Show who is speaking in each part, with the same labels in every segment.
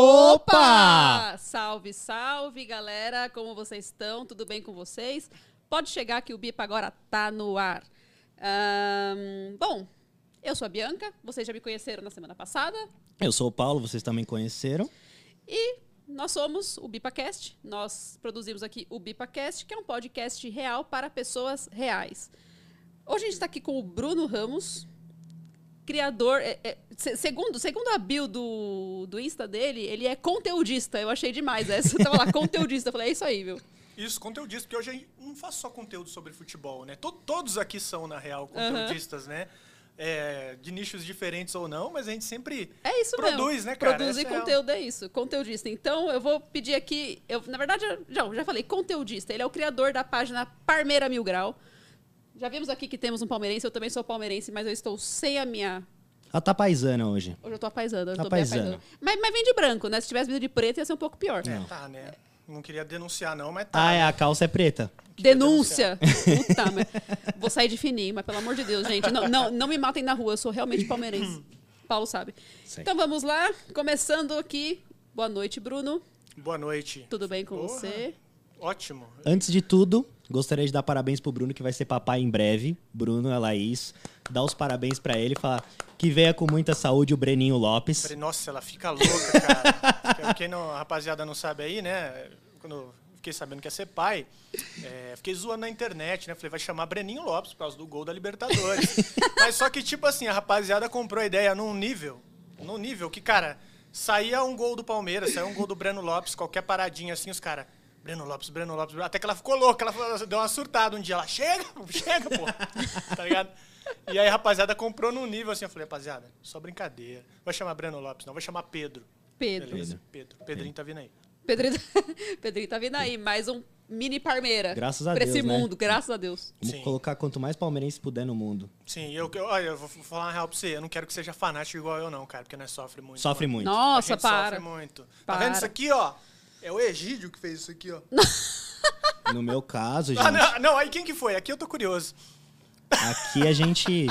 Speaker 1: Opa!
Speaker 2: Salve, salve, galera! Como vocês estão? Tudo bem com vocês? Pode chegar que o Bipa agora tá no ar. Ahn, bom, eu sou a Bianca, vocês já me conheceram na semana passada.
Speaker 1: Eu sou o Paulo, vocês também conheceram.
Speaker 2: E nós somos o BipaCast. Nós produzimos aqui o BipaCast, que é um podcast real para pessoas reais. Hoje a gente está aqui com o Bruno Ramos, criador. é, é, se- segundo, segundo a bio do, do Insta dele, ele é conteudista. Eu achei demais essa. Eu tava lá, conteudista. Eu falei, é isso aí, viu?
Speaker 3: Isso, conteudista, porque hoje eu não faço só conteúdo sobre futebol, né? To- todos aqui são, na real, conteudistas, né? É, de nichos diferentes ou não, mas a gente sempre
Speaker 2: É isso mesmo.
Speaker 3: produz, né, cara?
Speaker 2: Produzir
Speaker 3: Essa é a-
Speaker 2: conteúdo é isso, conteudista. Então eu vou pedir aqui, eu, na verdade, eu- não, já falei, conteudista. Ele é o criador da página Parmeira Mil Grau. Já vimos aqui que temos um palmeirense, eu também sou palmeirense, mas eu estou sem a minha.
Speaker 1: Ela tá paisana hoje.
Speaker 2: Hoje eu tô apaisando, eu
Speaker 1: Tá
Speaker 2: tô bem
Speaker 1: paisana.
Speaker 2: apaisando. Mas, mas vem de branco, né? Se tivesse vindo de preto ia ser um pouco pior.
Speaker 3: É, tá, né? Não queria denunciar, não, mas tá.
Speaker 1: Ah, é,
Speaker 3: né?
Speaker 1: a calça é preta.
Speaker 2: Denúncia! Puta, mas vou sair de fininho, mas pelo amor de Deus, gente. Não, não, não me matem na rua, eu sou realmente palmeirense. Paulo sabe.
Speaker 1: Sim.
Speaker 2: Então vamos lá, começando aqui. Boa noite, Bruno.
Speaker 3: Boa noite.
Speaker 2: Tudo bem com
Speaker 3: Porra,
Speaker 2: você?
Speaker 3: Ótimo.
Speaker 1: Antes de tudo, gostaria de dar parabéns pro Bruno, que vai ser papai em breve. Bruno, a Laís. Dá os parabéns pra ele. Falar que venha com muita saúde o Breninho Lopes.
Speaker 3: Falei, nossa, ela fica louca, cara. Quem não, a rapaziada não sabe aí, né? Quando eu fiquei sabendo que ia ser pai, é, fiquei zoando na internet, né? Falei, vai chamar Breninho Lopes por causa do gol da Libertadores. Mas só que, tipo assim, a rapaziada comprou a ideia num nível, num nível que, cara, saía um gol do Palmeiras, saía um gol do Breno Lopes, qualquer paradinha assim, os caras... Breno Lopes, Breno Lopes, Breno- até que ela ficou louca, ela falou- deu uma surtada um dia, ela chega, chega, pô, tá ligado? E aí, a rapaziada, comprou num nível assim. Eu falei, rapaziada, só brincadeira. Vai chamar Breno Lopes, não. Vai chamar Pedro.
Speaker 2: Pedro.
Speaker 3: Beleza? Pedro. Pedrinho tá vindo aí.
Speaker 2: Pedrinho, Pedrinho tá vindo aí, mais um mini Parmeira.
Speaker 1: Graças a
Speaker 2: pra
Speaker 1: Deus,
Speaker 2: esse
Speaker 1: né?
Speaker 2: mundo, graças a Deus.
Speaker 1: Vamos
Speaker 3: Sim.
Speaker 1: colocar quanto mais palmeirense puder no mundo.
Speaker 3: Sim, eu, eu, olha, eu vou vou falar uma real pra você. Eu não quero que seja fanático igual eu, não, cara, porque nós sofre muito.
Speaker 1: Sofre
Speaker 3: mano.
Speaker 1: muito.
Speaker 3: A
Speaker 2: Nossa,
Speaker 3: gente
Speaker 2: para.
Speaker 3: Sofre muito.
Speaker 2: Para.
Speaker 3: Tá vendo isso aqui, ó? É o Egídio que fez isso aqui, ó.
Speaker 1: No meu caso,
Speaker 3: Ah,
Speaker 1: gente,
Speaker 3: não, não, aí quem que foi? Aqui eu tô curioso.
Speaker 1: aqui a gente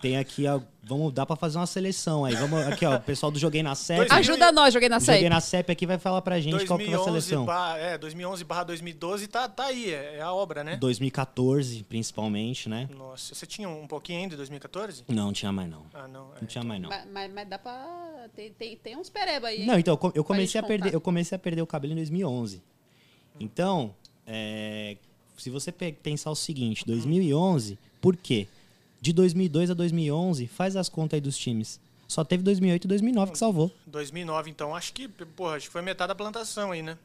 Speaker 1: tem aqui, ó, vamos dar pra fazer uma seleção aí. Vamos aqui, ó, o pessoal do Joguei na Série.
Speaker 3: Dois mil-
Speaker 2: Ajuda nós, joguei na
Speaker 1: Joguei
Speaker 2: série.
Speaker 1: na CEP aqui vai falar pra gente qual que é a seleção.
Speaker 3: barra, é, 2011 barra 2012 tá, tá aí, é, é a obra, né?
Speaker 1: 2014, principalmente, né?
Speaker 3: Nossa, você tinha um pouquinho ainda, 2014?
Speaker 1: Não, tinha mais não.
Speaker 3: Ah, não. é.
Speaker 1: Não tinha mais não.
Speaker 2: Mas, mas- mas dá pra. Tem, tem, tem uns pereba aí. hein?
Speaker 1: Não, então eu co- eu
Speaker 2: Pra
Speaker 1: comecei a
Speaker 2: gente
Speaker 1: perder,
Speaker 2: contar.
Speaker 1: eu comecei a perder o cabelo em 2011. Então, é, se você pe- pensar o seguinte, 2011, por quê? De 2002 a 2011, faz as contas aí dos times. Só teve 2008 e 2009 que salvou.
Speaker 3: 2009, então, acho que, porra, acho que foi metade da plantação aí, né?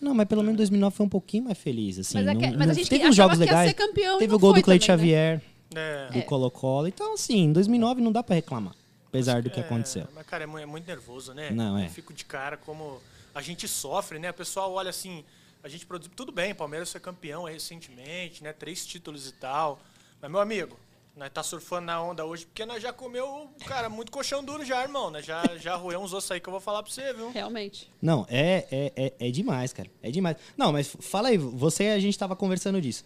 Speaker 1: Não, mas pelo menos 2009 foi um pouquinho mais feliz, assim.
Speaker 2: Mas é
Speaker 1: não-
Speaker 2: que- mas
Speaker 1: não-
Speaker 2: a gente
Speaker 1: teve
Speaker 2: achava
Speaker 1: uns jogos
Speaker 2: que ia
Speaker 1: legais.
Speaker 2: ser campeão e
Speaker 1: teve
Speaker 2: não
Speaker 1: o gol
Speaker 2: foi
Speaker 1: do Cleite
Speaker 2: também, né?
Speaker 1: Xavier,
Speaker 3: É.
Speaker 1: do Colo-Colo. Então, assim, em 2009 não dá pra reclamar, apesar do que
Speaker 3: É,
Speaker 1: aconteceu.
Speaker 3: Mas, cara, é mu- é muito, nervoso, né?
Speaker 1: Não, é.
Speaker 3: Eu fico de cara como a gente sofre, né? O pessoal olha assim, a gente produz... Tudo bem, Palmeiras foi campeão aí recentemente, né? Três títulos e tal. Mas, meu amigo, nós tá surfando na onda hoje porque nós já comeu, cara, muito colchão duro já, irmão. Nós já, já roeu uns ossos aí que eu vou falar pra você, viu?
Speaker 2: Realmente.
Speaker 1: Não, é, é, é, é demais, cara. É demais. Não, mas fala aí, você a gente tava conversando disso.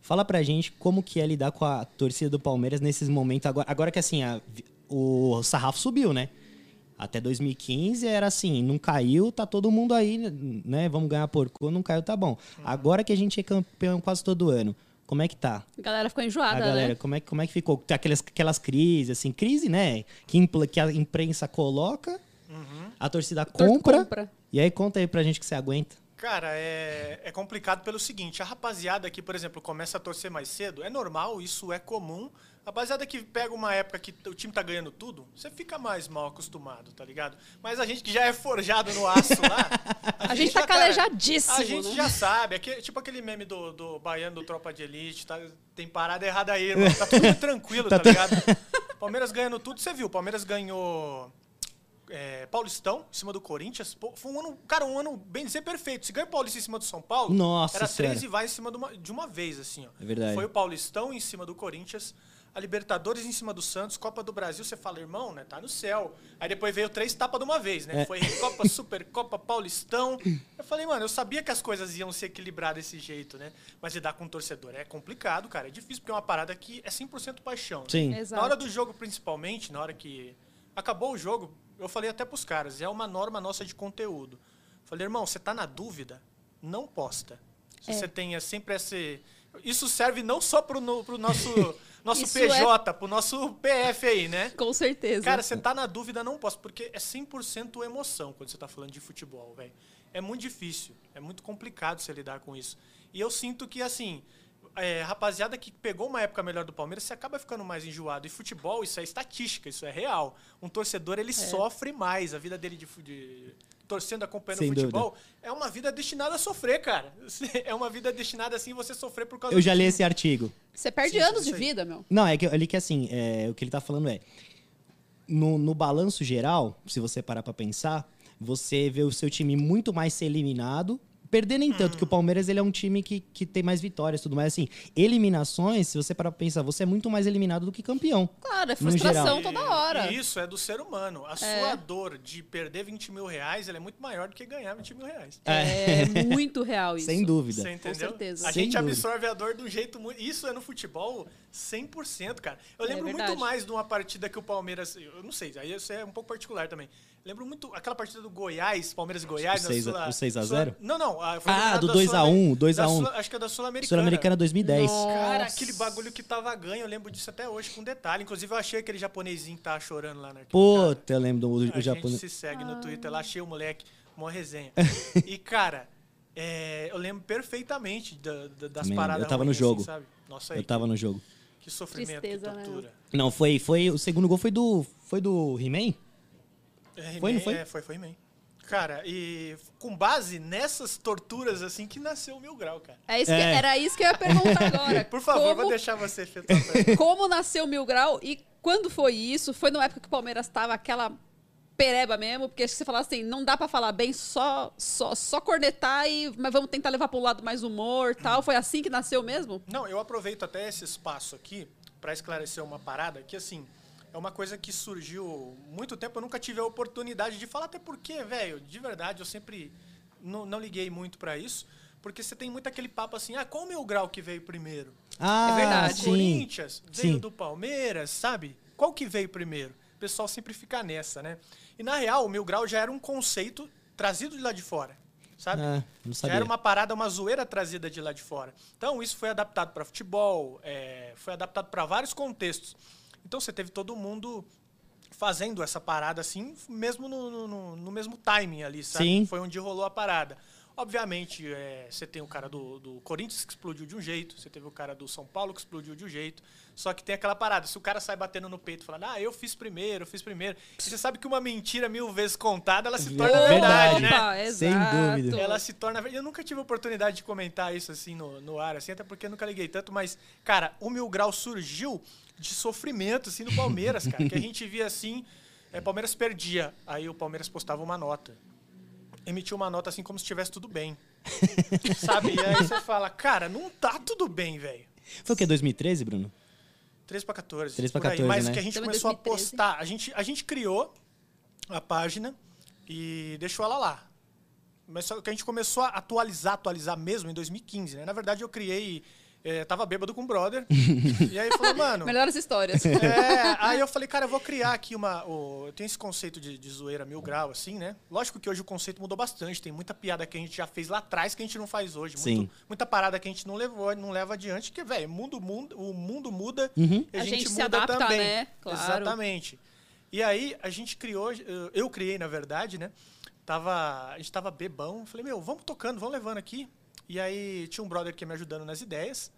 Speaker 1: Fala pra gente como que é lidar com a torcida do Palmeiras nesses momentos agora. Agora que assim, a- o sarrafo subiu, né? Até 2015 era assim, não caiu, tá todo mundo aí, né? Vamos ganhar porco, não caiu, tá bom. Agora que a gente é campeão quase todo ano, como é que tá?
Speaker 2: A galera ficou
Speaker 1: A
Speaker 2: enjoada,
Speaker 1: galera,
Speaker 2: né?
Speaker 1: como, é, que- como é que ficou? Tem aquelas, aquelas crises, assim, crise, né? Que, impl- que a imprensa coloca, Uhum. a torcida
Speaker 2: Tor-
Speaker 1: compra,
Speaker 2: compra.
Speaker 1: E aí conta aí pra gente que você aguenta.
Speaker 3: Cara, é, é complicado pelo seguinte: a rapaziada que, por exemplo, começa a torcer mais cedo, é normal, isso é comum. A rapaziada que pega uma época que o time tá ganhando tudo, você fica mais mal acostumado, tá ligado? Mas a gente que já é forjado no aço lá.
Speaker 2: A gente tá
Speaker 3: já, cara,
Speaker 2: calejadíssimo,
Speaker 3: A gente
Speaker 2: né?
Speaker 3: já sabe. É que- tipo aquele meme do, do baiano do Tropa de Elite, tá- tem parada errada aí, irmão. Tá tudo muito tranquilo, tá, ligado? Palmeiras ganhando tudo, você viu. Palmeiras ganhou é, Paulistão em cima do Corinthians. Pô, Foi um ano, cara, um ano bem dizer perfeito. Se ganha o Paulista em cima do São Paulo,
Speaker 1: Nossa
Speaker 3: era
Speaker 1: Senhora.
Speaker 3: três rivais em cima de uma, de uma vez, assim, ó.
Speaker 1: É verdade.
Speaker 3: Foi o Paulistão em cima do Corinthians, a Libertadores em cima do Santos, Copa do Brasil, você fala, irmão, né? Tá no céu. Aí depois veio três tapas de uma vez,
Speaker 1: É.
Speaker 3: né? Foi Copa, Supercopa, Paulistão. Eu falei, mano, eu sabia que as coisas iam se equilibrar desse jeito, né? Mas lidar com o torcedor é complicado, cara. É difícil, porque é uma parada que é 100% paixão. né?
Speaker 1: Sim.
Speaker 2: Exato.
Speaker 3: Na hora do jogo, principalmente, na hora que Acabou o jogo, eu falei até pros caras, é uma norma nossa de conteúdo. Falei, irmão, você tá na dúvida? Não posta. Se
Speaker 2: É.
Speaker 3: você tenha sempre esse. Isso serve não só pro, no- pro nosso, nosso
Speaker 2: Isso é-
Speaker 3: PJ, pro nosso PF aí, né?
Speaker 2: Com certeza.
Speaker 3: Cara, você tá na dúvida, não posso, porque é 100% emoção quando você tá falando de futebol, velho. É muito difícil, é muito complicado você lidar com isso. E eu sinto que, assim, é, rapaziada que pegou uma época melhor do Palmeiras, você acaba ficando mais enjoado. E futebol, isso é estatística, isso é real. Um torcedor, ele sofre mais. A vida dele de, fu- de- torcendo, acompanhando
Speaker 1: Sem
Speaker 3: o futebol, é uma vida destinada a sofrer, cara. É uma vida destinada, assim, você sofrer por causa
Speaker 1: Eu já
Speaker 3: do
Speaker 1: li
Speaker 3: time.
Speaker 1: esse artigo.
Speaker 2: Você perde
Speaker 3: Sim,
Speaker 2: anos
Speaker 3: isso
Speaker 2: de
Speaker 3: aí.
Speaker 2: vida, meu.
Speaker 1: Não, é que eu li que assim, é, o que ele tá falando é. No, no balanço geral, se você parar pra pensar, você vê o seu time muito mais ser eliminado. Perder nem tanto, que o Palmeiras ele é um time que, que tem mais vitórias e tudo mais. Assim, eliminações, se você parar pra pensar, você é muito mais eliminado do que campeão.
Speaker 2: Claro, é
Speaker 1: No geral.
Speaker 2: frustração
Speaker 3: E-
Speaker 2: toda hora.
Speaker 3: e Isso é do ser humano. A sua dor de perder 20 mil reais ela é muito maior do que ganhar 20 mil reais.
Speaker 2: É muito real isso.
Speaker 1: Sem dúvida.
Speaker 3: Você entendeu?
Speaker 2: certeza.
Speaker 3: A
Speaker 1: Sem
Speaker 3: gente
Speaker 1: dúvida.
Speaker 3: absorve a dor de um jeito muito. Isso é no futebol 100%, cara. Eu
Speaker 2: É
Speaker 3: lembro muito
Speaker 2: verdade.
Speaker 3: mais de uma partida que o Palmeiras. Eu não sei, aí isso é um pouco particular também. Lembro muito aquela partida do Goiás, Palmeiras e Goiás. na
Speaker 1: seis a-
Speaker 3: Sula-
Speaker 1: o seis a
Speaker 3: Sula-
Speaker 1: zero?
Speaker 3: Não, não. a-
Speaker 1: Ah,
Speaker 3: eliminado
Speaker 1: do
Speaker 3: da
Speaker 1: 2 a
Speaker 3: Sulame-
Speaker 1: 1, 2 a
Speaker 3: da
Speaker 1: 1.
Speaker 3: Sula- Acho que é da Sul-Americana.
Speaker 1: Sul-Americana 2010.
Speaker 3: Cara,
Speaker 2: Nossa.
Speaker 3: aquele bagulho que tava ganho, eu lembro disso até hoje com detalhe. Inclusive, eu achei aquele japonesinho que tava chorando lá né? na arquibancada.
Speaker 1: Puta, eu lembro do,
Speaker 3: A
Speaker 1: do japonês.
Speaker 3: gente se segue
Speaker 2: Ah.
Speaker 3: no Twitter lá, achei o moleque, mó resenha. e, cara, é, eu lembro perfeitamente da- da- das
Speaker 1: Também
Speaker 3: paradas.
Speaker 1: eu tava no
Speaker 3: ruins, assim,
Speaker 1: jogo.
Speaker 3: sabe? Nossa, aí,
Speaker 1: Eu tava no jogo.
Speaker 3: que sofrimento,
Speaker 2: Tristeza,
Speaker 3: que
Speaker 2: né?
Speaker 3: tortura.
Speaker 1: Não, foi, foi. O segundo gol foi do. Foi do He-Man?
Speaker 3: É,
Speaker 1: Foi, não
Speaker 3: He-Man,
Speaker 1: foi?
Speaker 3: É, foi, foi He-Man. Cara, e com base nessas torturas, assim, que nasceu o Mil Grau, cara.
Speaker 2: É isso que-
Speaker 1: É.
Speaker 2: Era isso que eu ia perguntar agora.
Speaker 3: Por favor,
Speaker 2: como,
Speaker 3: vou deixar você efetuar. a pergunta.
Speaker 2: como nasceu o Mil Grau e quando foi isso? Foi na época que o Palmeiras tava aquela pereba mesmo? Porque acho que você falava assim, não dá pra falar bem, só, só, só cornetar e... Mas vamos tentar levar pro lado mais humor tal. Foi assim que nasceu mesmo?
Speaker 3: Não, eu aproveito até esse espaço aqui para esclarecer uma parada que, assim, é uma coisa que surgiu muito tempo, eu nunca tive a oportunidade de falar, até porque, velho, de verdade, eu sempre não, não liguei muito para isso, porque você tem muito aquele papo assim, ah, qual o meu grau que veio primeiro?
Speaker 1: Ah,
Speaker 2: verdade.
Speaker 3: do
Speaker 1: sim.
Speaker 3: É Corinthians, veio
Speaker 1: Sim.
Speaker 3: do Palmeiras, sabe? Qual que veio primeiro? O pessoal sempre fica nessa, né? E, na real, o meu grau já era um conceito trazido de lá de fora, sabe?
Speaker 1: Ah, não
Speaker 3: Já
Speaker 1: sabia.
Speaker 3: era uma parada, uma zoeira trazida de lá de fora. Então, isso foi adaptado para futebol, é, foi adaptado para vários contextos. Então, você teve todo mundo fazendo essa parada assim, mesmo no, no- no- no mesmo timing ali, sabe?
Speaker 1: Sim.
Speaker 3: Foi onde rolou a parada. Obviamente, é, você tem o cara do, do Corinthians que explodiu de um jeito, você teve o cara do São Paulo que explodiu de um jeito. Só que tem aquela parada, se o cara sai batendo no peito falando, ah, eu fiz primeiro, eu fiz primeiro. E você sabe que uma mentira mil vezes contada, ela se torna
Speaker 1: É Verdade.
Speaker 3: verdade, né?
Speaker 2: Opa,
Speaker 1: Sem
Speaker 2: exato.
Speaker 1: dúvida.
Speaker 3: Ela se torna. Eu nunca tive oportunidade de comentar isso assim no, no ar, assim, até porque eu nunca liguei tanto, mas, cara, o Mil Grau surgiu de sofrimento, assim, no Palmeiras, cara. que a gente via assim. É, Palmeiras perdia. Aí o Palmeiras postava uma nota. Emitiu uma nota assim como se estivesse tudo bem. Sabe? E aí você fala, cara, não tá tudo bem, velho.
Speaker 1: Foi o que? 2013, Bruno?
Speaker 3: 3 para 14.
Speaker 1: 3 pra
Speaker 3: por aí.
Speaker 1: 14,
Speaker 3: Mas
Speaker 1: né?
Speaker 3: que a gente
Speaker 2: Também
Speaker 3: começou
Speaker 2: 2013.
Speaker 3: a postar. A gente, a gente criou a página e deixou ela lá. Mas só que a gente começou a atualizar, atualizar mesmo em 2015, né? Na verdade, eu criei. eh, tava bêbado com o brother. e aí falou, mano.
Speaker 2: Melhores histórias.
Speaker 3: É, aí eu falei, cara, eu vou criar aqui uma. o- eu tenho esse conceito de, de zoeira mil grau, assim, né? Lógico que hoje o conceito mudou bastante. Tem muita piada que a gente já fez lá atrás que a gente não faz hoje. muito-
Speaker 1: Sim.
Speaker 3: muita parada que a gente não levou, não leva adiante, que, velho, mundo, mundo, o mundo muda e a,
Speaker 2: A
Speaker 3: gente,
Speaker 2: gente se
Speaker 3: muda
Speaker 2: adapta,
Speaker 3: também.
Speaker 2: né? Claro.
Speaker 3: Exatamente. E aí a gente criou, eu- eu criei, na verdade, né? Tava, a gente tava bebão. Falei, meu, vamos tocando, vamos levando aqui. E aí tinha um brother que ia me ajudando nas ideias.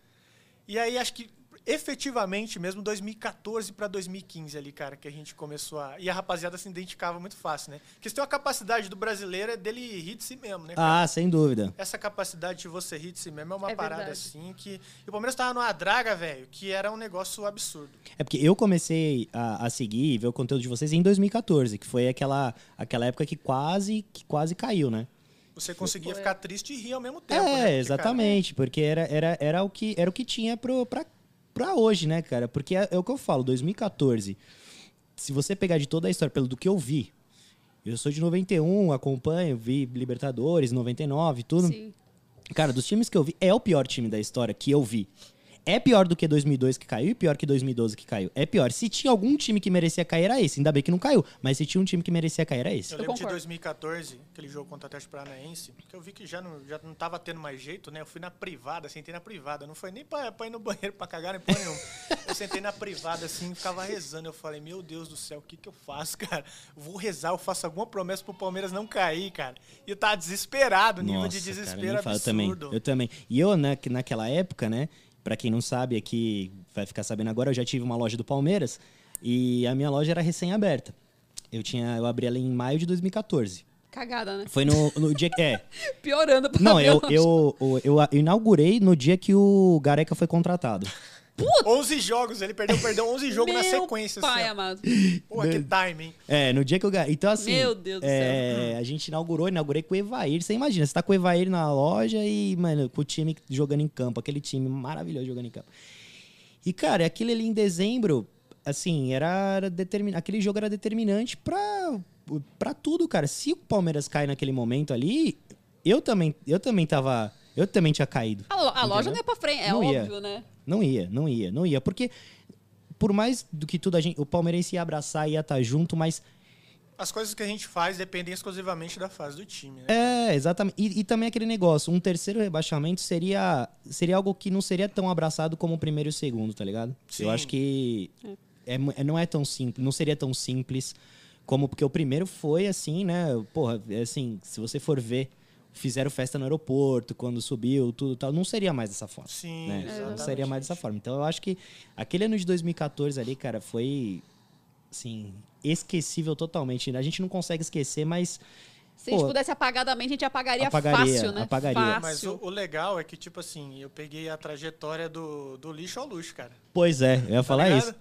Speaker 3: E aí acho que efetivamente mesmo 2014 para 2015 ali, cara, que a gente começou a e a rapaziada se identificava muito fácil, né? Porque se tem uma capacidade do brasileiro é dele rir de si mesmo, né? cara?
Speaker 1: Ah, sem dúvida.
Speaker 3: Essa capacidade de você rir de si mesmo é uma
Speaker 2: É
Speaker 3: parada
Speaker 2: verdade.
Speaker 3: assim que e o Palmeiras tava numa draga, velho, que era um negócio absurdo.
Speaker 1: É porque eu comecei a, a seguir e ver o conteúdo de vocês em 2014, que foi aquela, aquela época que quase, que quase caiu, né?
Speaker 3: Você conseguia
Speaker 2: Foi. é.
Speaker 3: ficar triste e rir ao mesmo
Speaker 1: é,
Speaker 3: tempo, né? Porque, cara,
Speaker 1: exatamente, porque era, era, era, o que, era o que tinha pro, pra, pra hoje, né, cara? Porque é, é o que eu falo, 2014, se você pegar de toda a história, pelo do que eu vi, eu sou de 91, acompanho, vi Libertadores, 99, tudo.
Speaker 2: Sim.
Speaker 1: Cara, dos times que eu vi, é o pior time da história que eu vi. É pior do que 2002 que caiu e pior que 2012 que caiu. É pior. Se tinha algum time que merecia cair, era esse. Ainda bem que não caiu. Mas se tinha um time que merecia cair, era esse.
Speaker 3: Eu lembro de
Speaker 2: concordo.
Speaker 3: 2014, aquele jogo contra o Atlético Paranaense, que eu vi que já não, já não tava tendo mais jeito, né? Eu fui na privada, sentei na privada. Não foi nem pra, pra ir no banheiro pra cagar nem porra nenhuma. Eu sentei na privada, assim, ficava rezando. Eu falei, meu Deus do céu, o que que eu faço, cara? Vou rezar, eu faço alguma promessa pro Palmeiras não cair, cara. E eu tava desesperado, um nível de
Speaker 1: Nossa, cara, nem
Speaker 3: desespero
Speaker 1: fala. Eu também,
Speaker 3: absurdo.
Speaker 1: eu também. E eu, na, naquela época, né? Pra quem não sabe aqui, vai ficar sabendo agora, eu já tive uma loja do Palmeiras e a minha loja era recém-aberta. Eu tinha, eu abri ela em maio de 2014.
Speaker 2: Cagada, né?
Speaker 1: Foi no, no dia que. É.
Speaker 2: Piorando pra
Speaker 1: Não,
Speaker 2: abrir a
Speaker 1: eu,
Speaker 2: loja.
Speaker 1: eu, eu, eu inaugurei no dia que o Gareca foi contratado.
Speaker 3: 11 jogos, ele perdeu, perdeu 11 jogos na
Speaker 2: Meu
Speaker 3: sequência,
Speaker 2: Pai
Speaker 3: assim. ó.
Speaker 2: amado.
Speaker 3: Porra, que timing. hein?
Speaker 1: É, no dia que eu ganhei. Então, assim.
Speaker 2: Meu Deus do
Speaker 1: é, A gente inaugurou, inaugurei com o Evair. Você imagina, você tá com o Evair na loja e, mano, com o time jogando em campo, aquele time maravilhoso jogando em campo. E, cara, aquele ali em dezembro, assim, era, era determin... aquele jogo era determinante pra, pra tudo, cara. Se o Palmeiras cai naquele momento ali, eu também, eu também tava. Eu também tinha caído.
Speaker 2: A, lo- a
Speaker 1: Entendeu?
Speaker 2: loja não ia pra frente, é
Speaker 1: Não ia.
Speaker 2: óbvio, né?
Speaker 1: Não ia, não ia, não ia. Porque, por mais do que tudo, a gente, o palmeirense ia abraçar, ia estar junto, mas
Speaker 3: As coisas que a gente faz dependem exclusivamente da fase do time, né?
Speaker 1: É, exatamente. E, e também aquele negócio, um terceiro rebaixamento seria, seria algo que não seria tão abraçado como o primeiro e o segundo, tá ligado?
Speaker 3: Sim.
Speaker 1: Eu acho que é mu- é- não é tão simples, não seria tão simples como porque o primeiro foi assim, né? Porra, é assim, se você for ver, fizeram festa no aeroporto, quando subiu, tudo e tal, não seria mais dessa forma.
Speaker 3: Sim,
Speaker 1: né? Não
Speaker 3: exatamente.
Speaker 1: seria mais dessa forma. Então eu acho que aquele ano de 2014 ali, cara, foi assim, esquecível totalmente. A gente não consegue esquecer, mas
Speaker 2: Se a gente
Speaker 1: Pô.
Speaker 2: pudesse apagar da mente, a gente apagaria,
Speaker 1: Apagaria,
Speaker 2: fácil, né?
Speaker 1: apagaria.
Speaker 2: Fácil.
Speaker 3: Mas o, o legal é que, tipo assim, eu peguei a trajetória do, do lixo ao luxo, cara. Tá
Speaker 1: Pois é, eu ia falar
Speaker 3: ligado?
Speaker 1: isso.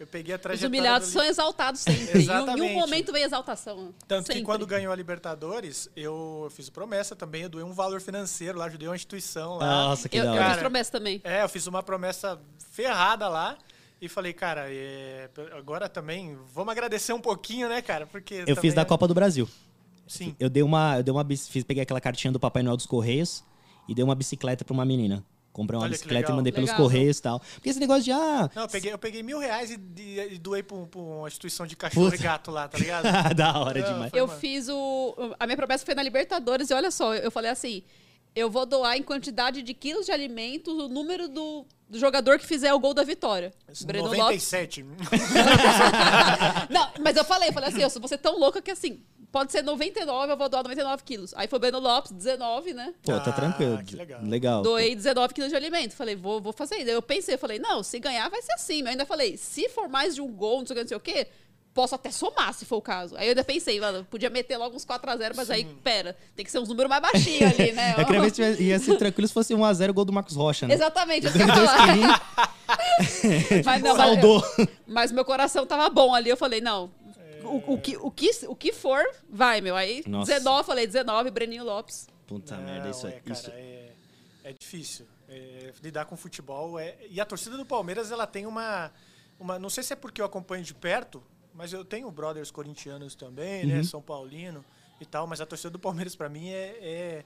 Speaker 3: Eu peguei a
Speaker 2: Os
Speaker 3: trajetória
Speaker 2: humilhados
Speaker 3: do
Speaker 2: são
Speaker 3: lixo.
Speaker 2: exaltados sempre. Em um- em um
Speaker 3: Exatamente.
Speaker 2: momento vem exaltação.
Speaker 3: Tanto
Speaker 2: sempre.
Speaker 3: que quando ganhou a Libertadores, eu fiz promessa também, eu doei um valor financeiro lá, ajudei uma instituição lá.
Speaker 1: Nossa, que
Speaker 2: Eu,
Speaker 1: da
Speaker 2: eu
Speaker 1: hora.
Speaker 2: fiz
Speaker 3: Cara,
Speaker 2: promessa também.
Speaker 3: É, eu fiz uma promessa ferrada lá. E falei, cara, é, agora também vamos agradecer um pouquinho, né, cara? Porque
Speaker 1: Eu fiz
Speaker 3: também
Speaker 1: da
Speaker 3: é-
Speaker 1: Copa do Brasil.
Speaker 3: Sim.
Speaker 1: Eu dei uma, eu dei uma bici- fiz, peguei aquela cartinha do Papai Noel dos Correios e dei uma bicicleta pra uma menina. Comprei uma
Speaker 3: Olha que
Speaker 1: bicicleta e
Speaker 3: legal. né?
Speaker 1: mandei pelos
Speaker 2: Legal.
Speaker 1: Correios e tal. Porque esse negócio de ah,
Speaker 3: Não, eu peguei, eu peguei mil reais e, e- e doei pra, um- pra uma instituição de cachorro
Speaker 1: Puta.
Speaker 3: e gato lá, tá ligado?
Speaker 1: da hora
Speaker 3: Não,
Speaker 1: demais.
Speaker 3: foi
Speaker 2: Eu
Speaker 3: uma-
Speaker 2: fiz o. A minha promessa foi na Libertadores, e olha só, eu falei assim: eu vou doar em quantidade de quilos de alimentos o número do, do jogador que fizer o gol da vitória. Breno Lopes.
Speaker 3: 97.
Speaker 2: Não, mas eu falei, eu falei assim, eu vou ser tão louca que assim, pode ser 99, eu vou doar 99 quilos. Aí foi o Breno Lopes, 19, né?
Speaker 1: Pô, tá
Speaker 3: Ah,
Speaker 1: tranquilo.
Speaker 3: que legal.
Speaker 1: legal.
Speaker 2: Doei 19 quilos de alimento. Falei, vou, vou fazer. Daí eu pensei, eu falei, não, se ganhar vai ser assim. Eu ainda falei, se for mais de um gol, não sei o que, não sei o que, posso até somar, se for o caso. Aí eu ainda pensei, mano, podia meter logo uns 4x0, mas aí, pera, tem que ser uns números mais baixinhos ali, né?
Speaker 1: Eu queria ver É se tivesse- ia ser tranquilo se fosse 1x0 gol do Marcos Rocha, né?
Speaker 2: Exatamente, eu ia falar. mas não, mas-
Speaker 1: Saudou.
Speaker 2: mas meu coração tava bom ali. Eu falei, não. O, o que, o, que, o que for, vai, meu. Aí,
Speaker 1: É. Nossa.
Speaker 2: 19, falei, 19, Breninho Lopes.
Speaker 1: Puta
Speaker 3: Não,
Speaker 1: merda, isso,
Speaker 3: é,
Speaker 1: é,
Speaker 3: cara,
Speaker 1: isso
Speaker 3: É, é difícil. É, lidar com futebol é... E a torcida do Palmeiras, ela tem uma, uma... Não sei se é porque eu acompanho de perto, mas eu tenho brothers corintianos também,
Speaker 1: Uhum.
Speaker 3: né? São Paulino e tal, mas a torcida do Palmeiras, pra mim, é... é-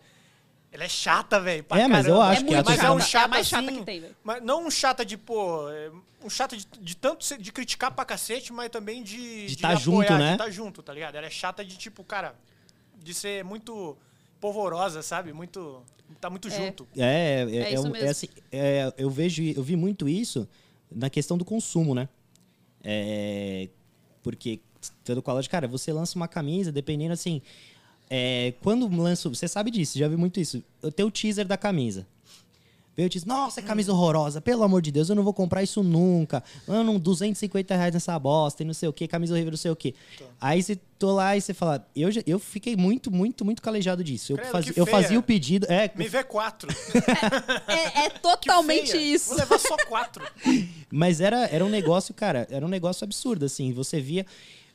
Speaker 3: Ela é chata, velho. pra
Speaker 1: É, mas eu
Speaker 3: caramba.
Speaker 1: acho que é a
Speaker 3: Mas é
Speaker 1: torcida-
Speaker 3: um
Speaker 2: É
Speaker 3: chato
Speaker 2: a mais chata
Speaker 3: assim,
Speaker 2: que tem, velho.
Speaker 3: Mas não um chata de, pô... é, Um chato de, de tanto... ser- De criticar pra cacete, mas também de...
Speaker 1: De tá junto, né?
Speaker 3: De tá junto, tá ligado? Ela é chata de, tipo, cara... De ser muito polvorosa, sabe? Muito. Tá muito junto.
Speaker 1: É, é,
Speaker 2: É
Speaker 1: é,
Speaker 2: isso
Speaker 1: um- é
Speaker 2: mesmo.
Speaker 1: assim, é, eu vejo, eu vi muito isso na questão do consumo, né? É, porque tendo com a loja, cara, você lança uma camisa, dependendo assim, é, quando lanço, você sabe disso, já vi muito isso. Eu tenho o teaser da camisa. Veio o teaser, nossa, é camisa horrorosa, pelo amor de Deus, eu não vou comprar isso nunca. Mano, 250 reais nessa bosta e não sei o que, camisa horrível, não sei o que. Aí você tô lá e você fala, eu, já- eu fiquei muito, muito, muito calejado disso. Eu,
Speaker 3: Credo,
Speaker 1: fazia,
Speaker 3: que
Speaker 1: eu
Speaker 3: feia.
Speaker 1: fazia o pedido, é,
Speaker 3: Me vê quatro.
Speaker 2: É, é
Speaker 3: Que
Speaker 2: totalmente
Speaker 3: feia.
Speaker 2: isso.
Speaker 3: Vou levar só quatro.
Speaker 1: Mas era, era um negócio, cara, era um negócio absurdo, assim. Você via.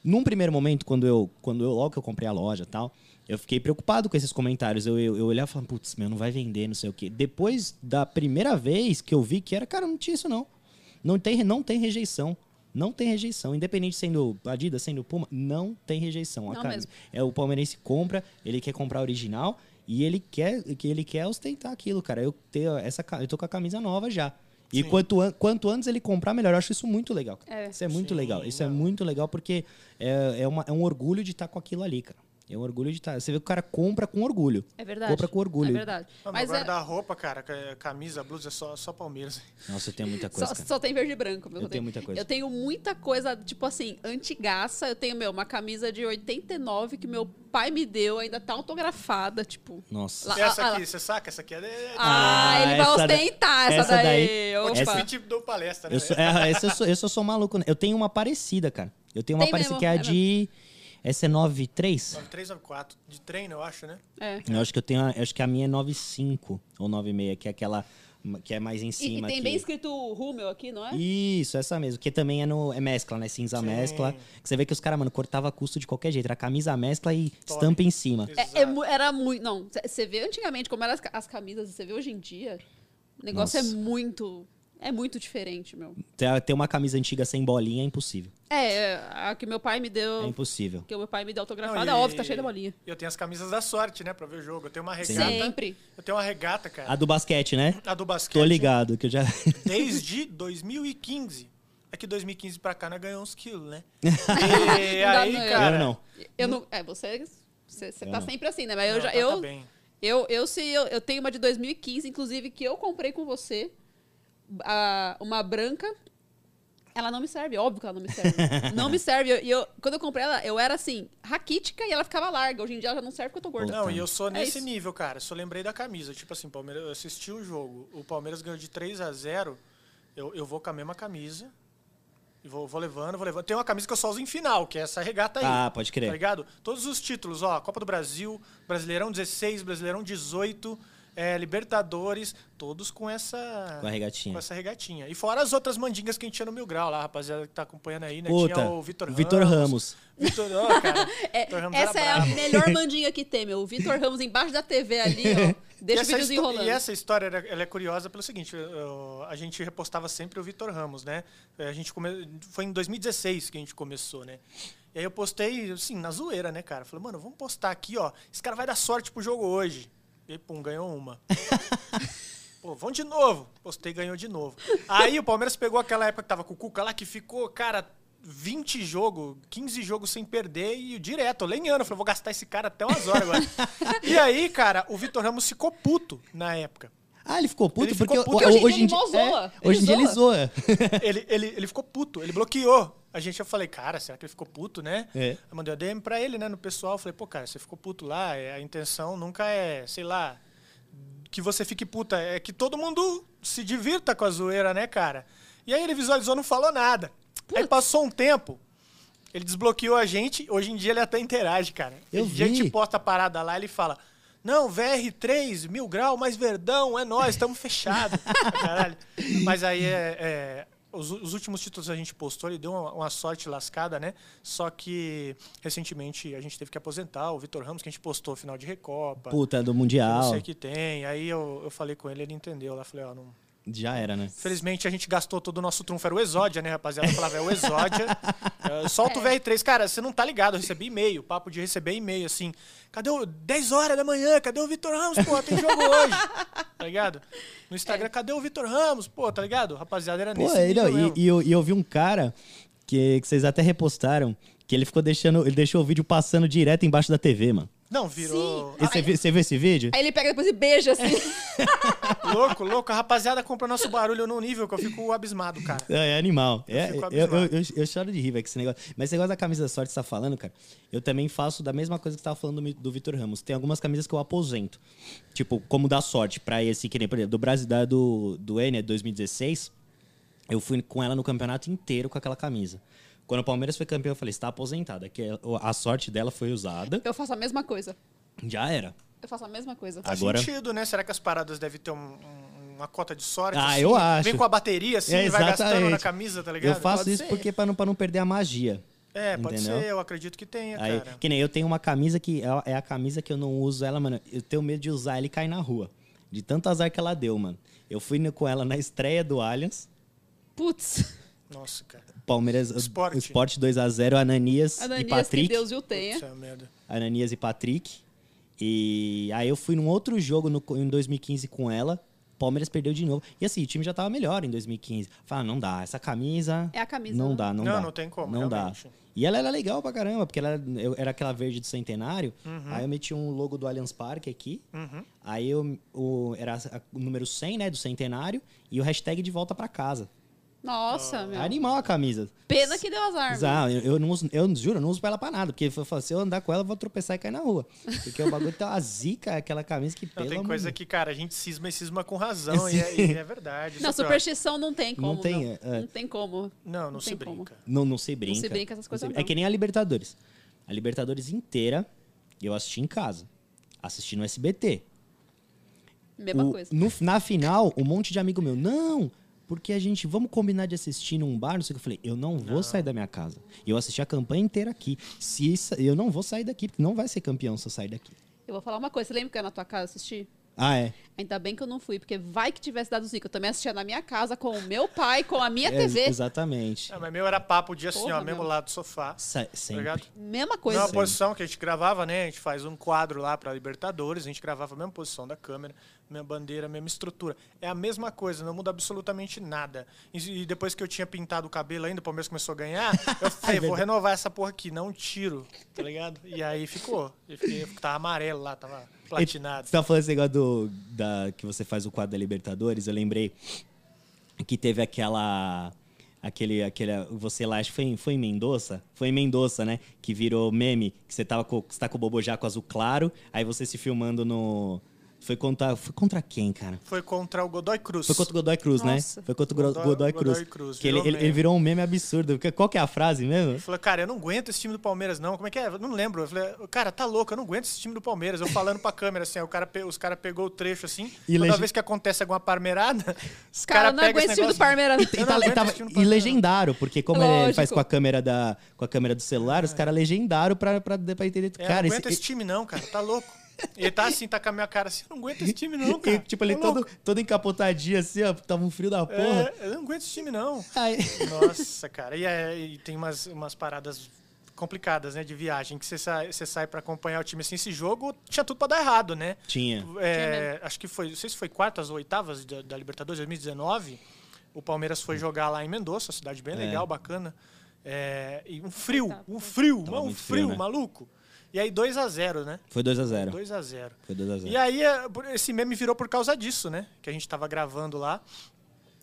Speaker 1: Num primeiro momento, quando eu, quando eu logo que eu comprei a loja e tal, eu fiquei preocupado com esses comentários. Eu, eu, eu olhava e falava, putz, meu, não vai vender, não sei o quê. Depois da primeira vez que eu vi que era, cara, não tinha isso não. Não tem, não tem rejeição. Não tem rejeição. Independente sendo Adidas, sendo Puma, não tem rejeição. A
Speaker 2: Não
Speaker 1: camisa-
Speaker 2: mesmo.
Speaker 1: É, o palmeirense compra, ele quer comprar original e ele quer, que ele quer ostentar aquilo, cara. Eu, tenho essa, ca- eu tô com a camisa nova já. E
Speaker 3: Sim.
Speaker 1: quanto, an- quanto antes ele comprar, melhor. Eu acho isso muito legal. cara.
Speaker 2: É.
Speaker 1: Isso é muito
Speaker 3: Sim,
Speaker 1: legal. Isso é
Speaker 3: não.
Speaker 1: muito legal porque é, é, uma- é um orgulho de estar com aquilo ali, cara. É um orgulho de estar. Você vê que o cara compra com orgulho.
Speaker 2: É verdade.
Speaker 1: Compra com orgulho.
Speaker 2: É verdade.
Speaker 3: Ah,
Speaker 2: Mas
Speaker 3: mas
Speaker 2: é-
Speaker 3: guarda-roupa, cara, ca- camisa, blusa, é só, só Palmeiras.
Speaker 1: Nossa, eu tenho muita coisa.
Speaker 2: só,
Speaker 1: cara.
Speaker 2: só tem verde e branco, meu
Speaker 1: Eu tenho muita coisa.
Speaker 2: Eu tenho muita coisa, tipo assim, antigaça. Eu tenho, meu, uma camisa de 89 que meu pai me deu, ainda tá autografada, tipo.
Speaker 1: Nossa.
Speaker 2: Lá- Ah,
Speaker 3: essa
Speaker 2: ah,
Speaker 3: aqui, você saca? Essa aqui é. é
Speaker 2: Ah,
Speaker 1: Ah,
Speaker 2: ele vai
Speaker 1: essa da-
Speaker 2: ostentar essa,
Speaker 1: essa
Speaker 2: daí.
Speaker 1: daí.
Speaker 2: Opa.
Speaker 1: Essa-
Speaker 3: Outfit do palestra, né?
Speaker 1: Eu sou, é, essa eu, sou, eu só sou maluco. né? Eu tenho uma parecida, cara. Eu tenho uma
Speaker 2: Tem
Speaker 1: parecida
Speaker 2: mesmo,
Speaker 1: que é a
Speaker 2: é
Speaker 1: de. Essa é 93?
Speaker 3: um 9394, de treino, eu acho, né?
Speaker 2: É.
Speaker 1: Eu acho que eu tenho. a- Eu acho que a minha é 95 ou 96, que é aquela ma- que é mais em
Speaker 2: E, e
Speaker 1: cima.
Speaker 2: tem
Speaker 1: que-
Speaker 2: bem escrito Rummel aqui, não é?
Speaker 1: Isso, essa mesmo. Que também é no é mescla, né? Cinza
Speaker 3: né? Sim.
Speaker 1: mescla. Que você vê que os caras, mano, cortava custo de qualquer jeito. Era camisa mescla e
Speaker 3: Top.
Speaker 1: estampa em cima.
Speaker 2: É-
Speaker 3: Exato.
Speaker 2: é mu- era muito. Não, você vê antigamente como eram as, ca- as camisas, você vê hoje em dia. O negócio
Speaker 1: Nossa. Hum.
Speaker 2: é muito. É muito diferente, meu.
Speaker 1: Ter, ter uma camisa antiga sem bolinha é impossível.
Speaker 2: É, é, a que meu pai me
Speaker 1: É
Speaker 2: deu.
Speaker 1: impossível.
Speaker 2: que o meu pai me deu
Speaker 3: Não,
Speaker 2: autografada,
Speaker 3: e-
Speaker 2: óbvio, tá cheio da bolinha.
Speaker 3: E eu tenho as camisas da sorte, né? Pra ver o jogo. Eu tenho uma
Speaker 1: Sim.
Speaker 3: regata.
Speaker 2: Sempre.
Speaker 3: Eu tenho uma regata, cara.
Speaker 1: A do basquete, né?
Speaker 3: A, do basquete.
Speaker 1: Tô ligado, que eu já.
Speaker 3: Desde 2015. É que 2015 pra cá nós ganhamos uns quilos, né? E
Speaker 2: dá,
Speaker 3: aí,
Speaker 2: não, eu-
Speaker 3: cara.
Speaker 1: eu não.
Speaker 2: Eu não. É, você. Você você
Speaker 1: Eu
Speaker 2: tá
Speaker 1: não.
Speaker 2: sempre assim, né? Mas eu
Speaker 3: Não,
Speaker 2: já.
Speaker 3: tá-
Speaker 2: eu,
Speaker 3: tá bem.
Speaker 2: eu, eu sei, eu, eu tenho uma de 2015, inclusive, que eu comprei com você. a- uma branca. Ela não me serve, óbvio que ela não me serve. não me serve. E eu, quando eu comprei ela, eu era assim, raquítica e ela ficava larga. Hoje em dia ela já não serve porque eu tô gorda.
Speaker 3: Não, e eu sou
Speaker 2: É
Speaker 3: nesse
Speaker 2: isso.
Speaker 3: nível, cara. Só lembrei da camisa. Tipo assim, Palmeiras, eu assisti o jogo. O Palmeiras ganhou de 3 a 0 Eu, eu vou com a mesma camisa. E vou, vou levando, vou levando. Tem uma camisa que eu só uso em final, que é essa regata aí.
Speaker 1: Ah, pode
Speaker 3: Tá
Speaker 1: crer.
Speaker 3: ligado? Todos os títulos, ó. Copa do Brasil, Brasileirão 16, Brasileirão 18, é, Libertadores, todos com essa.
Speaker 1: Com a regatinha.
Speaker 3: com essa regatinha. E fora as outras mandingas que a gente tinha no Mil Grau lá, rapaziada, que tá acompanhando aí, né?
Speaker 1: Puta,
Speaker 3: tinha o Vitor Ramos.
Speaker 1: Vitor Ramos.
Speaker 3: Vitor, ó, cara.
Speaker 2: É,
Speaker 3: Vitor Ramos era
Speaker 2: essa é a
Speaker 3: brabo.
Speaker 2: melhor mandinha que tem, meu. O Vitor Ramos embaixo da TV ali, ó.
Speaker 3: E
Speaker 2: Deixa o
Speaker 3: essa
Speaker 2: videozinho
Speaker 3: histó-
Speaker 2: rolando.
Speaker 3: E essa história era- ela é curiosa pelo seguinte: eu- a gente repostava sempre o Vitor Ramos, né? A gente come- Foi em 2016 que a gente começou, né? E aí eu postei, assim, na zoeira, né, cara? Falei, mano, vamos postar aqui, ó. Esse cara vai dar sorte pro jogo hoje. E aí, pum, ganhou uma. Pô, vão de novo. Postei, ganhou de novo. Aí o Palmeiras pegou aquela época que tava com o Cuca lá, que ficou, cara, 20 jogos, 15 jogos sem perder e direto, lenhando. Eu falei, vou gastar esse cara até umas horas agora. e aí, cara, o Vitor Ramos ficou puto na época.
Speaker 1: Ah, ele ficou puto
Speaker 3: Ele
Speaker 1: porque
Speaker 3: ficou puto.
Speaker 1: o-
Speaker 2: Porque
Speaker 1: o- hoje em dia.
Speaker 2: ele mó zoa.
Speaker 1: é, hoje em dia ele zoa.
Speaker 3: Ele, ele, ele ficou puto, ele bloqueou. A gente, eu falei, cara, será que ele ficou puto, né?
Speaker 1: É.
Speaker 3: Aí mandei uma DM pra ele, né, no pessoal. Falei, pô, cara, você ficou puto lá, é, a intenção nunca é, sei lá, que você fique puta, é que todo mundo se divirta com a zoeira, né, cara? E aí ele visualizou, não falou nada. Aí passou um tempo, ele desbloqueou a gente, hoje em dia ele até interage, cara. é
Speaker 1: Eu
Speaker 3: Hoje em dia A gente
Speaker 1: vi.
Speaker 3: posta a parada lá, ele fala... Não, VR3, mil grau, mais verdão, é nós, estamos fechados. Caralho. Mas aí é, é, os, os últimos títulos a gente postou, ele deu uma, uma sorte lascada, né? Só que recentemente a gente teve que aposentar o Vitor Ramos, que a gente postou final de Recopa.
Speaker 1: Puta, do
Speaker 3: Não
Speaker 1: Mundial.
Speaker 3: sei o que tem. Aí eu, eu falei com ele, ele entendeu. Lá falei, ó, não...
Speaker 1: Já era, né?
Speaker 3: Infelizmente a gente gastou todo o nosso trunfo. Era o Exódia, né, rapaziada? Eu falava, é o Exódia. Eh, solta o VR3. Cara, você não tá ligado. Eu recebi e-mail, papo de receber e-mail assim. Cadê o. 10 horas da manhã, cadê o Vitor Ramos? Pô, tem jogo hoje. Tá ligado? No Instagram, cadê o Vitor Ramos? Pô, tá ligado? Rapaziada, era
Speaker 1: Pô,
Speaker 3: nesse.
Speaker 1: ele,
Speaker 3: nível
Speaker 1: não, e,
Speaker 3: mesmo.
Speaker 1: e eu, e eu vi um cara que, que vocês até repostaram, que ele ficou deixando. Ele deixou o vídeo passando direto embaixo da TV, mano.
Speaker 3: Não, virou.
Speaker 1: E Você vi- você viu esse vídeo?
Speaker 2: Aí ele pega depois e beija, assim.
Speaker 3: Ah, Louco, louco. A rapaziada compra nosso barulho num nível que eu fico abismado, cara.
Speaker 1: É, é animal. É,
Speaker 3: fico
Speaker 1: eu, eu,
Speaker 3: abismado.
Speaker 1: eu, eu choro de rir velho, com esse negócio. Mas esse negócio da camisa da sorte que você tá falando, cara, eu também faço da mesma coisa que você tava falando do, Mi- do Vitor Ramos. Tem algumas camisas que eu aposento. Tipo, como dar sorte pra esse, que nem, por exemplo, do Brasil da- do, do né, Enia 2016, eu fui com ela no campeonato inteiro com aquela camisa. Quando o Palmeiras foi campeão, eu falei, está aposentada, que é a sorte dela foi usada,
Speaker 2: Eu faço a mesma coisa.
Speaker 1: já era.
Speaker 2: Eu faço a mesma coisa.
Speaker 1: Ah, Agora-
Speaker 3: sentido, né? Será que as paradas devem ter um- um- uma cota de sorte?
Speaker 1: Ah,
Speaker 3: assim?
Speaker 1: eu acho.
Speaker 3: Vem com a bateria, assim,
Speaker 1: É,
Speaker 3: e vai gastando na
Speaker 1: exatamente.
Speaker 3: camisa, tá ligado?
Speaker 1: Eu faço
Speaker 2: Pode
Speaker 1: isso
Speaker 2: ser.
Speaker 1: porque para não, pra não perder a magia.
Speaker 3: É, pode
Speaker 1: Entendeu?
Speaker 3: ser, eu acredito que tenha,
Speaker 1: Aí,
Speaker 3: cara.
Speaker 1: que nem eu tenho uma camisa que é- é a camisa que eu não uso ela, mano. Eu tenho medo de usar ela e cair na rua. De tanto azar que ela deu, mano. Eu fui no- com ela na estreia do Allianz.
Speaker 2: Putz,
Speaker 3: Nossa, cara. Putz,
Speaker 1: Palmeiras,
Speaker 3: Sport.
Speaker 1: Sport 2x0, Ananias, e
Speaker 2: Ananias, que
Speaker 1: Patrick.
Speaker 2: Deus viu tenha.
Speaker 3: é uma merda.
Speaker 1: Ananias e Patrick. E aí eu fui num outro jogo no- em 2015 com ela. Palmeiras perdeu de novo. E assim, o time já tava melhor em 2015. Fala, não dá, essa camisa.
Speaker 2: É a camisa,
Speaker 1: Não
Speaker 2: né?
Speaker 1: dá, não,
Speaker 3: Não,
Speaker 1: dá.
Speaker 3: não tem como,
Speaker 1: Não
Speaker 3: realmente.
Speaker 1: dá. E ela era legal pra caramba, porque ela era, eu- era aquela verde do centenário. Aí eu meti um logo do Allianz Parque aqui.
Speaker 3: Uhum.
Speaker 1: Aí eu, o, era a- o número 100, né, do centenário. E o hashtag de volta pra casa.
Speaker 2: Nossa, meu.
Speaker 1: Animal a camisa.
Speaker 2: Pena que deu azar. meu.
Speaker 1: Exato, eu, eu não uso, eu juro, eu não uso pra ela pra nada, porque eu falo, se eu andar com ela, eu vou tropeçar e cair na rua. Porque o bagulho tá uma zica, aquela camisa que
Speaker 3: Não,
Speaker 1: pelo
Speaker 3: tem
Speaker 1: amor
Speaker 3: coisa
Speaker 1: de-
Speaker 3: que, cara, a gente cisma e cisma com razão, e é, e é verdade.
Speaker 2: Não,
Speaker 3: Isso é
Speaker 2: superstição não tem como.
Speaker 1: Não tem,
Speaker 2: Não,
Speaker 1: é.
Speaker 2: Não tem como.
Speaker 3: pior. Não, não,
Speaker 2: não
Speaker 3: se
Speaker 2: tem como.
Speaker 3: brinca.
Speaker 1: Não, não se brinca.
Speaker 2: se brinca essas
Speaker 1: Não
Speaker 2: coisas,
Speaker 1: se- É
Speaker 2: não.
Speaker 1: que nem a Libertadores. A Libertadores inteira eu assisti em casa. Assisti no SBT.
Speaker 2: Mesma
Speaker 1: O-
Speaker 2: É coisa.
Speaker 1: no- na final, um monte de amigo meu, não, porque a gente, vamos combinar de assistir num bar, não sei o que. Eu falei, eu não vou sair da minha casa. Eu assisti a campanha inteira aqui. Se isso- eu não vou sair daqui, porque não vai ser campeão se eu sair daqui.
Speaker 2: Eu vou falar uma coisa. Você lembra que eu ia na tua casa assistir?
Speaker 1: Ah, é.
Speaker 2: Ainda bem que eu não fui, porque vai que tivesse dado zica. Eu também assistia na minha casa, com o meu pai, com a minha
Speaker 1: É,
Speaker 2: TV.
Speaker 1: Exatamente.
Speaker 3: Ah, mas meu era papo de assim,
Speaker 2: Porra,
Speaker 3: ó, mesmo
Speaker 2: meu.
Speaker 3: lado do sofá. tá
Speaker 1: Sa- sempre.
Speaker 3: Obrigado.
Speaker 2: Mesma
Speaker 3: Não,
Speaker 2: coisa.
Speaker 3: a posição que a gente gravava, né? A gente faz um quadro lá pra Libertadores, a gente gravava a mesma posição da câmera, mesma bandeira, mesma estrutura. É a mesma coisa, não muda absolutamente nada. E, e depois que eu tinha pintado o cabelo ainda, o Palmeiras começou a ganhar, eu
Speaker 1: É
Speaker 3: falei, vou renovar essa porra aqui, não tiro, tá ligado? E aí ficou. Eu fiquei- tava amarelo lá, tava platinado.
Speaker 1: Você tá falando esse negócio do, da, que você faz o quadro da Libertadores, eu lembrei que teve aquela. Aquele, aquele. Você lá, acho que foi, em- foi em Mendoza? Foi em Mendoza, né? Que virou meme, que você, tava com, que você tá com o bobojaco azul claro, aí você se filmando no. Foi contra, foi contra quem, cara?
Speaker 3: Foi contra o Godoy Cruz.
Speaker 1: Foi contra o Godoy Cruz,
Speaker 2: Nossa.
Speaker 1: né? Foi contra o Gro-
Speaker 3: Godoy-
Speaker 1: Godoy,
Speaker 3: Godoy
Speaker 1: Cruz.
Speaker 3: Cruz,
Speaker 1: que ele,
Speaker 3: virou
Speaker 1: ele, ele
Speaker 3: meme.
Speaker 1: virou um meme absurdo. Porque Qual que é a frase mesmo?
Speaker 3: Falou, cara, eu não aguento esse time do Palmeiras, não. Como é que é? Eu não lembro. Eu falei, cara, tá louco, eu não aguento esse time do Palmeiras. Eu falando pra câmera, assim, aí o cara, pe- os caras pegou o trecho assim.
Speaker 1: E
Speaker 3: toda
Speaker 1: legi-
Speaker 3: vez que acontece alguma parmeirada, os
Speaker 2: Cara,
Speaker 3: caras
Speaker 2: eu não aguento esse time do Palmeiras.
Speaker 1: E,
Speaker 3: Eu não
Speaker 1: tá- e
Speaker 3: aguento
Speaker 1: tava-
Speaker 3: esse time do
Speaker 1: e
Speaker 3: Palmeiras.
Speaker 1: legendaram, porque como ele- ele
Speaker 2: Lógico.
Speaker 1: faz com a câmera, da, com a câmera do celular, os caras legendaram pra, pra, pra entender.
Speaker 3: É,
Speaker 1: cara,
Speaker 3: eu não aguento esse,
Speaker 1: esse-
Speaker 3: time, não, cara. Tá louco. Ele tá assim, tá com a minha cara assim, eu não aguento esse time, não,
Speaker 1: e-
Speaker 3: cara.
Speaker 1: e, tipo, ele
Speaker 3: Tá
Speaker 1: todo,
Speaker 3: louco.
Speaker 1: todo encapotadinho assim, ó, tava um frio da porra.
Speaker 3: É, eu não aguento esse time, não.
Speaker 1: Aí-
Speaker 3: Nossa, cara. E, é- e tem umas, umas paradas complicadas, né, de viagem, que você sai, você sai pra acompanhar o time assim. Esse jogo tinha tudo pra dar errado, né?
Speaker 1: tinha.
Speaker 3: É,
Speaker 2: Tinha
Speaker 3: acho que foi, não sei se foi quartas ou oitavas da, da Libertadores 2019. O Palmeiras foi jogar lá em Mendoza, cidade bem legal, bacana. É, e um frio, um frio,
Speaker 1: Tava
Speaker 3: mas um
Speaker 1: muito
Speaker 3: frio,
Speaker 1: frio, né?
Speaker 3: maluco. E aí 2 a 0 né?
Speaker 1: Foi 2x0.
Speaker 3: 2 a 0
Speaker 1: Foi 2x0.
Speaker 3: E aí é, por- esse meme virou por causa disso, né? Que a gente tava gravando lá.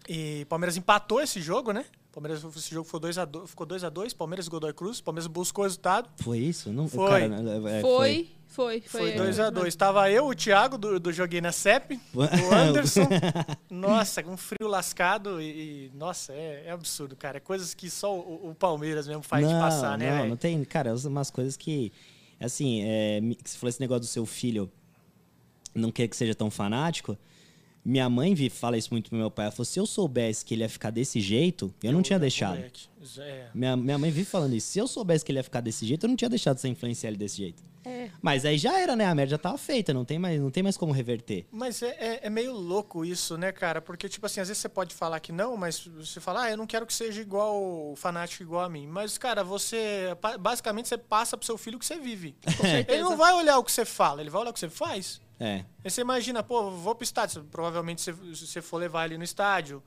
Speaker 3: E o Palmeiras empatou esse jogo, né? O Palmeiras, esse jogo foi 2 a 2, ficou 2 a 2 Palmeiras e Godoy Cruz. O Palmeiras buscou o resultado.
Speaker 1: Foi isso? Não,
Speaker 3: Foi.
Speaker 1: Cara, é, é,
Speaker 2: Foi, foi, foi.
Speaker 3: Foi 2x2. Tava eu, o Thiago, do, do Joguei na CEP, o Anderson. Nossa, um frio lascado e, e, nossa, é, é absurdo, cara. É coisas que só o, o Palmeiras mesmo faz de passar, né?
Speaker 1: Não,
Speaker 3: velho?
Speaker 1: não tem. Cara, umas coisas que. Assim, é, me- que você falou esse negócio do seu filho não quer que seja tão fanático. Minha mãe vi, fala isso muito pro meu pai. Ela falou: se eu soubesse que ele ia ficar desse jeito, eu não tinha deixado.
Speaker 3: Moleque, é.
Speaker 1: Minha, minha mãe vive falando isso. Se eu soubesse que ele ia ficar desse jeito, eu não tinha deixado de ser influenciar ele desse jeito.
Speaker 2: É.
Speaker 1: Mas aí já era, né? A merda já tava feita, não tem mais, não tem mais como reverter.
Speaker 3: Mas é, é- é meio louco isso, né, cara? Porque, tipo assim, às vezes você pode falar que não, mas você fala, ah, eu não quero que seja igual, fanático igual a mim. Mas, cara, você, pa- basicamente, você passa pro seu filho o que você vive. Ele
Speaker 2: certeza.
Speaker 3: não vai olhar o que você fala, ele vai olhar o que você faz.
Speaker 1: É.
Speaker 3: Aí você imagina, pô, vou pro estádio. Provavelmente, se se você for levar ele no estádio,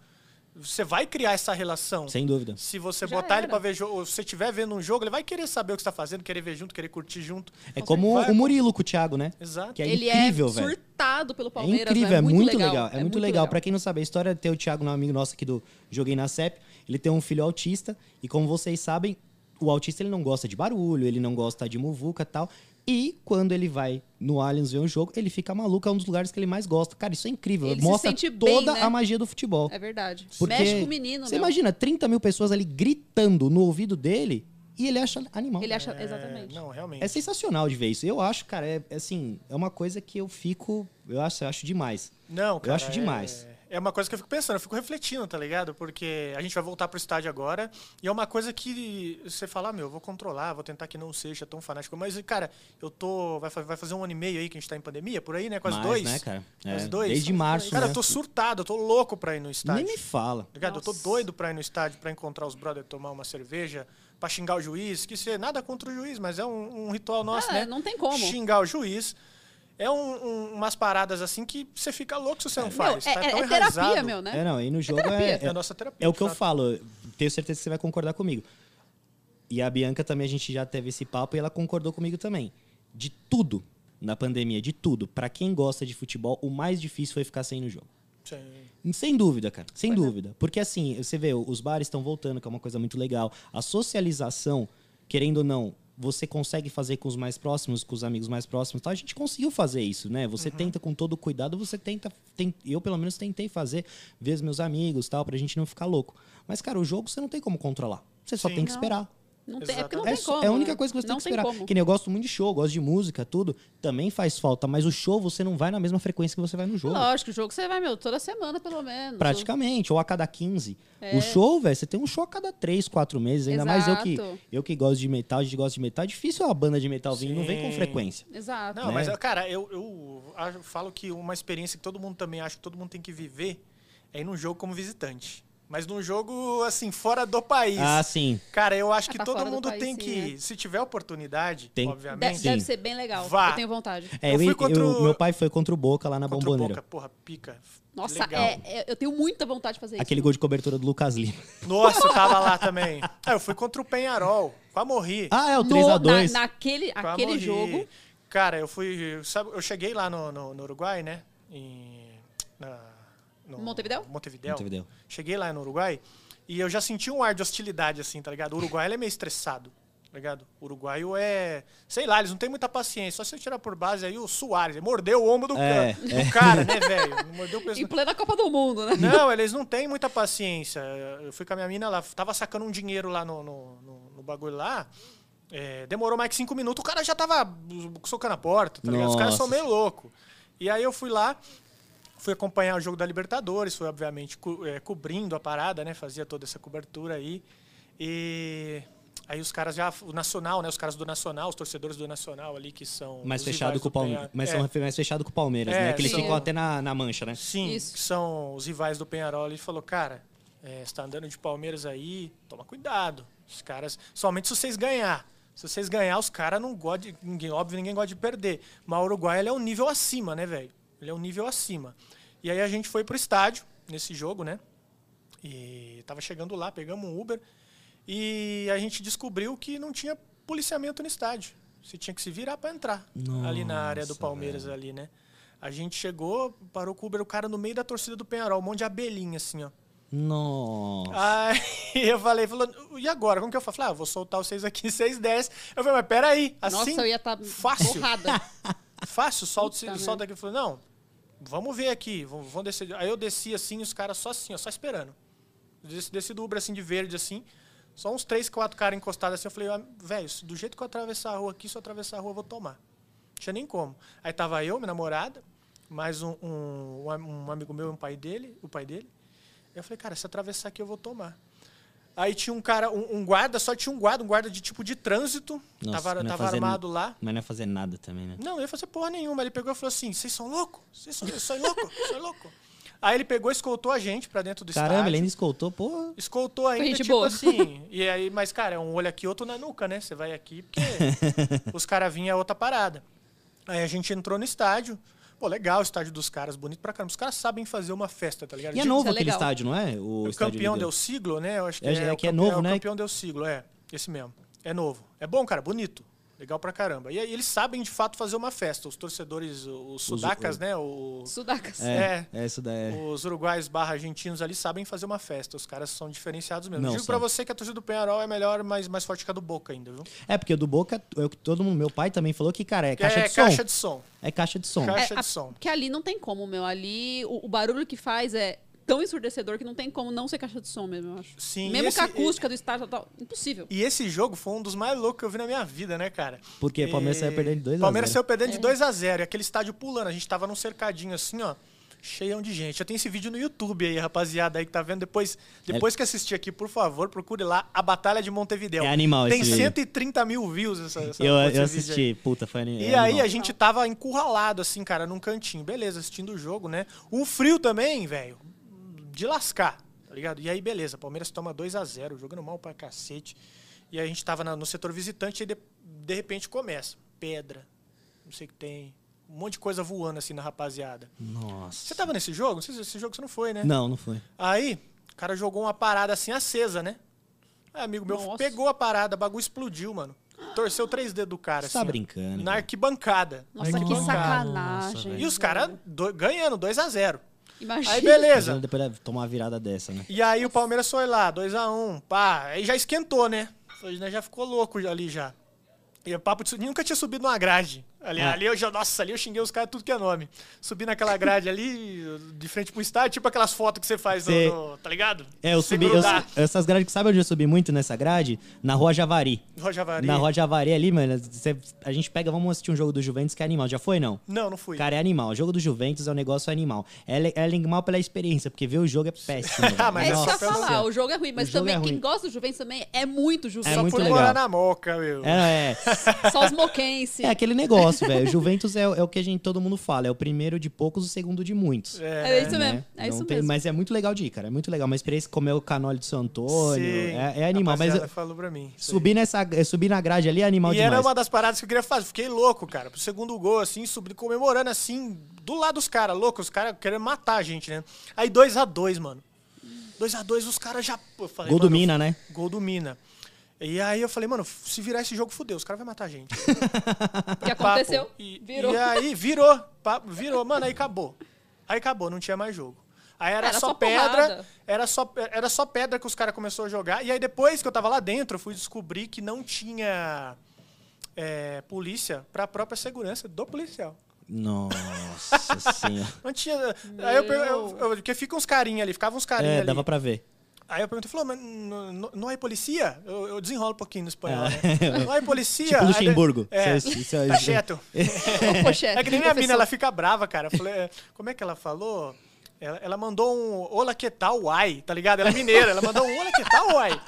Speaker 3: você vai criar essa relação.
Speaker 1: Sem dúvida.
Speaker 3: Se você
Speaker 2: Já
Speaker 3: botar ele
Speaker 2: era.
Speaker 3: pra ver jogo, ou se você estiver vendo um jogo, ele vai querer saber o que você tá fazendo, querer ver junto, querer curtir junto.
Speaker 1: É como
Speaker 3: certeza.
Speaker 1: o Murilo com o Thiago, né?
Speaker 3: Exato.
Speaker 1: Que é
Speaker 2: Ele
Speaker 1: incrível,
Speaker 2: é
Speaker 1: velho.
Speaker 2: surtado pelo
Speaker 1: É
Speaker 2: Palmeiras.
Speaker 1: incrível,
Speaker 2: né?
Speaker 1: é muito legal. É, muito legal.
Speaker 2: pra
Speaker 1: Pra quem não sabe, a história tem o Thiago, um amigo nosso aqui do Joguei na CEP. Ele tem um filho autista. E como vocês sabem, o autista ele não gosta de barulho, ele não gosta de muvuca e tal. E quando ele vai no Allianz ver um jogo, ele fica maluco. É um dos lugares que ele mais gosta. Cara, isso é incrível.
Speaker 2: Ele se
Speaker 1: Mostra
Speaker 2: sente bem,
Speaker 1: toda
Speaker 2: né?
Speaker 1: a magia do futebol.
Speaker 2: É verdade.
Speaker 1: Porque
Speaker 2: Mexe com o menino,
Speaker 1: Você
Speaker 2: meu.
Speaker 1: imagina 30 mil pessoas ali gritando no ouvido dele e ele acha animal.
Speaker 2: Ele acha...
Speaker 3: É,
Speaker 2: Exatamente.
Speaker 3: não, realmente.
Speaker 1: É sensacional de ver isso. Eu acho, cara, é é assim, é uma coisa que eu fico. Eu acho, eu acho demais.
Speaker 3: Não, cara,
Speaker 1: acho
Speaker 3: é-
Speaker 1: demais.
Speaker 3: É uma coisa que eu fico pensando, eu fico refletindo, tá ligado? Porque a gente vai voltar pro estádio agora e é uma coisa que você fala, ah, meu, eu vou controlar, vou tentar que não seja tão fanático. Mas, cara, eu tô. Vai, fa- vai fazer um ano e meio aí que a gente tá em pandemia, por aí, né? Quase
Speaker 1: Mais,
Speaker 3: dois.
Speaker 1: né, cara?
Speaker 3: Quase
Speaker 1: É,
Speaker 3: dois.
Speaker 1: Desde março.
Speaker 3: Cara,
Speaker 1: né?
Speaker 3: eu tô surtado, eu tô louco pra ir no estádio.
Speaker 1: Nem me fala.
Speaker 3: Ligado? Eu tô
Speaker 2: Nossa.
Speaker 3: doido pra ir no estádio pra encontrar os brothers, tomar uma cerveja, pra xingar o juiz, que isso é nada contra o juiz, mas é um, um ritual nosso,
Speaker 2: Ah,
Speaker 3: né?
Speaker 2: não tem como.
Speaker 3: Xingar o juiz. É um- um- umas paradas assim que você fica louco se você não
Speaker 2: Meu,
Speaker 3: faz.
Speaker 2: é,
Speaker 3: tá
Speaker 2: é-
Speaker 3: tão
Speaker 2: é terapia,
Speaker 3: enraizado.
Speaker 2: meu, né?
Speaker 1: É, não, e no jogo é,
Speaker 3: É
Speaker 1: é-
Speaker 3: a nossa terapia.
Speaker 1: é o
Speaker 3: de
Speaker 1: que eu
Speaker 3: fato.
Speaker 1: falo. eu Tenho certeza que você vai concordar comigo. E a Bianca também, a gente já teve esse papo e ela concordou comigo também. De tudo na pandemia, de tudo. Pra quem gosta de futebol, o mais difícil foi ficar sem ir no jogo.
Speaker 3: Sim.
Speaker 1: Sem dúvida, cara. Sem
Speaker 2: é.
Speaker 1: dúvida. Porque assim, você vê, os bares estão voltando, que é uma coisa muito legal. A socialização, querendo ou não, você consegue fazer com os mais próximos, com os amigos mais próximos. e Tal. A gente conseguiu fazer isso, né? Você
Speaker 2: Uhum.
Speaker 1: tenta com todo cuidado, você tenta, tem- Eu, pelo menos, tentei fazer, ver os meus amigos tal, pra gente não ficar louco. Mas, cara, o jogo você não tem como controlar. Você só
Speaker 3: Sim.
Speaker 1: tem que
Speaker 2: Não.
Speaker 1: esperar.
Speaker 2: Não tem, é porque não
Speaker 1: É,
Speaker 2: tem
Speaker 1: só-
Speaker 2: como.
Speaker 1: é a única
Speaker 2: né?
Speaker 1: coisa que você
Speaker 2: não
Speaker 1: tem que esperar.
Speaker 2: Como.
Speaker 1: Que nem eu gosto muito de show, gosto de música, tudo. Também faz falta, mas o show você não vai na mesma frequência que você vai no jogo.
Speaker 2: Lógico, o jogo você vai, meu, toda semana pelo menos.
Speaker 1: Praticamente, ou a cada 15.
Speaker 2: É.
Speaker 1: O show, velho, você tem um show a cada 3, 4 meses. Ainda mais eu que,
Speaker 2: Exato.
Speaker 1: eu que gosto de metal, a gente gosta de metal. É difícil a banda de metal vir, não vem com
Speaker 3: Sim.
Speaker 1: frequência.
Speaker 2: Exato.
Speaker 3: Não,
Speaker 1: né?
Speaker 3: mas, é, cara, eu, eu acho- falo que uma experiência que todo mundo também acha que todo mundo tem que viver é ir num jogo como visitante. Mas num jogo, assim, fora do país.
Speaker 1: Ah, sim.
Speaker 3: Cara, eu acho
Speaker 2: Ah,
Speaker 3: que
Speaker 2: pra
Speaker 3: todo
Speaker 2: fora do
Speaker 3: mundo
Speaker 2: país,
Speaker 3: tem
Speaker 2: sim, é.
Speaker 3: que, se tiver oportunidade,
Speaker 1: Tem-
Speaker 2: De-
Speaker 3: obviamente.
Speaker 1: Sim.
Speaker 2: deve, ser bem legal.
Speaker 3: Vá.
Speaker 2: Eu tenho vontade.
Speaker 1: É,
Speaker 3: Eu
Speaker 1: eu
Speaker 3: fui
Speaker 1: ia-
Speaker 3: contra
Speaker 1: eu-
Speaker 3: o-
Speaker 1: meu pai foi contra o Boca lá na
Speaker 3: Contra o
Speaker 1: Bomboneira.
Speaker 3: Boca, porra, pica.
Speaker 2: Nossa,
Speaker 3: Legal.
Speaker 2: é, é- eu tenho muita vontade de fazer
Speaker 1: Aquele
Speaker 2: isso.
Speaker 1: gol de cobertura do Lucas Lima.
Speaker 3: Nossa, eu tava lá também. Ah, eu fui contra o Penharol. Quase morri.
Speaker 1: Ah, é o
Speaker 2: No-
Speaker 1: 3x2.
Speaker 2: na- naquele
Speaker 3: Pra
Speaker 2: aquele
Speaker 3: morrer.
Speaker 2: jogo.
Speaker 3: Cara, eu fui. Sabe, eu cheguei lá no, no, no Uruguai, né? Em. na- no-
Speaker 2: Montevidéu?
Speaker 3: Montevidéu.
Speaker 1: Montevidéu.
Speaker 3: Cheguei lá no Uruguai e eu já senti um ar de hostilidade, assim, tá ligado? O Uruguai ele é meio estressado, tá ligado? O uruguaio é. Sei lá, eles não têm muita paciência. Só se eu tirar por base aí o Soares. Ele mordeu o ombro do,
Speaker 1: É,
Speaker 3: cara, do cara, né, velho? Não Mordeu o peso.
Speaker 2: Em plena Copa do Mundo, né?
Speaker 3: Não, eles não têm muita paciência. Eu fui com a minha mina lá, tava sacando um dinheiro lá no, no, no- no bagulho lá. É, demorou mais que cinco minutos, o cara já tava socando a porta, tá ligado? Os caras são
Speaker 1: Nossa.
Speaker 3: meio loucos. E aí eu fui lá, fui acompanhar o jogo da Libertadores, fui, obviamente, co- é, cobrindo a parada, né? Fazia toda essa cobertura aí. E aí os caras já. O Nacional, né? Os caras do Nacional, os torcedores do Nacional ali que são.
Speaker 1: Mais
Speaker 3: os
Speaker 1: fechado,
Speaker 3: rivais
Speaker 1: com o
Speaker 3: do
Speaker 1: Palme...
Speaker 3: PA.
Speaker 1: mas
Speaker 3: É.
Speaker 1: são mais fechado com o Palmeiras,
Speaker 3: É,
Speaker 1: né? Que eles
Speaker 2: sim.
Speaker 1: ficam até na, na mancha, né?
Speaker 3: Sim,
Speaker 2: Isso.
Speaker 3: que são os rivais do Penharol. Ele falou, cara, é, você tá andando de Palmeiras aí, toma cuidado. Os caras, somente se vocês ganhar. Se vocês ganhar, os caras não gostam de... Ninguém, óbvio, ninguém gosta de perder. Mas o Uruguai, ele é um nível acima, né, velho? Ele é um nível acima. E aí a gente foi pro estádio, nesse jogo, né? E tava chegando lá, pegamos um Uber. E a gente descobriu que não tinha policiamento no estádio. Você tinha que se virar para entrar ali na área do
Speaker 1: Nossa,
Speaker 3: Palmeiras ali, né? A gente chegou, parou com o Uber, o cara no meio da torcida do Penharol, um monte de abelhinha assim, ó.
Speaker 1: Nossa.
Speaker 3: Aí eu falei, falou, e agora? Como que eu faço? Falei, ah, vou soltar vocês aqui, vocês descem. Eu falei, mas peraí,
Speaker 2: Nossa,
Speaker 3: assim,
Speaker 2: eu ia estar
Speaker 3: fácil.
Speaker 2: borrada.
Speaker 3: fácil, solta,
Speaker 2: Puta
Speaker 3: solta aqui. Eu falei, não, vamos ver aqui, vamos, vamos descer. Aí eu desci assim, os caras só assim, ó, só esperando. Eu Desci, desci do Uber assim, de verde assim, só uns três, quatro caras encostados assim. Eu falei, ah, velho, se do jeito que eu atravessar a rua aqui, se eu atravessar a rua, eu vou tomar. Não tinha nem como. Aí tava eu, minha namorada, mais um, um, um am- um amigo meu e um pai dele, o pai dele. Eu falei, cara, se atravessar aqui, eu vou tomar. Aí tinha um cara, um, um guarda, só tinha um guarda, um guarda de tipo de trânsito.
Speaker 1: Nossa,
Speaker 3: tava
Speaker 1: não ia
Speaker 3: tava
Speaker 1: fazer
Speaker 3: armado lá.
Speaker 1: Mas não ia fazer nada também, né?
Speaker 3: Não, eu ia fazer porra nenhuma. Ele pegou e falou assim: vocês são loucos? Vocês são, são loucos? São loucos? Aí ele pegou e escoltou a gente pra dentro do
Speaker 1: Caramba, ele
Speaker 3: estádio.
Speaker 1: ainda escoltou, porra.
Speaker 3: Escoltou ainda,
Speaker 2: gente
Speaker 3: tipo
Speaker 2: boa.
Speaker 3: assim. E aí, mas, cara, é um olho aqui, outro na nuca, né? Você vai aqui, porque os caras vinham é outra parada. Aí a gente entrou no estádio. Pô, legal o estádio dos caras, bonito pra caramba. Os caras sabem fazer uma festa, tá ligado?
Speaker 1: E é
Speaker 3: De-
Speaker 1: novo
Speaker 2: é
Speaker 1: aquele
Speaker 2: legal.
Speaker 1: estádio, não é? O,
Speaker 3: o
Speaker 1: estádio
Speaker 3: campeão
Speaker 1: do-
Speaker 3: deu siglo, né? Eu acho que
Speaker 1: É,
Speaker 3: é,
Speaker 1: é
Speaker 3: o
Speaker 1: que é
Speaker 3: campeão-
Speaker 1: novo, né?
Speaker 3: O campeão deu siglo, é. Esse mesmo. É novo. É bom, cara, bonito. Legal pra caramba. E aí eles sabem de fato fazer uma festa. Os torcedores, os sudacas, né? O-
Speaker 2: Sudacas.
Speaker 1: É,
Speaker 3: É.
Speaker 1: é isso daí.
Speaker 3: Os uruguaios barra argentinos ali sabem fazer uma festa. Os caras são diferenciados mesmo.
Speaker 1: Não,
Speaker 3: Digo
Speaker 1: são.
Speaker 3: pra você que a torcida do Penharol é melhor, mas mais forte que a do Boca ainda, viu?
Speaker 1: É, porque o do Boca, eu- todo mundo, meu pai também falou que, cara, é
Speaker 3: Que
Speaker 1: caixa
Speaker 3: é
Speaker 1: de som.
Speaker 3: caixa de som.
Speaker 1: É caixa de som.
Speaker 3: Caixa
Speaker 2: É,
Speaker 3: de
Speaker 2: a-
Speaker 3: som.
Speaker 2: Que ali não tem como, meu. Ali o, o barulho que faz é tão ensurdecedor que não tem como não ser caixa de som mesmo, eu acho.
Speaker 3: Sim,
Speaker 2: mesmo
Speaker 3: esse-
Speaker 2: com a acústica do estádio tal, tal, impossível.
Speaker 3: E esse jogo foi um dos mais loucos que eu vi na minha vida, né, cara?
Speaker 1: Porque o Palmeiras
Speaker 3: E-
Speaker 1: saiu perdendo de 2 a
Speaker 3: Palmeiras
Speaker 1: 0.
Speaker 3: saiu perdendo de 2 a 0 E aquele estádio pulando. A gente tava num cercadinho assim, ó. Cheião de gente. Eu tenho esse vídeo no YouTube aí, rapaziada, aí que tá vendo. Depois, depois que assistir aqui, por favor, procure lá a Batalha de Montevideo.
Speaker 1: É animal
Speaker 3: Tem
Speaker 1: esse vídeo.
Speaker 3: 130 mil views essa, essa
Speaker 1: Eu,
Speaker 3: esse
Speaker 1: eu
Speaker 3: vídeo aí.
Speaker 1: assisti, puta, foi ani-
Speaker 3: E
Speaker 1: é
Speaker 3: aí
Speaker 1: animal.
Speaker 3: a gente tava encurralado, assim, cara, num cantinho. Beleza, assistindo o jogo, né? Um frio também, velho, de lascar, tá ligado? E aí, beleza, Palmeiras toma 2 a 0 jogando mal pra cacete. E aí a gente tava na- no setor visitante e de, de repente começa. Pedra, não sei o que tem, um um monte de coisa voando assim na rapaziada.
Speaker 1: Nossa.
Speaker 3: Você tava nesse jogo? Não sei se Esse jogo você não foi, né?
Speaker 1: Não, não foi.
Speaker 3: Aí, o cara jogou uma parada assim acesa, né? Aí, amigo meu
Speaker 2: Nossa.
Speaker 3: pegou a parada, o bagulho explodiu, mano. Torceu três dedos do cara,
Speaker 1: Você tá
Speaker 3: assim. ó,
Speaker 1: brincando.
Speaker 3: Na
Speaker 1: velho.
Speaker 3: arquibancada.
Speaker 2: Nossa,
Speaker 3: Na
Speaker 2: que
Speaker 3: arquibancada.
Speaker 2: sacanagem.
Speaker 1: velho.
Speaker 3: E os caras do- ganhando, 2 a 0
Speaker 2: Imagina.
Speaker 3: Aí, beleza.
Speaker 1: Imagina Depois de tomar uma virada dessa, né?
Speaker 3: E aí o Palmeiras foi lá, 2x1, pá. Aí já esquentou, né? Foi, né? Já ficou louco ali já. E o papo de su- nunca tinha subido numa grade. Ali,
Speaker 1: Ah.
Speaker 3: ali eu já, nossa, ali eu xinguei os caras tudo que é nome. Subi naquela grade ali, de frente pro estádio, tipo aquelas fotos que você faz, no-
Speaker 1: Cê-
Speaker 3: no- tá ligado?
Speaker 1: É, eu
Speaker 3: Você
Speaker 1: subi. eu-
Speaker 3: grudar.
Speaker 1: essas grades, sabe onde eu subi muito nessa grade? Na rua Javari.
Speaker 3: Rojavari.
Speaker 1: Na rua Javari ali, mano, cê- a gente pega, vamos assistir um jogo do Juventus que é animal. Já foi, não?
Speaker 3: Não, não fui.
Speaker 1: Cara, é animal. O jogo do Juventus é um negócio animal. É, le- é animal pela experiência, porque ver o jogo é péssimo. velho.
Speaker 3: Ah, mas
Speaker 2: É isso que eu ia
Speaker 1: Nossa
Speaker 2: falar,
Speaker 1: Senhora.
Speaker 2: o jogo é ruim, mas
Speaker 1: O jogo
Speaker 2: também
Speaker 1: é
Speaker 2: quem
Speaker 1: ruim.
Speaker 2: gosta do Juventus também é muito Juventus.
Speaker 1: É
Speaker 3: Só
Speaker 1: muito
Speaker 3: fui
Speaker 1: legal.
Speaker 3: morar na moca, meu.
Speaker 1: É, é.
Speaker 2: Só os moquense.
Speaker 1: É aquele negócio, velho. O Juventus é, é o que a gente, todo mundo fala. É o primeiro de poucos, o segundo de muitos.
Speaker 2: É
Speaker 1: né?
Speaker 2: isso mesmo, é
Speaker 1: Não
Speaker 2: isso
Speaker 1: tem-
Speaker 2: mesmo.
Speaker 1: Mas é muito legal de ir, cara. É muito legal. Uma experiência comer o canole de São Antônio. É, é animal. Mas eu-
Speaker 3: Rapaziada falou pra mim. isso aí.
Speaker 1: subir, nessa, subir na grade ali é animal
Speaker 3: e
Speaker 1: demais.
Speaker 3: era uma das paradas que eu queria fazer. Fiquei louco, cara. Pro segundo gol, assim, subindo, comemorando, assim, do lado dos caras, louco. Os caras querendo matar a gente, né? Aí 2x2, mano. 2x2, os caras já. eu Falei,
Speaker 1: Gol do
Speaker 3: mano,
Speaker 1: Mina, né?
Speaker 3: Gol do Mina. E aí eu falei, mano, se virar esse jogo, fudeu. Os caras vão matar a gente.
Speaker 2: que aconteceu?
Speaker 3: Papo. E, é-
Speaker 2: Virou.
Speaker 3: e aí virou. pa- Virou. Mano, aí acabou. Aí acabou, não tinha mais jogo. Aí era,
Speaker 2: Era
Speaker 3: só,
Speaker 2: só
Speaker 3: pedra,
Speaker 2: porrada.
Speaker 3: era só, era só pedra que os caras começaram a jogar. E aí depois que eu tava lá dentro, eu fui descobrir que não tinha é, polícia pra própria segurança do policial.
Speaker 1: Nossa senhora.
Speaker 3: Não tinha. Aí eu, pergun- eu, eu, porque fica uns carinha ali, ficavam uns carinha
Speaker 1: É,
Speaker 3: ali.
Speaker 1: dava pra ver.
Speaker 3: Aí eu perguntei, falou, mas n- n- não é policia? Eu, eu desenrolo um pouquinho no espanhol,
Speaker 1: É.
Speaker 3: né? Não é policia?
Speaker 1: Tipo
Speaker 3: Aí de-
Speaker 1: Luxemburgo.
Speaker 3: É,
Speaker 1: Isso- isso é-
Speaker 3: tá quieto.
Speaker 2: Ô, poxa,
Speaker 3: É que nem minha mina,
Speaker 2: professor.
Speaker 3: ela fica brava, cara. Eu falei, é, como é que ela falou? Ela, ela mandou um Ola que tal, uai, tá ligado? Ela é mineira, ela mandou um Ola que tal, uai.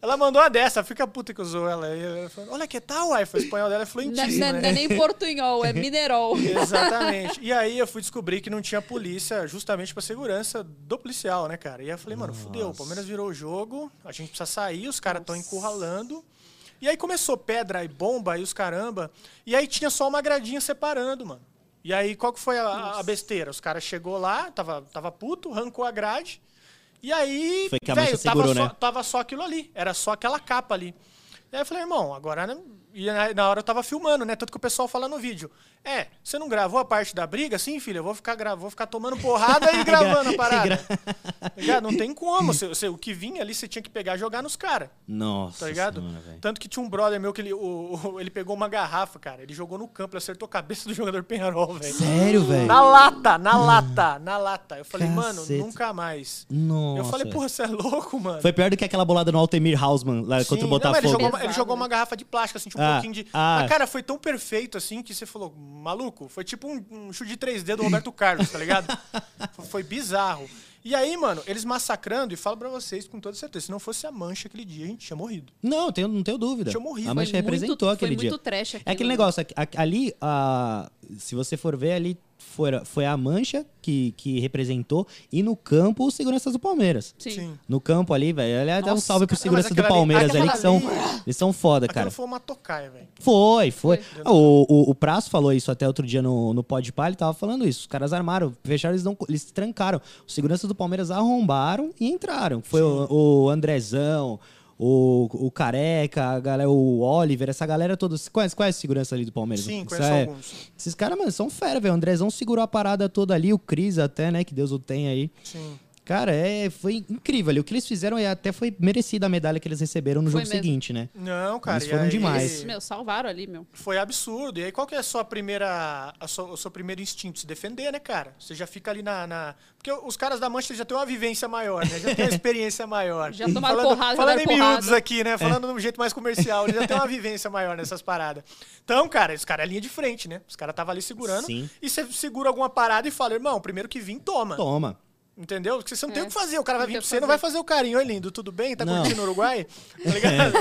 Speaker 3: Ela mandou uma dessa, fica puta que usou ela. E Ela falou, Ola que tal, uai. Foi o espanhol dela, é
Speaker 2: Não
Speaker 3: fluentíssimo,
Speaker 2: não- não
Speaker 3: né?
Speaker 2: é nem portunhol, é minerol.
Speaker 3: Exatamente. E aí eu fui descobrir que não tinha polícia justamente pra segurança do policial, né, cara? E aí eu falei, mano, fudeu, o Palmeiras virou o jogo, a gente precisa sair, os caras estão encurralando. E aí começou pedra e bomba e os caramba. E aí tinha só uma gradinha separando, mano. E aí qual que foi a- a, a besteira? Os caras chegou lá, tava, tava puto, arrancou a grade. E aí,
Speaker 1: Foi que a
Speaker 3: velho,
Speaker 1: mancha
Speaker 3: tava,
Speaker 1: segurou,
Speaker 3: só,
Speaker 1: né?
Speaker 3: tava só aquilo ali. Era só aquela capa ali. E aí eu falei, irmão, agora. né? E na- na hora eu tava filmando, né? Tanto que o pessoal fala no vídeo. É, você não gravou a parte da briga? Sim, filho, eu vou ficar, gra- vou ficar tomando porrada e gravando a parada. Tá ligado? não tem como. Você- você- o que vinha ali, você tinha que pegar e jogar nos caras,
Speaker 1: Nossa
Speaker 3: tá ligado?
Speaker 1: senhora, velho.
Speaker 3: Tanto que tinha um brother meu que ele, o- o- ele pegou uma garrafa, cara. Ele jogou no campo, ele acertou a cabeça do jogador Penharol, velho.
Speaker 1: Sério, velho?
Speaker 3: Na lata, na lata, na lata. Eu falei,
Speaker 1: Caceta.
Speaker 3: mano, nunca mais.
Speaker 1: Nossa.
Speaker 3: eu falei,
Speaker 1: velho.
Speaker 3: porra, você é louco, mano.
Speaker 1: Foi pior do que aquela bolada no Altemir Hausmann lá É
Speaker 3: Sim,
Speaker 1: contra o
Speaker 3: não, mas
Speaker 1: Botafogo.
Speaker 3: ele, jogou uma, ele
Speaker 2: Pesado,
Speaker 3: jogou
Speaker 2: né?
Speaker 3: uma garrafa de plástico, assim, tipo
Speaker 1: Ah,
Speaker 3: um pouquinho de.
Speaker 1: ah.
Speaker 3: Mas, cara, foi tão perfeito assim que você falou, maluco, foi tipo um, um chute de 3D do Roberto Carlos, tá ligado? Foi- foi bizarro. E aí, mano, eles massacrando, e falo pra vocês com toda certeza, se não fosse a mancha aquele dia, a gente tinha morrido.
Speaker 1: Não, tenho, não tenho dúvida.
Speaker 3: Tinha morrido.
Speaker 1: A
Speaker 3: Foi
Speaker 1: Mancha
Speaker 2: muito-
Speaker 1: representou
Speaker 2: foi
Speaker 1: aquele
Speaker 2: muito
Speaker 1: dia.
Speaker 2: trash
Speaker 1: é
Speaker 2: aquilo,
Speaker 1: aquele
Speaker 2: né?
Speaker 1: negócio, a- a- ali, a- se você for ver, ali foi, foi a Mancha que, que representou e no campo os seguranças do Palmeiras.
Speaker 2: Sim.
Speaker 1: No campo ali, velho, aliás, dá um
Speaker 2: Nossa,
Speaker 1: salve pro
Speaker 2: cara,
Speaker 1: segurança
Speaker 3: mas
Speaker 1: do
Speaker 3: aquela ali-
Speaker 1: Palmeiras ali,
Speaker 3: aquela
Speaker 1: que são,
Speaker 3: ali-
Speaker 1: eles são foda,
Speaker 3: Aquilo
Speaker 1: cara.
Speaker 3: foi uma tocaia, velho.
Speaker 1: Foi, foi.
Speaker 2: Foi.
Speaker 1: Ah, O, o, o Praço falou isso até outro dia no, no Pod Pá, ele tava falando isso. Os caras armaram, fecharam, eles, não, eles trancaram. Os seguranças do Palmeiras arrombaram e entraram. Foi o, o Andrezão, o, o Careca, a galera, o Oliver, essa galera toda. Você Conhece, conhece segurança ali do Palmeiras?
Speaker 3: Sim,
Speaker 1: Isso
Speaker 3: conheço
Speaker 1: é-
Speaker 3: alguns.
Speaker 1: Esses caras, mano, são fera, velho. O Andrezão segurou a parada toda ali, o Cris até, né? Que Deus o tenha aí.
Speaker 3: Sim.
Speaker 1: Cara, é, foi incrível ali. O que eles fizeram e até foi merecida a medalha que eles receberam no
Speaker 2: Foi
Speaker 1: jogo
Speaker 2: mesmo.
Speaker 1: seguinte, né?
Speaker 3: Não, cara.
Speaker 1: Eles
Speaker 3: e
Speaker 1: foram
Speaker 3: aí-
Speaker 1: demais.
Speaker 2: Eles, meu, salvaram ali, meu.
Speaker 3: Foi absurdo. E aí, qual que é a sua primeira. A sua, o seu primeiro instinto? Se defender, né, cara? Você já fica ali na. na- Porque os caras da Mancha já têm uma vivência maior, né? Já têm uma experiência maior.
Speaker 2: Já tomaram
Speaker 3: falando,
Speaker 2: porrada, já
Speaker 3: Falando em
Speaker 2: deram porrada. É.
Speaker 3: miúdos aqui, né? Falando de um jeito mais comercial, eles já têm uma vivência maior nessas paradas. Então, cara, os caras é linha de frente, né? Os caras estavam ali segurando.
Speaker 1: Sim.
Speaker 3: E você segura alguma parada e fala, irmão, primeiro que vim, toma.
Speaker 1: Toma.
Speaker 3: Entendeu? Porque você não tem
Speaker 2: É.
Speaker 3: o que fazer. O cara vai
Speaker 2: Não
Speaker 3: vir
Speaker 2: tem
Speaker 3: pra
Speaker 2: o
Speaker 3: você
Speaker 2: que
Speaker 3: não vai fazer o carinho. Oi, lindo, tudo bem? Tá
Speaker 1: Não.
Speaker 3: curtindo o Uruguai? Tá ligado?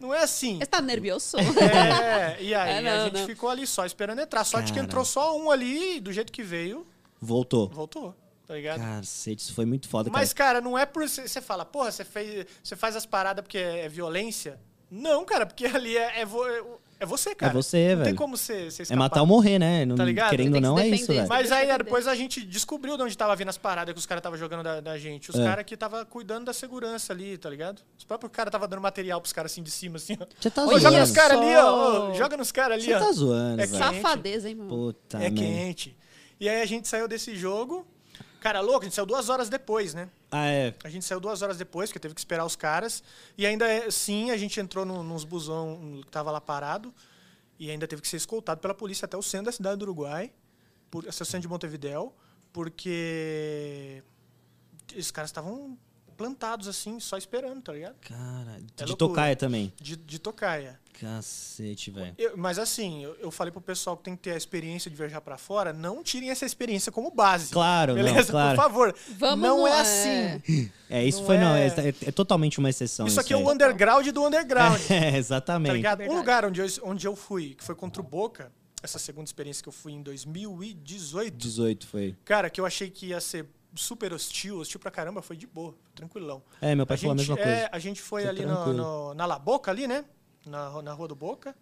Speaker 3: Não é assim.
Speaker 2: Você tá nervioso?
Speaker 3: É, e aí
Speaker 2: É, não,
Speaker 3: a gente
Speaker 2: não.
Speaker 3: ficou ali só esperando entrar. Sorte que
Speaker 1: Cara.
Speaker 3: entrou só um ali, e do jeito que veio,
Speaker 1: Voltou.
Speaker 3: voltou, tá ligado?
Speaker 1: Cacete, isso foi muito foda,
Speaker 3: Mas,
Speaker 1: cara.
Speaker 3: cara, não é por. Você fala, porra, você fez- você faz as paradas porque é, é violência? Não, cara, porque ali é. é vo- é o- É você, cara.
Speaker 1: É você,
Speaker 3: Não tem
Speaker 1: velho.
Speaker 3: como você, você
Speaker 1: É
Speaker 3: escapar.
Speaker 1: matar ou morrer, né? Não,
Speaker 3: Tá ligado?
Speaker 1: Querendo
Speaker 2: Tem
Speaker 1: ou não,
Speaker 2: que se
Speaker 1: é
Speaker 2: defender.
Speaker 1: isso, velho.
Speaker 2: Mas
Speaker 3: Mas
Speaker 2: deixa eu
Speaker 3: aí aí,
Speaker 2: entender.
Speaker 3: depois a gente descobriu de onde tava vindo as paradas que os caras tava jogando da, da gente. Os
Speaker 1: É.
Speaker 3: caras que tava cuidando da segurança ali, tá ligado? Os próprios caras tava dando material pros caras assim de cima, assim, ó.
Speaker 1: Você tá
Speaker 3: Ô, joga nos
Speaker 1: zoando.
Speaker 3: caras ali, ó.
Speaker 2: Só.
Speaker 3: Ô, Joga nos caras ali,
Speaker 1: Você
Speaker 3: ó.
Speaker 1: tá zoando,
Speaker 3: É
Speaker 1: velho.
Speaker 3: quente.
Speaker 2: Safadeza, hein, mano?
Speaker 1: Puta,
Speaker 3: é
Speaker 1: merda.
Speaker 3: quente. E aí a gente saiu desse jogo. Cara, louco, a gente saiu duas horas depois, né?
Speaker 1: Ah, é.
Speaker 3: A gente saiu duas horas depois, porque teve que esperar os caras. E ainda é- sim, a gente entrou num- nos busão um, que tava lá parado. E ainda teve que ser escoltado pela polícia até o centro da cidade do Uruguai, por, até o centro de Montevidéu, porque esses caras estavam plantados assim, só esperando, tá ligado?
Speaker 1: Cara,
Speaker 3: É
Speaker 1: de
Speaker 3: loucura.
Speaker 1: tocaia também.
Speaker 3: De, de tocaia.
Speaker 1: Cacete, velho.
Speaker 3: Eu- mas assim, eu, eu falei pro pessoal que tem que ter a experiência de viajar pra fora, não tirem essa experiência como base.
Speaker 1: Claro, não,
Speaker 3: Beleza?
Speaker 1: claro.
Speaker 3: Por favor.
Speaker 2: Vamos
Speaker 3: não
Speaker 2: no-
Speaker 3: é
Speaker 2: é.
Speaker 3: assim.
Speaker 1: É, isso
Speaker 3: Não
Speaker 1: foi, não. É,
Speaker 3: é-
Speaker 1: é- é totalmente uma exceção.
Speaker 3: Isso aqui é
Speaker 1: aí.
Speaker 3: o underground do underground.
Speaker 1: É,
Speaker 3: Tá
Speaker 1: exatamente.
Speaker 3: ligado? Um
Speaker 2: Verdade.
Speaker 3: lugar onde eu, onde eu fui, que foi contra o Boca, essa segunda experiência que eu fui em 2018,
Speaker 1: 18 foi.
Speaker 3: cara, que eu achei que ia ser super hostil, hostil pra caramba, foi de boa, tranquilão.
Speaker 1: É, meu pai
Speaker 3: a
Speaker 1: falou a
Speaker 3: gente,
Speaker 1: mesma
Speaker 3: é,
Speaker 1: coisa.
Speaker 3: a gente foi
Speaker 1: Foi
Speaker 3: ali no,
Speaker 1: tranquilo.
Speaker 3: no- na La Boca, ali, né? Na, ru- na Rua do Boca.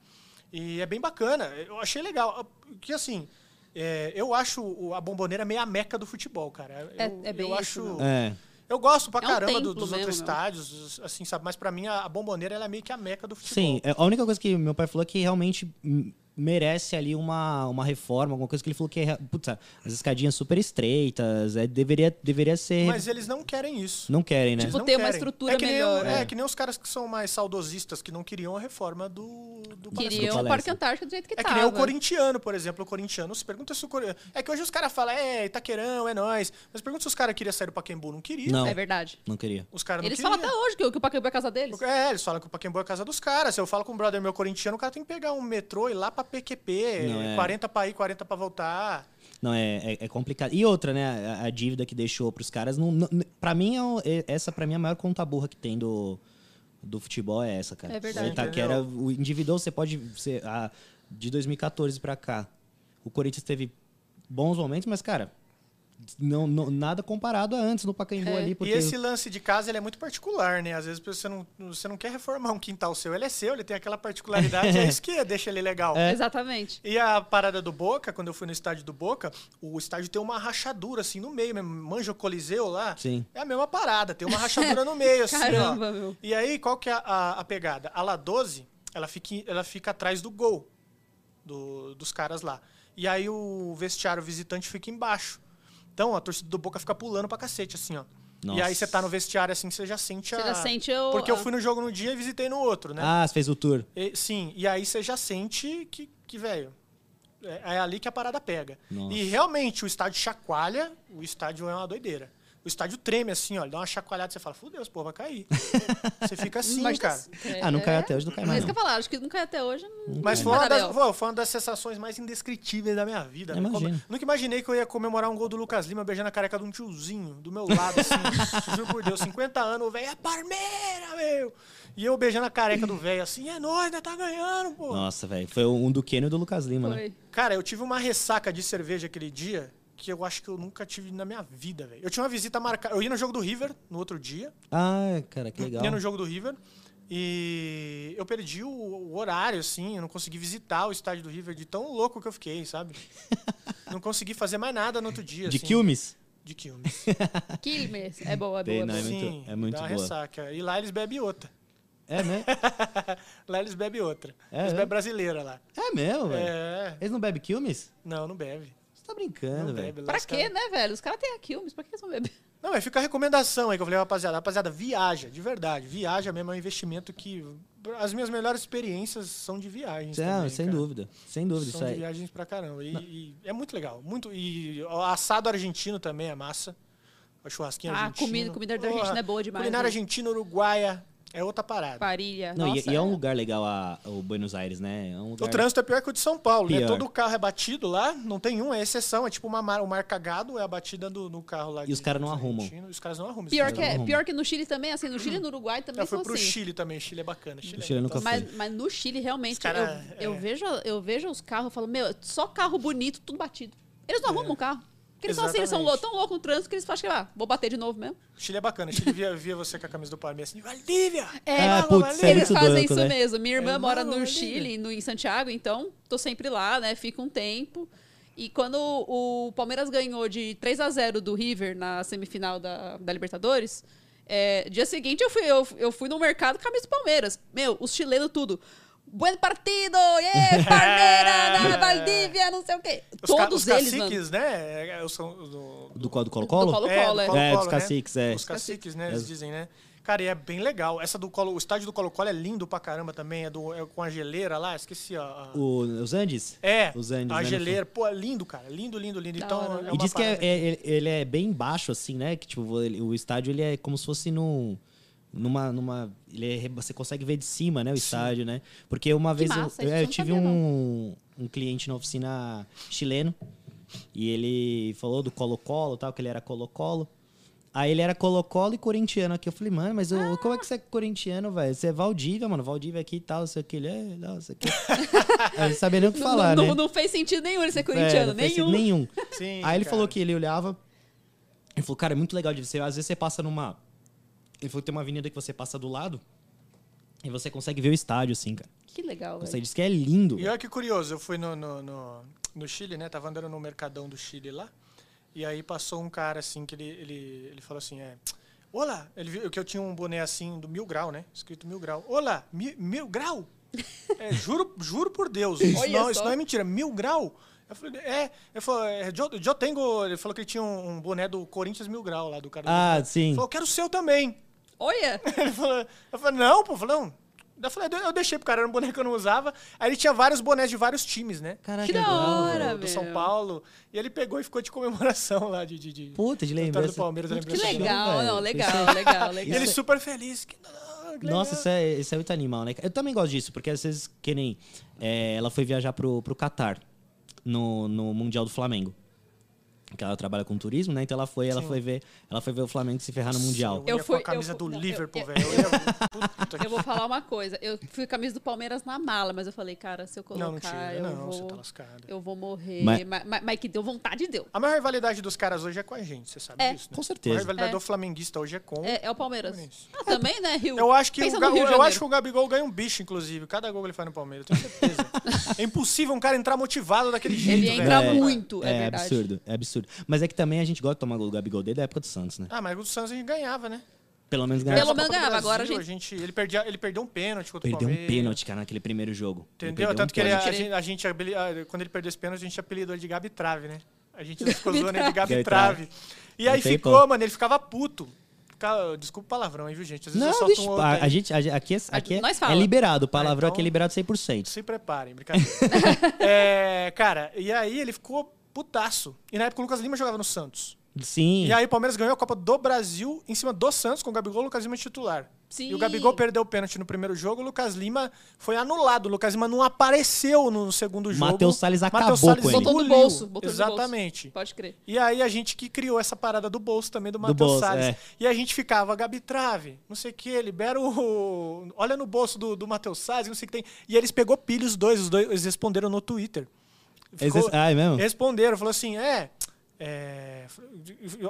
Speaker 3: E é bem bacana. Eu achei legal. Que assim, é, eu acho o- a bomboneira meio a meca do futebol, cara.
Speaker 2: É-
Speaker 3: Eu,
Speaker 2: é bem
Speaker 3: eu
Speaker 2: isso,
Speaker 3: acho.
Speaker 2: meu.
Speaker 1: É.
Speaker 3: Eu gosto pra
Speaker 2: É um
Speaker 3: caramba do-
Speaker 2: templo
Speaker 3: dos
Speaker 2: mesmo,
Speaker 3: outros
Speaker 2: meu.
Speaker 3: estádios, assim, sabe? Mas pra mim a, a bomboneira ela é meio que a meca do futebol.
Speaker 1: Sim, é, a única coisa que meu pai falou é que realmente hum, merece ali uma, uma reforma, alguma coisa que ele falou que é, rea- puta, as escadinhas super estreitas, é, deveria, deveria ser.
Speaker 3: Mas eles não querem isso.
Speaker 1: Não querem, né?
Speaker 3: Eles
Speaker 2: Tipo,
Speaker 3: não
Speaker 2: ter uma
Speaker 3: querem.
Speaker 2: estrutura
Speaker 3: é que nem o-
Speaker 2: melhor,
Speaker 3: é.
Speaker 1: é.
Speaker 3: que nem os caras que são mais saudosistas, que não queriam a reforma do, do Palestra.
Speaker 2: Queriam o
Speaker 1: Palestra.
Speaker 2: Parque Antártico do jeito que
Speaker 3: É que
Speaker 2: tava.
Speaker 3: nem o corintiano, por exemplo. O corintiano, se pergunta se o corintiano... É que hoje os caras falam, é, Itaquerão, é nóis. Mas pergunta se os caras queriam sair do Paquembu. Não queriam.
Speaker 1: Não,
Speaker 2: É verdade.
Speaker 1: não queria.
Speaker 3: Os caras não
Speaker 2: Eles
Speaker 3: queriam.
Speaker 2: falam até hoje que, o- que o Pacaembu é a casa deles.
Speaker 3: É, eles falam que o Paquembu é a casa dos caras. Se eu falo com um brother meu corintiano, o cara tem que pegar um metrô e ir lá pra PQP.
Speaker 1: Não, é.
Speaker 3: 40 pra ir, 40 pra voltar.
Speaker 1: Não, é, é, é complicado. E outra, né? A, a dívida que deixou pros caras. Não, não, pra mim, é, o- é- essa pra mim é a maior conta burra que tem do, do futebol, é essa, cara.
Speaker 2: É verdade.
Speaker 1: O Itaquera, o individual, você pode. Ser, a, de 2014 pra cá, o Corinthians teve bons momentos, mas, cara, não, não- nada comparado a antes no Pacaembu
Speaker 2: É.
Speaker 1: ali. Porque
Speaker 3: E esse lance de casa ele é muito particular, né? Às vezes você não, você não quer reformar um quintal seu, ele é seu, ele tem aquela particularidade, é isso que deixa ele legal.
Speaker 1: É.
Speaker 2: Exatamente.
Speaker 3: E a parada do Boca, quando eu fui no estádio do Boca, o estádio tem uma rachadura assim no meio mesmo. Manja o Coliseu lá?
Speaker 1: Sim.
Speaker 3: É a mesma parada, tem uma rachadura no meio assim, ó.
Speaker 2: Caramba, meu.
Speaker 3: E aí, qual que é a, a- a pegada? A La 12, ela fica, em- ela fica atrás do gol do- dos caras lá. E aí o vestiário visitante fica embaixo. Então a torcida do Boca fica pulando pra cacete, assim, ó. E
Speaker 1: Nossa.
Speaker 3: aí você tá no vestiário assim, você já sente a.
Speaker 2: Você já sente o-
Speaker 3: Porque eu
Speaker 2: a-
Speaker 3: fui no jogo num dia e visitei no outro, né?
Speaker 1: Ah, você fez o tour.
Speaker 3: E- sim, e aí você já sente que, que velho, é, é ali que a parada pega.
Speaker 1: Nossa.
Speaker 3: E realmente o estádio chacoalha, o estádio é uma doideira. O estádio treme assim, ó, dá uma chacoalhada, você fala, fudeu, esse povo vai cair. você fica assim,
Speaker 2: Mas-
Speaker 3: cara.
Speaker 2: é-
Speaker 1: ah, não caiu
Speaker 2: é-
Speaker 1: até hoje, não cai
Speaker 2: É
Speaker 1: mais.
Speaker 2: isso que
Speaker 1: Não.
Speaker 2: eu falar, acho que não caiu até hoje. não-
Speaker 1: É.
Speaker 3: Mas
Speaker 2: não
Speaker 3: foi
Speaker 2: vai dar
Speaker 3: uma, das,
Speaker 2: belo.
Speaker 3: pô, foi uma das sensações mais indescritíveis da minha vida.
Speaker 1: Eu
Speaker 3: né? Como-
Speaker 1: imagino.
Speaker 3: nunca imaginei que eu ia comemorar um gol do Lucas Lima beijando a careca de um tiozinho do meu lado, assim. juro por Deus, 50 anos, o velho é parmeira, meu! E eu beijando a careca do velho assim, é nóis, ainda tá ganhando, pô.
Speaker 1: Nossa, velho. Foi um do Keno e do Lucas Lima, né?
Speaker 2: Foi.
Speaker 3: Cara, eu tive uma ressaca de cerveja aquele dia que eu acho que eu nunca tive na minha vida, velho. Eu tinha uma visita marcada. Eu ia no jogo do River no outro dia.
Speaker 1: Ah, cara, que legal.
Speaker 3: Ia no jogo do River. E eu perdi o, o horário, assim. Eu não consegui visitar o estádio do River de tão louco que eu fiquei, sabe? não consegui fazer mais nada no outro dia.
Speaker 1: De
Speaker 3: assim.
Speaker 1: Quilmes?
Speaker 3: De Quilmes.
Speaker 2: Quilmes. É boa, é boa.
Speaker 1: Tem,
Speaker 2: é
Speaker 1: não, é
Speaker 2: boa.
Speaker 1: muito-
Speaker 3: Sim,
Speaker 1: é muito
Speaker 3: dá uma
Speaker 1: boa.
Speaker 3: ressaca. E lá eles bebem outra.
Speaker 1: É, né?
Speaker 3: Lá eles bebem outra.
Speaker 1: É,
Speaker 3: eles
Speaker 1: é?
Speaker 3: bebem brasileira lá.
Speaker 1: É mesmo, velho.
Speaker 3: É.
Speaker 1: Eles não bebem Quilmes?
Speaker 3: Não, não bebe.
Speaker 1: Você tá
Speaker 3: Não
Speaker 1: brincando, velho.
Speaker 3: bebe lá.
Speaker 2: Pra
Speaker 3: os caras-
Speaker 2: quê, né, velho? Os caras têm um a Quilmes, pra que eles vão beber?
Speaker 3: Não, mas fica a recomendação aí que eu falei, rapaziada. Rapaziada, viaja, de verdade. Viaja mesmo, é um investimento que. As minhas melhores experiências são de viagens.
Speaker 1: Não,
Speaker 3: também,
Speaker 1: é, sem
Speaker 3: cara.
Speaker 1: dúvida. Sem dúvida,
Speaker 3: São
Speaker 1: isso
Speaker 3: de
Speaker 1: aí.
Speaker 3: viagens pra caramba. E, e é muito legal. Muito, e o assado argentino também é massa. A churrasquinha
Speaker 2: Ah,
Speaker 3: argentina.
Speaker 2: comida- comida da
Speaker 3: Porra,
Speaker 2: Argentina é boa demais,
Speaker 3: Culinária
Speaker 2: né?
Speaker 3: argentina, uruguaia, é outra parada.
Speaker 2: Parilha.
Speaker 1: Não, e-
Speaker 2: nossa,
Speaker 1: e, é um lugar legal a- o Buenos Aires, né? É um
Speaker 3: O
Speaker 1: lugar...
Speaker 3: trânsito é pior que o de São Paulo, né?
Speaker 1: Pior.
Speaker 3: Todo carro é batido lá, não tem um, é exceção. É tipo uma mar, o mar cagado, é a batida do, no carro lá.
Speaker 1: E
Speaker 3: de-
Speaker 1: os caras não
Speaker 3: dos
Speaker 1: arrumam.
Speaker 3: argentinos. Os caras não arrumam.
Speaker 2: Pior
Speaker 3: esses
Speaker 2: que,
Speaker 1: Não,
Speaker 2: é-
Speaker 1: não.
Speaker 2: pior que no Chile também, assim, no Chile e no Uruguai também
Speaker 3: Eu fui
Speaker 2: são
Speaker 3: pro
Speaker 2: assim.
Speaker 3: Chile também, Chile é bacana. Chile é
Speaker 1: O Chile nunca foi.
Speaker 2: Mas, mas no Chile, realmente,
Speaker 3: Os cara-
Speaker 2: eu, eu
Speaker 3: é.
Speaker 2: vejo, eu vejo os carros e falo, meu, só carro bonito, tudo batido. Eles não arrumam o carro. Porque eles são assim, eles são lou-
Speaker 3: É. Exatamente.
Speaker 2: tão loucos no trânsito que eles acham que, ah, vou bater de novo mesmo.
Speaker 3: O Chile é bacana. O Chile via, via você com a camisa do Palmeiras assim, Valdívia!
Speaker 2: É,
Speaker 1: Ah, putz, isso é
Speaker 2: eles
Speaker 1: muito
Speaker 2: fazem
Speaker 1: doido,
Speaker 2: isso
Speaker 1: né?
Speaker 2: mesmo. Minha irmã
Speaker 3: É
Speaker 2: mora no
Speaker 3: maravilha.
Speaker 2: Chile, no, em Santiago, então tô sempre lá, né? Fico um tempo. E quando o Palmeiras ganhou de 3 a 0 do River na semifinal da, da Libertadores, é, dia seguinte eu fui, eu, eu fui no mercado com a camisa do Palmeiras. Meu, os chilenos tudo. Buen partido! Yeah, Palmeiras! Valdívia! Não sei o quê.
Speaker 3: Os ca-
Speaker 2: Todos
Speaker 3: os
Speaker 2: eles, mano.
Speaker 3: caciques, né? É, é, são do,
Speaker 1: Do qual? Do Colo-Colo?
Speaker 2: Do Colo- Colo-Colo, é.
Speaker 3: do Colo-Colo,
Speaker 1: É, dos
Speaker 3: né?
Speaker 1: caciques, é.
Speaker 3: Os caciques, né? Eles dizem, né? Cara, e é bem legal. Essa do Colo, o estádio do Colo-Colo é lindo pra caramba também. É, do, é com a geleira lá, esqueci a. a-
Speaker 1: O- os Andes?
Speaker 3: é,
Speaker 1: Os Andes, né,
Speaker 3: a
Speaker 1: no
Speaker 3: geleira. Pô, é lindo, cara. Lindo, lindo, lindo.
Speaker 2: Da
Speaker 3: então,
Speaker 2: hora, né?
Speaker 3: é
Speaker 1: E
Speaker 3: uma
Speaker 1: diz que é-
Speaker 3: parada
Speaker 1: é- ele- ele é bem baixo, assim, né? Que tipo, ele- o estádio ele é como se fosse num. Numa. numa ele é re- você consegue ver de cima, né? O estádio, né? Porque uma vez eu-
Speaker 2: massa,
Speaker 1: eu,
Speaker 2: isso eu não
Speaker 1: eu tive
Speaker 2: sabia,
Speaker 1: um, um cliente na oficina chileno e ele falou do Colo-Colo e tal, que ele era Colo-Colo. Aí ele era Colo-Colo e corintiano aqui. Eu falei, mano, mas
Speaker 2: Ah.
Speaker 1: eu- como é que você é corintiano, velho? Você é Valdívia, mano. Valdívia aqui e tal, não sei o que. Ele é, não, não sei o que. Aí não sabia nem o que
Speaker 2: Não-
Speaker 1: falar,
Speaker 2: não,
Speaker 1: né?
Speaker 2: não, não fez sentido nenhum ele ser
Speaker 1: É,
Speaker 2: corintiano.
Speaker 1: não fez sentido
Speaker 2: nenhum.
Speaker 1: nenhum.
Speaker 3: Sim,
Speaker 1: Aí ele
Speaker 3: cara.
Speaker 1: falou que ele olhava. Ele falou, cara, é muito legal de você. Às vezes você passa numa. Ele falou que tem uma avenida que você passa do lado e você consegue ver o estádio, assim, cara.
Speaker 2: Que legal,
Speaker 1: Você
Speaker 2: velho.
Speaker 1: diz que é lindo.
Speaker 3: E olha que curioso, eu fui no, no, no, no Chile, né? Tava andando no mercadão do Chile lá. E aí passou um cara assim que ele, ele, ele falou assim: é. Olá! Ele viu que eu tinha um boné assim do mil grau, né? Escrito mil grau. Olá! Mi, mil grau? É, juro, juro por Deus. Isso
Speaker 2: Olha
Speaker 3: não,
Speaker 2: só.
Speaker 3: isso não é mentira. Mil grau? Eu falei, é, ele falou, é, eu, eu tenho. Ele falou que ele tinha um, um boné do Corinthians Mil Grau lá, do cara. do Mil
Speaker 1: Ah,
Speaker 3: Grau.
Speaker 1: sim.
Speaker 3: Ele falou, eu quero o seu também.
Speaker 2: Olha!
Speaker 3: Ele falou, eu falei, não, pô, falou, não. Eu falei, eu deixei pro cara, era um boné que eu não usava. Aí ele tinha vários bonés de vários times, né?
Speaker 1: Caraca,
Speaker 2: Que
Speaker 1: é
Speaker 2: da
Speaker 1: legal,
Speaker 2: hora.
Speaker 1: velho.
Speaker 3: do, do São
Speaker 2: meu.
Speaker 3: Paulo. E ele pegou e ficou de comemoração lá de. de, de
Speaker 1: Puta, de
Speaker 3: da vitória
Speaker 1: lembrança.
Speaker 3: do Palmeiras, da
Speaker 1: Puta,
Speaker 2: Que
Speaker 3: lembrança do
Speaker 2: legal,
Speaker 3: Palmeiras.
Speaker 1: velho.
Speaker 2: não,
Speaker 1: Isso
Speaker 2: legal,
Speaker 1: aí-
Speaker 2: legal,
Speaker 3: E
Speaker 2: legal.
Speaker 3: ele
Speaker 1: Isso- é
Speaker 3: super feliz. Que, "Ah, que
Speaker 1: Nossa,
Speaker 3: legal."
Speaker 1: isso é, isso é muito animal, né? Eu também gosto disso, porque às vezes, que nem é, ela foi viajar pro, pro Catar no, no Mundial do Flamengo. Que ela trabalha com turismo, né? Então ela foi, ela foi ver, ela foi ver o Flamengo se ferrar no Mundial.
Speaker 3: Eu,
Speaker 2: Eu
Speaker 3: ia
Speaker 2: fui-
Speaker 3: com a camisa
Speaker 2: eu fui-
Speaker 3: do
Speaker 2: não, eu-
Speaker 3: Liverpool,
Speaker 2: eu-
Speaker 3: velho. Eu ia- puta que-
Speaker 2: Eu vou falar uma coisa. Eu fui com a camisa do Palmeiras na mala, mas eu falei, cara, se eu colocar,
Speaker 3: Não, não tira.
Speaker 2: eu,
Speaker 3: Não, você
Speaker 2: vou,
Speaker 3: tá lascado.
Speaker 2: eu vou morrer.
Speaker 1: Mas-
Speaker 2: Mas... mas- mas que deu vontade, deu.
Speaker 3: A maior rivalidade dos caras hoje é com a gente, você sabe
Speaker 2: É.
Speaker 3: disso, né?
Speaker 1: Com certeza.
Speaker 3: A rivalidade
Speaker 2: É.
Speaker 3: do flamenguista hoje é com.
Speaker 2: É, é o Palmeiras.
Speaker 3: Isso.
Speaker 2: Ah, também, né, Rio?
Speaker 3: Eu acho, que
Speaker 2: Pensa
Speaker 3: o,
Speaker 2: no
Speaker 3: Ga-
Speaker 2: Rio de
Speaker 3: eu
Speaker 2: Janeiro.
Speaker 3: acho que o Gabigol ganha um bicho, inclusive. Cada gol que ele faz no Palmeiras, eu tenho certeza. é impossvel um cara entrar motivado daquele jeito.
Speaker 2: Ele ia
Speaker 3: velho.
Speaker 2: entrar muito, é,
Speaker 1: É
Speaker 2: verdade.
Speaker 1: absurdo, é absurdo. Mas é que também a gente gosta de tomar gol do Gabigol desde a época do Santos, né?
Speaker 3: Ah, mas o Santos a gente ganhava, né?
Speaker 1: Pelo menos ganhar
Speaker 2: Pelo
Speaker 3: Ganhava essa
Speaker 2: menos
Speaker 3: Copa do
Speaker 2: ganhava, agora a
Speaker 3: Brasil, Ele, perdia, ele perdeu um pênalti contra
Speaker 1: Perdeu
Speaker 3: o
Speaker 1: um
Speaker 3: Palmeiras.
Speaker 1: pênalti, cara, naquele primeiro jogo. Ele
Speaker 3: Entendeu?
Speaker 1: perdeu
Speaker 3: Tanto
Speaker 1: um
Speaker 3: que ele- é- a,
Speaker 1: pênalti.
Speaker 3: gente, a gente abeli- ah, quando ele perdeu esse pênalti, a gente apelidou ele de Gabi Trave, né? A gente ficou zoando ele de Gabi
Speaker 1: Gabi
Speaker 3: Trave. E
Speaker 1: Não
Speaker 3: aí
Speaker 1: tem
Speaker 3: ficou,
Speaker 1: como.
Speaker 3: mano, ele ficava puto. Fica- Desculpa o palavrão aí, viu, gente? Às vezes eu
Speaker 1: Não,
Speaker 3: solto um
Speaker 1: bicho,
Speaker 3: outro
Speaker 1: a,
Speaker 3: aí.
Speaker 1: a gente, a, gente- aqui, é, aqui é,
Speaker 2: Nós fala.
Speaker 1: é liberado, o palavrão
Speaker 3: Ah, então-
Speaker 1: aqui é liberado 100%.
Speaker 3: Se preparem, brincadeira. É, cara, e aí ele ficou putaço. E na época o Lucas Lima jogava no Santos.
Speaker 1: Sim,
Speaker 3: E aí o Palmeiras ganhou a Copa do Brasil em cima do Santos com o Gabigol e o Lucas Lima titular.
Speaker 2: Sim.
Speaker 3: E o Gabigol perdeu o pênalti no primeiro jogo, o Lucas Lima foi anulado. O Lucas Lima não apareceu no segundo jogo.
Speaker 1: Matheus Salles acabou com ele.
Speaker 2: Botou no
Speaker 3: engoliu.
Speaker 2: bolso, botou no bolso.
Speaker 3: Exatamente.
Speaker 2: Pode crer.
Speaker 3: E aí a gente que criou essa parada do bolso também do Matheus
Speaker 1: bolso,
Speaker 3: Salles.
Speaker 1: é.
Speaker 3: E a gente ficava, Gabi Trave, não sei o que, libera o. Olha no bolso do, do Matheus Salles, não sei o que tem. E eles pegou pilha os dois, os dois eles responderam no Twitter.
Speaker 1: Eles res- ah, é mesmo?
Speaker 3: Responderam, falou assim, é. é,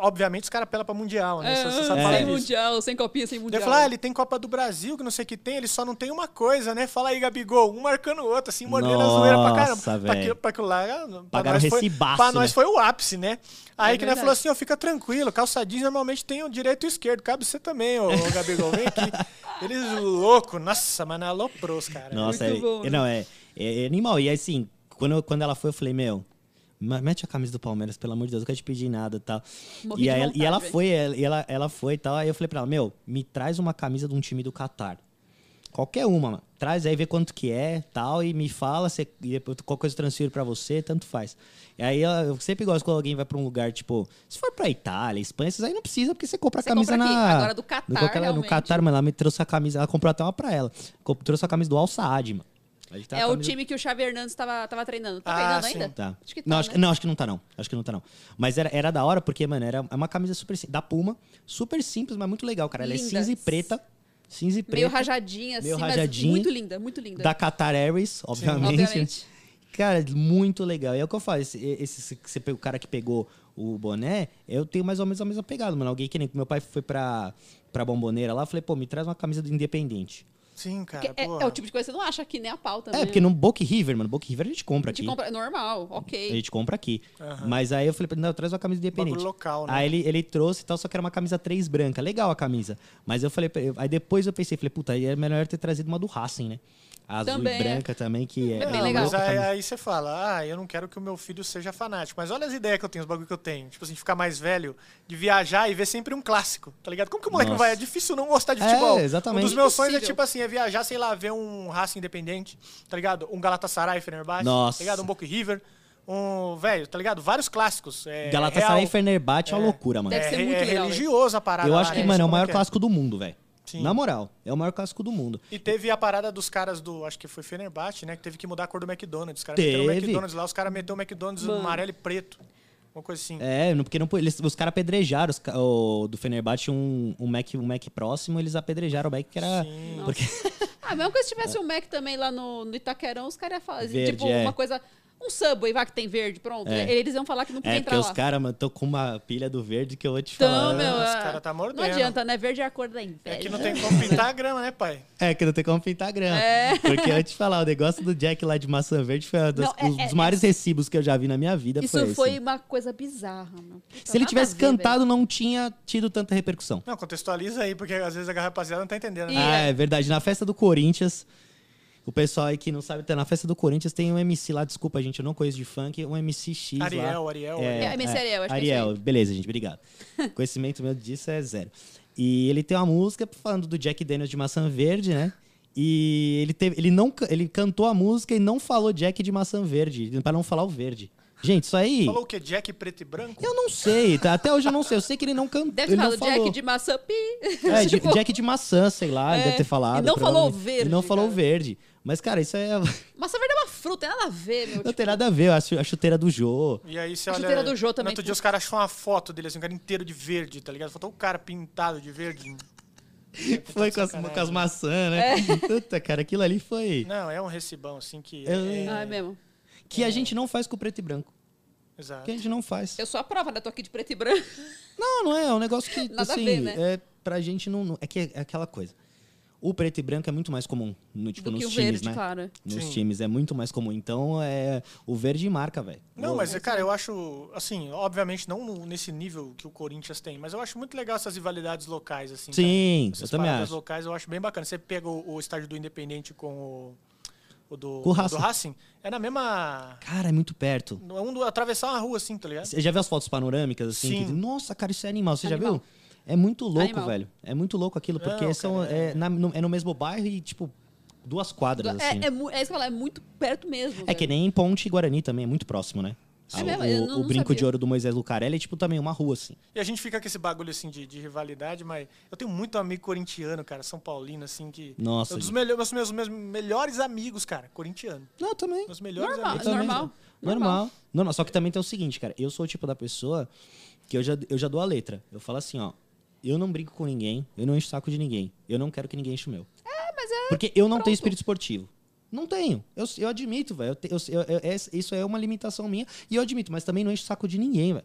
Speaker 3: obviamente os caras apelam pra Mundial, né? Você- você
Speaker 2: Ah,
Speaker 3: sabe
Speaker 1: É.
Speaker 3: falar
Speaker 2: Sem
Speaker 3: disso.
Speaker 2: mundial, sem copinha, sem mundial.
Speaker 3: Ele
Speaker 1: né?
Speaker 3: falou, ah, ele tem Copa do Brasil, que não sei o que tem, ele só não tem uma coisa, né? Fala aí, Gabigol, um marcando o outro, assim, mordendo a
Speaker 1: Nossa,
Speaker 3: zoeira pra caramba.
Speaker 1: velho.
Speaker 3: Pra aquilo, pra aquilo lá, ah, pra
Speaker 1: Pagaram
Speaker 3: nós, foi,
Speaker 1: recibaço,
Speaker 3: pra
Speaker 1: né?
Speaker 3: nós foi o ápice, né? Aí
Speaker 2: É
Speaker 3: que
Speaker 2: verdade.
Speaker 3: nós falou assim, ó, fica tranquilo, calça jeans normalmente tem o direito e o esquerdo, cabe você também, ô, ô, Gabigol, vem aqui. Eles louco, nossa, mas aloprou os caras.
Speaker 1: Nossa,
Speaker 2: Muito
Speaker 1: é,
Speaker 2: bom, né?
Speaker 1: não, é, é é animal. E aí, assim, quando, eu- quando ela foi, eu falei, meu, ma- mete a camisa do Palmeiras, pelo amor de Deus, eu quero te pedir nada e tal.
Speaker 2: Morri de
Speaker 1: E, aí, ela-
Speaker 2: vontade,
Speaker 1: e ela
Speaker 2: velho.
Speaker 1: foi, ela- e ela, ela foi e tal. Aí eu falei pra ela, meu, me traz uma camisa de um time do Catar. Qualquer uma, mano. Traz aí, vê quanto que é tal, e me fala, se, e depois qualquer coisa eu transfiro pra você, tanto faz. E aí ela- eu sempre gosto quando alguém vai pra um lugar, tipo, se for pra Itália, Espanha, esses aí não precisa, porque você compra a
Speaker 2: Você
Speaker 1: camisa
Speaker 2: compra aqui.
Speaker 1: na.
Speaker 2: Agora do Catar,
Speaker 1: no, qualquer- no
Speaker 2: realmente.
Speaker 1: Catar, mano, Tá, ela me trouxe a camisa, ela comprou até uma pra ela. Co- Trouxe a camisa do Al Saad, mano. A gente tá
Speaker 2: É
Speaker 1: a
Speaker 2: o
Speaker 1: camisa-
Speaker 2: time que o Xavi Hernandes tava, tava treinando. Tá
Speaker 3: Ah,
Speaker 2: treinando
Speaker 3: sim.
Speaker 2: ainda?
Speaker 1: Tá.
Speaker 2: Acho que tá,
Speaker 1: não, acho,
Speaker 2: né?
Speaker 1: que- não, acho que não tá, não. Acho que não tá, não. Mas era, era da hora, porque, mano, era é uma camisa super sim- da Puma, super simples, mas muito legal, cara. Ela
Speaker 2: Linda.
Speaker 1: é cinza e preta. Cinza e é preta.
Speaker 2: Meio rajadinha, assim,
Speaker 1: Meio
Speaker 2: mas
Speaker 1: rajadinha.
Speaker 2: muito linda, muito linda.
Speaker 1: Da Qatar Airways, obviamente.
Speaker 2: Obviamente.
Speaker 1: Cara, muito legal. E é o que eu falo, esse, esse, esse- o cara que pegou o boné, eu tenho mais ou menos a mesma pegada, mano. Alguém que nem meu pai foi pra, pra bomboneira lá, eu falei, pô, me traz uma camisa do Independente.
Speaker 3: Sim,
Speaker 2: Porque
Speaker 3: cara,
Speaker 2: é,
Speaker 3: porra.
Speaker 2: é o tipo de coisa que você não acha aqui, né? A pauta.
Speaker 1: É, porque no Book River, mano, Book River a gente compra
Speaker 2: A gente
Speaker 1: aqui.
Speaker 2: compra, é normal, ok.
Speaker 1: A gente compra aqui.
Speaker 3: Aham.
Speaker 1: Mas aí eu falei, pra ele, não, traz uma camisa do Independente.
Speaker 3: Bagulho local, né?
Speaker 1: Aí ele, ele trouxe e tal, só que era uma camisa 3 branca. Legal a camisa. Mas eu falei, pra ele- aí depois eu pensei, falei, puta, aí é melhor ter trazido uma do Racing, né? Azul
Speaker 2: Também,
Speaker 1: e branca também, que é.
Speaker 2: É bem
Speaker 1: uma
Speaker 2: legal.
Speaker 1: outra
Speaker 3: Mas aí,
Speaker 1: camisa.
Speaker 3: aí você fala, ah, eu não quero que o meu filho seja fanático. Mas olha as ideias que eu tenho, os bagulho que eu tenho. Tipo assim, ficar mais velho, de viajar e ver sempre um clássico, tá ligado? Como que o moleque não
Speaker 1: Nossa.
Speaker 3: vai? É difícil não gostar de
Speaker 1: É,
Speaker 3: futebol.
Speaker 1: exatamente.
Speaker 3: Um dos meus sonhos é
Speaker 2: Impossível.
Speaker 3: tipo assim, é viajar, sei lá, ver um Racing Independente, tá ligado? Um Galatasaray Fenerbahçe,
Speaker 1: Nossa.
Speaker 3: tá ligado? Um Boca River, um, velho, tá ligado? Vários clássicos. É,
Speaker 1: Galatasaray e
Speaker 3: Real,
Speaker 1: Fenerbahçe é uma
Speaker 3: É.
Speaker 1: loucura, mano.
Speaker 2: Deve
Speaker 3: é,
Speaker 2: ser
Speaker 3: é
Speaker 2: muito legal,
Speaker 3: religioso a parada
Speaker 1: Eu
Speaker 3: lá,
Speaker 1: acho que,
Speaker 3: né?
Speaker 1: mano, é o
Speaker 3: Como
Speaker 1: maior
Speaker 3: que
Speaker 1: clássico do mundo, velho.
Speaker 3: Sim.
Speaker 1: Na moral, é o maior clássico do mundo.
Speaker 3: E teve a parada dos caras do, acho que foi Fenerbahçe, né? Que teve que mudar a cor do McDonald's. Os caras
Speaker 1: Teve.
Speaker 3: meteram o McDonald's lá, os caras meteram o McDonald's
Speaker 2: Mano.
Speaker 3: amarelo e preto. Uma coisa assim.
Speaker 1: É, não- porque não, po- eles, os caras apedrejaram os ca- o, do Fenerbahçe um, um, Mac, um Mac próximo, eles apedrejaram o Mac que era.
Speaker 3: Sim.
Speaker 1: Porque
Speaker 2: Ah, a mesma coisa se tivesse um Mac também lá no, no Itaquerão, os caras iam falar,
Speaker 1: Verde,
Speaker 2: tipo,
Speaker 1: é.
Speaker 2: uma coisa... Um Subway, vai, que tem verde, pronto.
Speaker 1: É.
Speaker 2: Eles iam falar que não podia
Speaker 1: É, porque
Speaker 2: entrar
Speaker 1: os
Speaker 2: lá.
Speaker 1: caras, mano, tô com uma pilha do verde que eu vou te
Speaker 2: Então,
Speaker 1: falar.
Speaker 2: meu,
Speaker 3: os
Speaker 2: ah,
Speaker 3: cara tá mordendo.
Speaker 2: não adianta, né? Verde é a cor da inveja.
Speaker 3: É que não tem como pintar a grama, né, pai?
Speaker 1: É, que não tem como pintar grama.
Speaker 2: É.
Speaker 1: Porque eu te falar, o negócio do Jack lá de maçã verde foi um dos,
Speaker 2: Não, é-
Speaker 1: um dos
Speaker 2: é-
Speaker 1: maiores recibos que eu já vi na minha vida.
Speaker 2: Isso
Speaker 1: foi esse.
Speaker 2: foi uma coisa bizarra, mano. Puta,
Speaker 1: Se ele
Speaker 2: nada
Speaker 1: tivesse
Speaker 2: a ver,
Speaker 1: cantado, não tinha tido tanta repercussão.
Speaker 3: Não, contextualiza aí, porque às vezes a rapaziada não tá entendendo.
Speaker 2: E-
Speaker 3: Né?
Speaker 1: Ah, é verdade. Na festa do Corinthians, o pessoal aí que não sabe, tá na festa do Corinthians tem um MC lá, desculpa, gente, eu não conheço de funk, um MC X lá.
Speaker 3: Ariel, Ariel,
Speaker 2: É,
Speaker 3: Ariel.
Speaker 2: MC Ariel, acho que é
Speaker 1: Ariel,
Speaker 2: isso
Speaker 1: beleza, gente, obrigado. Conhecimento meu disso é zero. E ele tem uma música falando do Jack Daniels de maçã verde, né? E ele, teve, ele, não, ca- ele cantou a música e não falou Jack de maçã verde, pra não falar o verde. Gente, isso aí.
Speaker 3: Falou o quê? Jack preto e branco?
Speaker 1: Eu não sei, tá? até hoje eu não sei. Eu sei que ele não cantou.
Speaker 2: Deve ter
Speaker 1: ele não
Speaker 2: falado Jack
Speaker 1: falou.
Speaker 2: de maçã pi.
Speaker 1: É,
Speaker 2: Tipo,
Speaker 1: de- Jack de maçã, sei lá,
Speaker 2: É,
Speaker 1: ele deve ter falado.
Speaker 2: e não falou
Speaker 1: provavelmente.
Speaker 2: verde, tá?
Speaker 1: E não falou
Speaker 2: cara.
Speaker 1: verde. Mas, cara, isso é.
Speaker 2: Maçã verde é uma fruta, tem nada a ver, meu. Tipo,
Speaker 1: Não tem nada a ver, a chu- a chuteira do Jô.
Speaker 3: E aí você
Speaker 2: A
Speaker 3: olha.
Speaker 2: chuteira do Jô
Speaker 3: no
Speaker 2: também,
Speaker 3: outro dia os caras acham uma foto dele, assim, um cara inteiro de verde, tá ligado? Faltou o cara pintado de verde. Tipo,
Speaker 1: Foi com as, com as maçãs, né?
Speaker 2: É.
Speaker 1: Puta, cara, aquilo ali foi.
Speaker 3: Não, é um recibão, assim, que.
Speaker 1: Eu-
Speaker 3: é-
Speaker 2: Ah, é mesmo.
Speaker 1: Que a gente não faz com preto e branco.
Speaker 3: Exato.
Speaker 1: Que a gente não faz.
Speaker 2: Eu sou a prova, né? Tô aqui de preto e branco.
Speaker 1: Não, não é. É um negócio que,
Speaker 2: Nada a
Speaker 1: assim,
Speaker 2: ver, né?
Speaker 1: é, pra gente não. não- É que é aquela coisa. O preto e branco é muito mais comum, no, tipo,
Speaker 2: do
Speaker 1: nos
Speaker 2: que o
Speaker 1: times,
Speaker 2: verde,
Speaker 1: né?
Speaker 2: claro.
Speaker 1: Nos
Speaker 3: Sim.
Speaker 1: times é muito mais comum. Então, é o verde marca, velho.
Speaker 3: Não,
Speaker 1: O-
Speaker 3: mas, é- cara, eu acho, assim, obviamente não no- nesse nível que o Corinthians tem, mas eu acho muito legal essas rivalidades locais, assim. cara.
Speaker 1: Sim, eu
Speaker 3: Essas
Speaker 1: também
Speaker 3: paradas
Speaker 1: acho.
Speaker 3: locais eu acho bem bacana. Você pega o, o estádio do Independente com o, o do,
Speaker 1: Com o
Speaker 3: do
Speaker 1: Racing.
Speaker 3: é na mesma...
Speaker 1: Cara, é muito perto.
Speaker 3: É um do, atravessar uma rua, assim, tá ligado?
Speaker 1: Você já viu as fotos panorâmicas assim?
Speaker 3: Sim.
Speaker 1: que- nossa, cara, isso é animal. Você
Speaker 2: Animal.
Speaker 1: já viu? É muito louco,
Speaker 2: Animal.
Speaker 1: velho. É muito louco aquilo, porque
Speaker 3: Não,
Speaker 1: são,
Speaker 3: cara,
Speaker 1: é, na- no, é no mesmo bairro e, tipo, duas quadras,
Speaker 2: É,
Speaker 1: assim.
Speaker 2: é, mu- é isso que eu falo, é muito perto mesmo.
Speaker 1: É que
Speaker 2: velho.
Speaker 1: nem Ponte e Guarani também, é muito próximo, né?
Speaker 2: É
Speaker 1: Ah, o-
Speaker 2: mesmo? Eu
Speaker 1: o
Speaker 2: não- não
Speaker 1: brinco
Speaker 2: sabia.
Speaker 1: de ouro do Moisés Lucarelli é, tipo, também uma rua, assim.
Speaker 3: E a gente fica com esse bagulho, assim, de, de rivalidade, mas eu tenho muito amigo corintiano, cara, São Paulino, assim, que...
Speaker 1: Nossa,
Speaker 3: Um dos
Speaker 1: gente.
Speaker 3: melho- meus, meus, meus melhores amigos, cara, corintiano.
Speaker 1: Não, também.
Speaker 3: Meus melhores
Speaker 2: Normal.
Speaker 3: amigos.
Speaker 1: Também,
Speaker 2: normal,
Speaker 1: cara. normal. Normal. Só que também tem o seguinte, cara. Eu sou o tipo da pessoa que eu já, eu já dou a letra. Eu falo assim, ó. Eu não brinco com ninguém, eu não encho o saco de ninguém. Eu não quero que ninguém enche o meu. É, mas é. Porque eu não tenho espírito esportivo. Não tenho. Eu, eu admito, velho. Eu te- eu- eu- eu- essa- isso é uma limitação minha. E eu admito, mas também não encho o saco de ninguém, velho.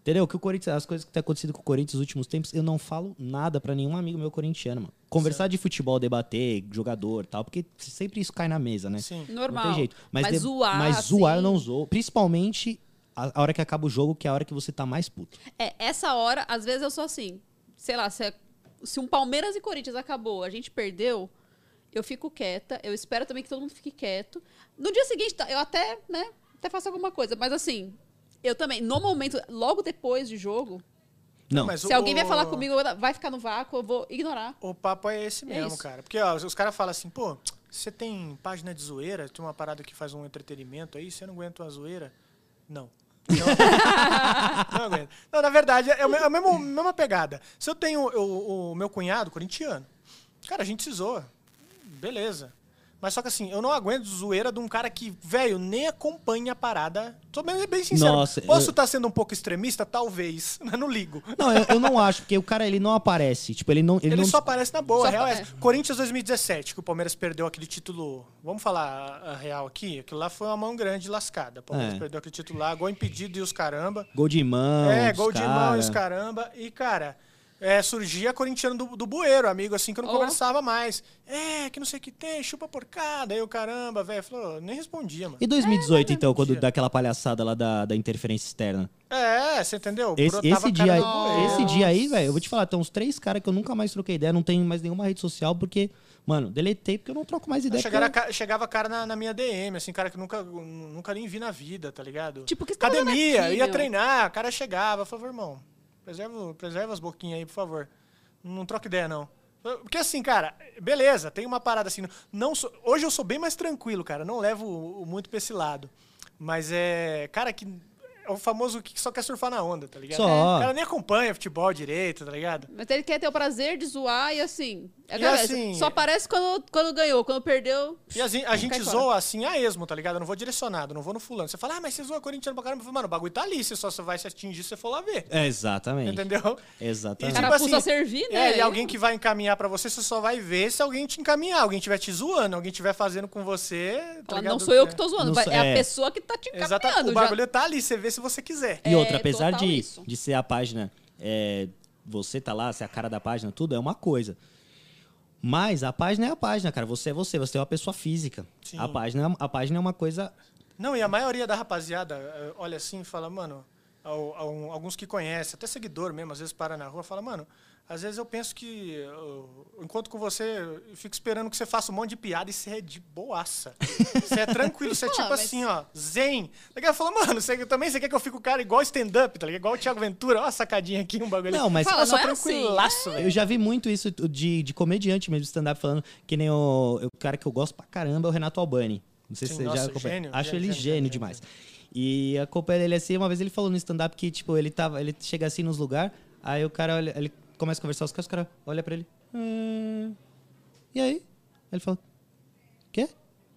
Speaker 1: Entendeu? Que o Corinthians, as coisas que tem acontecido com o Corinthians nos últimos tempos, eu não falo nada pra nenhum amigo meu corintiano, mano. Conversar de futebol, debater, jogador e tal, porque sempre isso cai na mesa, né?
Speaker 3: Sim.
Speaker 2: normal.
Speaker 1: Não tem jeito. Mas, de-
Speaker 2: zoar,
Speaker 1: mas zoar eu
Speaker 2: assim,
Speaker 1: não zoo. Principalmente a, a hora que acaba o jogo, que é a hora que você tá mais puto.
Speaker 2: É, essa hora, às vezes eu sou assim, sei lá, se, é- se um Palmeiras e Corinthians acabou, a gente perdeu, eu fico quieta, eu espero também que todo mundo fique quieto. No dia seguinte, tá, eu até, né, até faço alguma coisa, mas assim, eu também, no momento, logo depois de jogo,
Speaker 1: Não.
Speaker 3: Mas
Speaker 2: se
Speaker 3: o-
Speaker 2: alguém vai falar comigo, eu- vai ficar no vácuo, eu vou ignorar.
Speaker 3: O papo é esse mesmo,
Speaker 2: isso.
Speaker 3: cara. Porque ó, os- os caras falam assim, pô, você tem página de zoeira? Tem uma parada que faz um entretenimento aí? Você não aguenta uma zoeira? Não. Então, Não, não aguento. Não, na verdade, é a me- é a mesma, mesma pegada. Se eu tenho o, o meu cunhado corintiano, cara, a gente se zoa. Beleza. Mas só que assim, eu não aguento zoeira de um cara que, velho, nem acompanha a parada. Tô bem, bem sincero.
Speaker 1: Nossa,
Speaker 3: Posso
Speaker 1: eu-
Speaker 3: estar sendo um pouco extremista? Talvez. Mas não ligo.
Speaker 1: Não, eu, eu não acho, porque o cara ele não aparece. Tipo, ele não. Ele,
Speaker 3: Ele,
Speaker 1: não...
Speaker 3: só aparece na boa,
Speaker 2: Só
Speaker 3: a real é.
Speaker 2: apa-
Speaker 3: essa. Corinthians 2017, que o Palmeiras perdeu aquele título. Vamos falar a- a real aqui? Aquilo lá foi uma mão grande lascada. O Palmeiras
Speaker 1: É.
Speaker 3: perdeu aquele título lá, gol impedido e os caramba.
Speaker 1: Gol de mão.
Speaker 3: é,
Speaker 1: os
Speaker 3: gol de mão
Speaker 1: cara.
Speaker 3: e os caramba. E, cara, é, surgia corintiano do, do bueiro, amigo, assim, que eu não
Speaker 1: Oh.
Speaker 2: Ó.
Speaker 3: conversava mais. É, que não sei o que tem, chupa porcada. Aí o caramba, velho, falou, nem respondia, mano.
Speaker 1: E
Speaker 2: É,
Speaker 1: 2018, então, quando
Speaker 3: é Mentira.
Speaker 1: dá aquela palhaçada lá da, da interferência externa?
Speaker 3: É, você entendeu?
Speaker 1: Esse,
Speaker 3: Brotava
Speaker 1: esse
Speaker 3: a
Speaker 1: dia
Speaker 3: cara
Speaker 1: aí,
Speaker 3: do bueiro.
Speaker 1: esse dia aí, velho, eu vou te falar, tem uns três caras que eu nunca mais troquei ideia, não tenho mais nenhuma rede social, porque, mano, deletei porque eu não troco mais ideia.
Speaker 3: Chegaram a
Speaker 1: porque
Speaker 3: ca- chegava cara na, na minha DM, assim, cara que nunca, nunca nem vi na vida, tá ligado?
Speaker 2: Tipo, o
Speaker 1: é
Speaker 2: que você tá fazendo
Speaker 3: Academia,
Speaker 2: aqui,
Speaker 3: ia
Speaker 2: meu?
Speaker 3: treinar, o cara chegava, falava, irmão, preserva, o- preserva as boquinhas aí, por favor. Não troca ideia, não. Porque assim, cara, beleza, tem uma parada assim. Não sou- hoje eu sou bem mais tranquilo, cara, não levo o- o muito pra esse lado. Mas é. Cara, que. É o famoso que só quer surfar na onda, tá ligado?
Speaker 1: Só.
Speaker 3: O cara nem acompanha futebol direito, tá ligado?
Speaker 2: Mas ele quer ter o prazer de zoar e assim. É
Speaker 3: E
Speaker 2: aquela-
Speaker 3: assim-
Speaker 2: só aparece quando, quando ganhou, quando perdeu.
Speaker 3: E a, zi- a gente
Speaker 2: fora.
Speaker 3: zoa assim a esmo, tá ligado? Eu não vou direcionado, não vou no fulano. Você fala, ah, mas você zoa corintiano pra caramba. Eu falo, Mano, o bagulho tá ali, você só você vai se atingir se você for lá ver.
Speaker 1: eu- É, Exatamente.
Speaker 3: Entendeu?
Speaker 1: Exatamente.
Speaker 2: O cara pulsa servir, né?
Speaker 3: tipo É, e alguém que vai encaminhar pra você, você só vai ver se alguém te encaminhar, alguém estiver te zoando, alguém estiver fazendo com você. tá
Speaker 2: Fala,
Speaker 3: ligado?
Speaker 2: não sou eu que tô zoando,
Speaker 1: Não
Speaker 2: vai-
Speaker 1: sou-
Speaker 2: é a
Speaker 1: é.
Speaker 2: pessoa que tá te
Speaker 3: Exatamente.
Speaker 2: encaminhando.
Speaker 3: O
Speaker 2: já.
Speaker 3: bagulho tá ali, você vê se você quiser.
Speaker 1: E outra,
Speaker 2: É,
Speaker 1: apesar
Speaker 2: total
Speaker 1: de,
Speaker 2: isso.
Speaker 1: de ser a página, é, você tá lá, ser a cara da página, tudo, é uma coisa. Mas a página é a página, cara. Você é você, você é uma pessoa física.
Speaker 3: Sim.
Speaker 1: A página, a página é uma coisa.
Speaker 3: Não, e a maioria da rapaziada eh, olha assim e fala, mano, ao- ao- alguns que conhecem, até seguidor mesmo, às vezes para na rua, fala, mano, às vezes eu penso que eu, eu encontro com você, eu fico esperando que você faça um monte de piada e você é de boaça. Você é tranquilo, você é
Speaker 2: Ah,
Speaker 3: tipo
Speaker 2: mas-
Speaker 3: assim, ó, zen. Daqui a pouco fala, mano, você também você quer que eu fique o cara igual stand-up, tá ligado? Igual o Thiago Ventura, ó, a sacadinha aqui, um bagulho.
Speaker 1: Não, mas-
Speaker 2: Fala,
Speaker 3: eu sou
Speaker 2: não é assim,
Speaker 3: tranquilaço, velho.
Speaker 1: Eu já vi muito isso de, de comediante mesmo, stand-up falando, que nem o, o cara que eu gosto pra caramba é o Renato Albani. Não sei se
Speaker 3: Sim,
Speaker 1: você já
Speaker 3: nossa,
Speaker 1: acompanha.
Speaker 3: gênio,
Speaker 1: Acho
Speaker 3: gênio,
Speaker 1: ele
Speaker 3: gênio,
Speaker 1: gênio,
Speaker 3: gênio,
Speaker 1: demais. E acompanha ele assim, uma vez ele falou no stand-up que, tipo, ele tava. Ele chega assim nos lugares, aí o cara olha, ele começa a conversar, os caras, os caras olham pra ele. "Hum, e aí? Ele fala. Quê?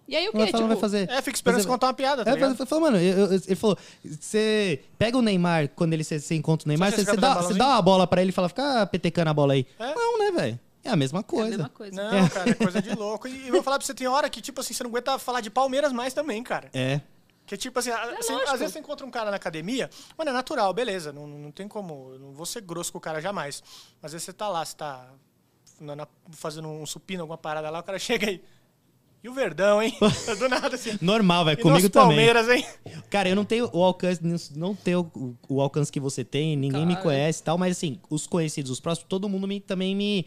Speaker 2: E aí o
Speaker 1: Não vai
Speaker 2: quê?
Speaker 1: falar, não vai
Speaker 2: Tipo,
Speaker 1: fazer.
Speaker 3: É, fica esperando você
Speaker 1: Fazer-
Speaker 3: contar uma piada, tá
Speaker 1: é,
Speaker 3: ligado?
Speaker 1: mas ele falou, mano, eu- eu- ele falou, você pega o Neymar, quando ele você encontra o Neymar,
Speaker 3: acha
Speaker 1: você
Speaker 3: que esse cara
Speaker 1: dá,
Speaker 3: vai dar
Speaker 1: cê
Speaker 3: balãozinho?
Speaker 1: dá uma bola pra ele e fala, fica petecando a bola aí.
Speaker 3: É?
Speaker 1: Não, né, velho? É a mesma
Speaker 2: é a
Speaker 1: coisa.
Speaker 2: mesma coisa.
Speaker 3: Não, cara, é coisa de louco. E eu vou falar pra você, tem hora que, tipo assim, você não aguenta falar de Palmeiras mais também, cara.
Speaker 1: É.
Speaker 3: Que tipo assim, a- você-
Speaker 2: É lógico.
Speaker 3: às vezes você encontra um cara na academia, mano, é natural, beleza, não, não tem como, eu não vou ser grosso com o cara jamais. Mas às vezes você tá lá, você tá na- na- fazendo um supino, alguma parada lá, o cara chega aí. E o Verdão, hein? Do nada assim.
Speaker 1: Normal,
Speaker 3: E
Speaker 1: velho. é Comigo
Speaker 3: nosso
Speaker 1: também.
Speaker 3: Palmeiras, hein?
Speaker 1: Cara, eu não tenho o alcance, não tenho o, o alcance que você tem, ninguém me
Speaker 2: Claro.
Speaker 1: conhece e tal, mas assim, os conhecidos, os próximos, todo mundo me- também me.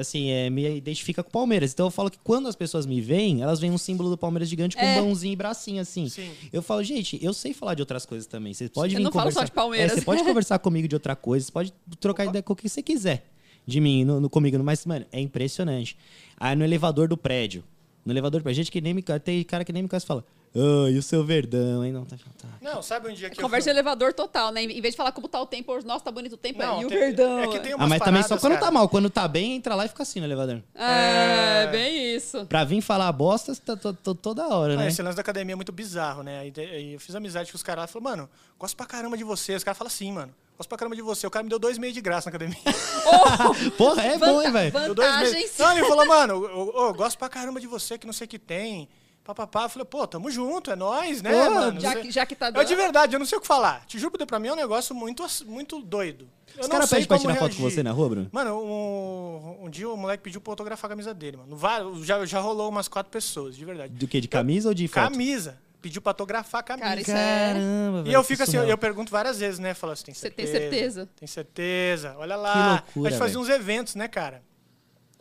Speaker 1: Assim, é, me identifica com o Palmeiras. Então eu falo que quando as pessoas me veem, elas veem um símbolo do Palmeiras gigante com
Speaker 2: É.
Speaker 1: um mãozinho e bracinho, assim.
Speaker 3: Sim.
Speaker 1: Eu falo, gente, eu sei falar de outras coisas também. Vocês podem
Speaker 2: Eu
Speaker 1: vir
Speaker 2: não falo
Speaker 1: conversar.
Speaker 2: só de Palmeiras.
Speaker 1: É, você pode conversar comigo de outra coisa, você pode trocar ideia com o que você quiser de mim, no, no- comigo. Mas, mano, é impressionante. Aí no elevador do prédio. No elevador do prédio, gente que nem me. Tem cara que nem me conhece e fala. Ah, e o seu verdão, hein? Não, tá. tá.
Speaker 3: Não, sabe um dia que
Speaker 2: Conversa
Speaker 3: eu...
Speaker 2: em elevador total, né? Em vez de falar como tá o tempo hoje, nossa, tá bonito o tempo,
Speaker 3: Não,
Speaker 2: é, e o
Speaker 3: tem-
Speaker 2: verdão.
Speaker 3: é que tem
Speaker 2: é.
Speaker 1: Ah, mas
Speaker 3: umas
Speaker 1: também só
Speaker 3: paradas,
Speaker 1: quando
Speaker 3: cara.
Speaker 1: tá mal. Quando tá bem, entra lá e fica assim no elevador.
Speaker 2: É,
Speaker 3: É.
Speaker 2: bem isso.
Speaker 1: Pra vir falar bosta, tá to- to- toda hora,
Speaker 3: Ah,
Speaker 1: né?
Speaker 3: Esse lance da academia é muito bizarro, né? Aí, de- aí eu fiz amizade com os caras lá e falou, mano, gosto pra caramba de você. Os caras falam assim, mano, gosto pra caramba de você. O cara me deu dois meses de graça na academia. tá-
Speaker 1: Porra, é bom,
Speaker 2: Vanta-
Speaker 1: hein, velho?
Speaker 3: Deu dois
Speaker 2: Vantagens.
Speaker 3: meses. Não, ele falou, mano, eu, eu- eu gosto pra caramba de você, que não sei o que tem. Papapá. Eu falei, pô, tamo junto, é nóis, né,
Speaker 1: Pô,
Speaker 3: mano?
Speaker 2: já
Speaker 3: Você-
Speaker 2: que- já que tá
Speaker 3: Eu de
Speaker 2: dando.
Speaker 3: verdade, eu não sei o que falar. Te juro, pra mim é um negócio muito, ass- muito doido.
Speaker 1: Os
Speaker 3: Eu não
Speaker 1: caras
Speaker 3: sei
Speaker 1: pedem pra
Speaker 3: como
Speaker 1: tirar foto com
Speaker 3: reagir.
Speaker 1: você na rua, Bruno?
Speaker 3: Mano, um, um dia o moleque pediu pra autografar a camisa dele, mano. Vários- Já, já rolou umas quatro pessoas, de verdade.
Speaker 1: Do que? De camisa ou de foto?
Speaker 3: Camisa. Pediu pra autografar a camisa.
Speaker 2: Cara, isso é.
Speaker 1: Caramba, velho.
Speaker 3: E eu fico
Speaker 1: isso
Speaker 3: assim, eu,
Speaker 1: não.
Speaker 3: eu pergunto várias vezes, né? Falo assim, tem
Speaker 2: Você
Speaker 3: certeza?
Speaker 2: tem certeza?
Speaker 3: Tem certeza, olha lá.
Speaker 1: Que loucura,
Speaker 3: a gente fazia
Speaker 1: velho.
Speaker 3: uns eventos, né, cara?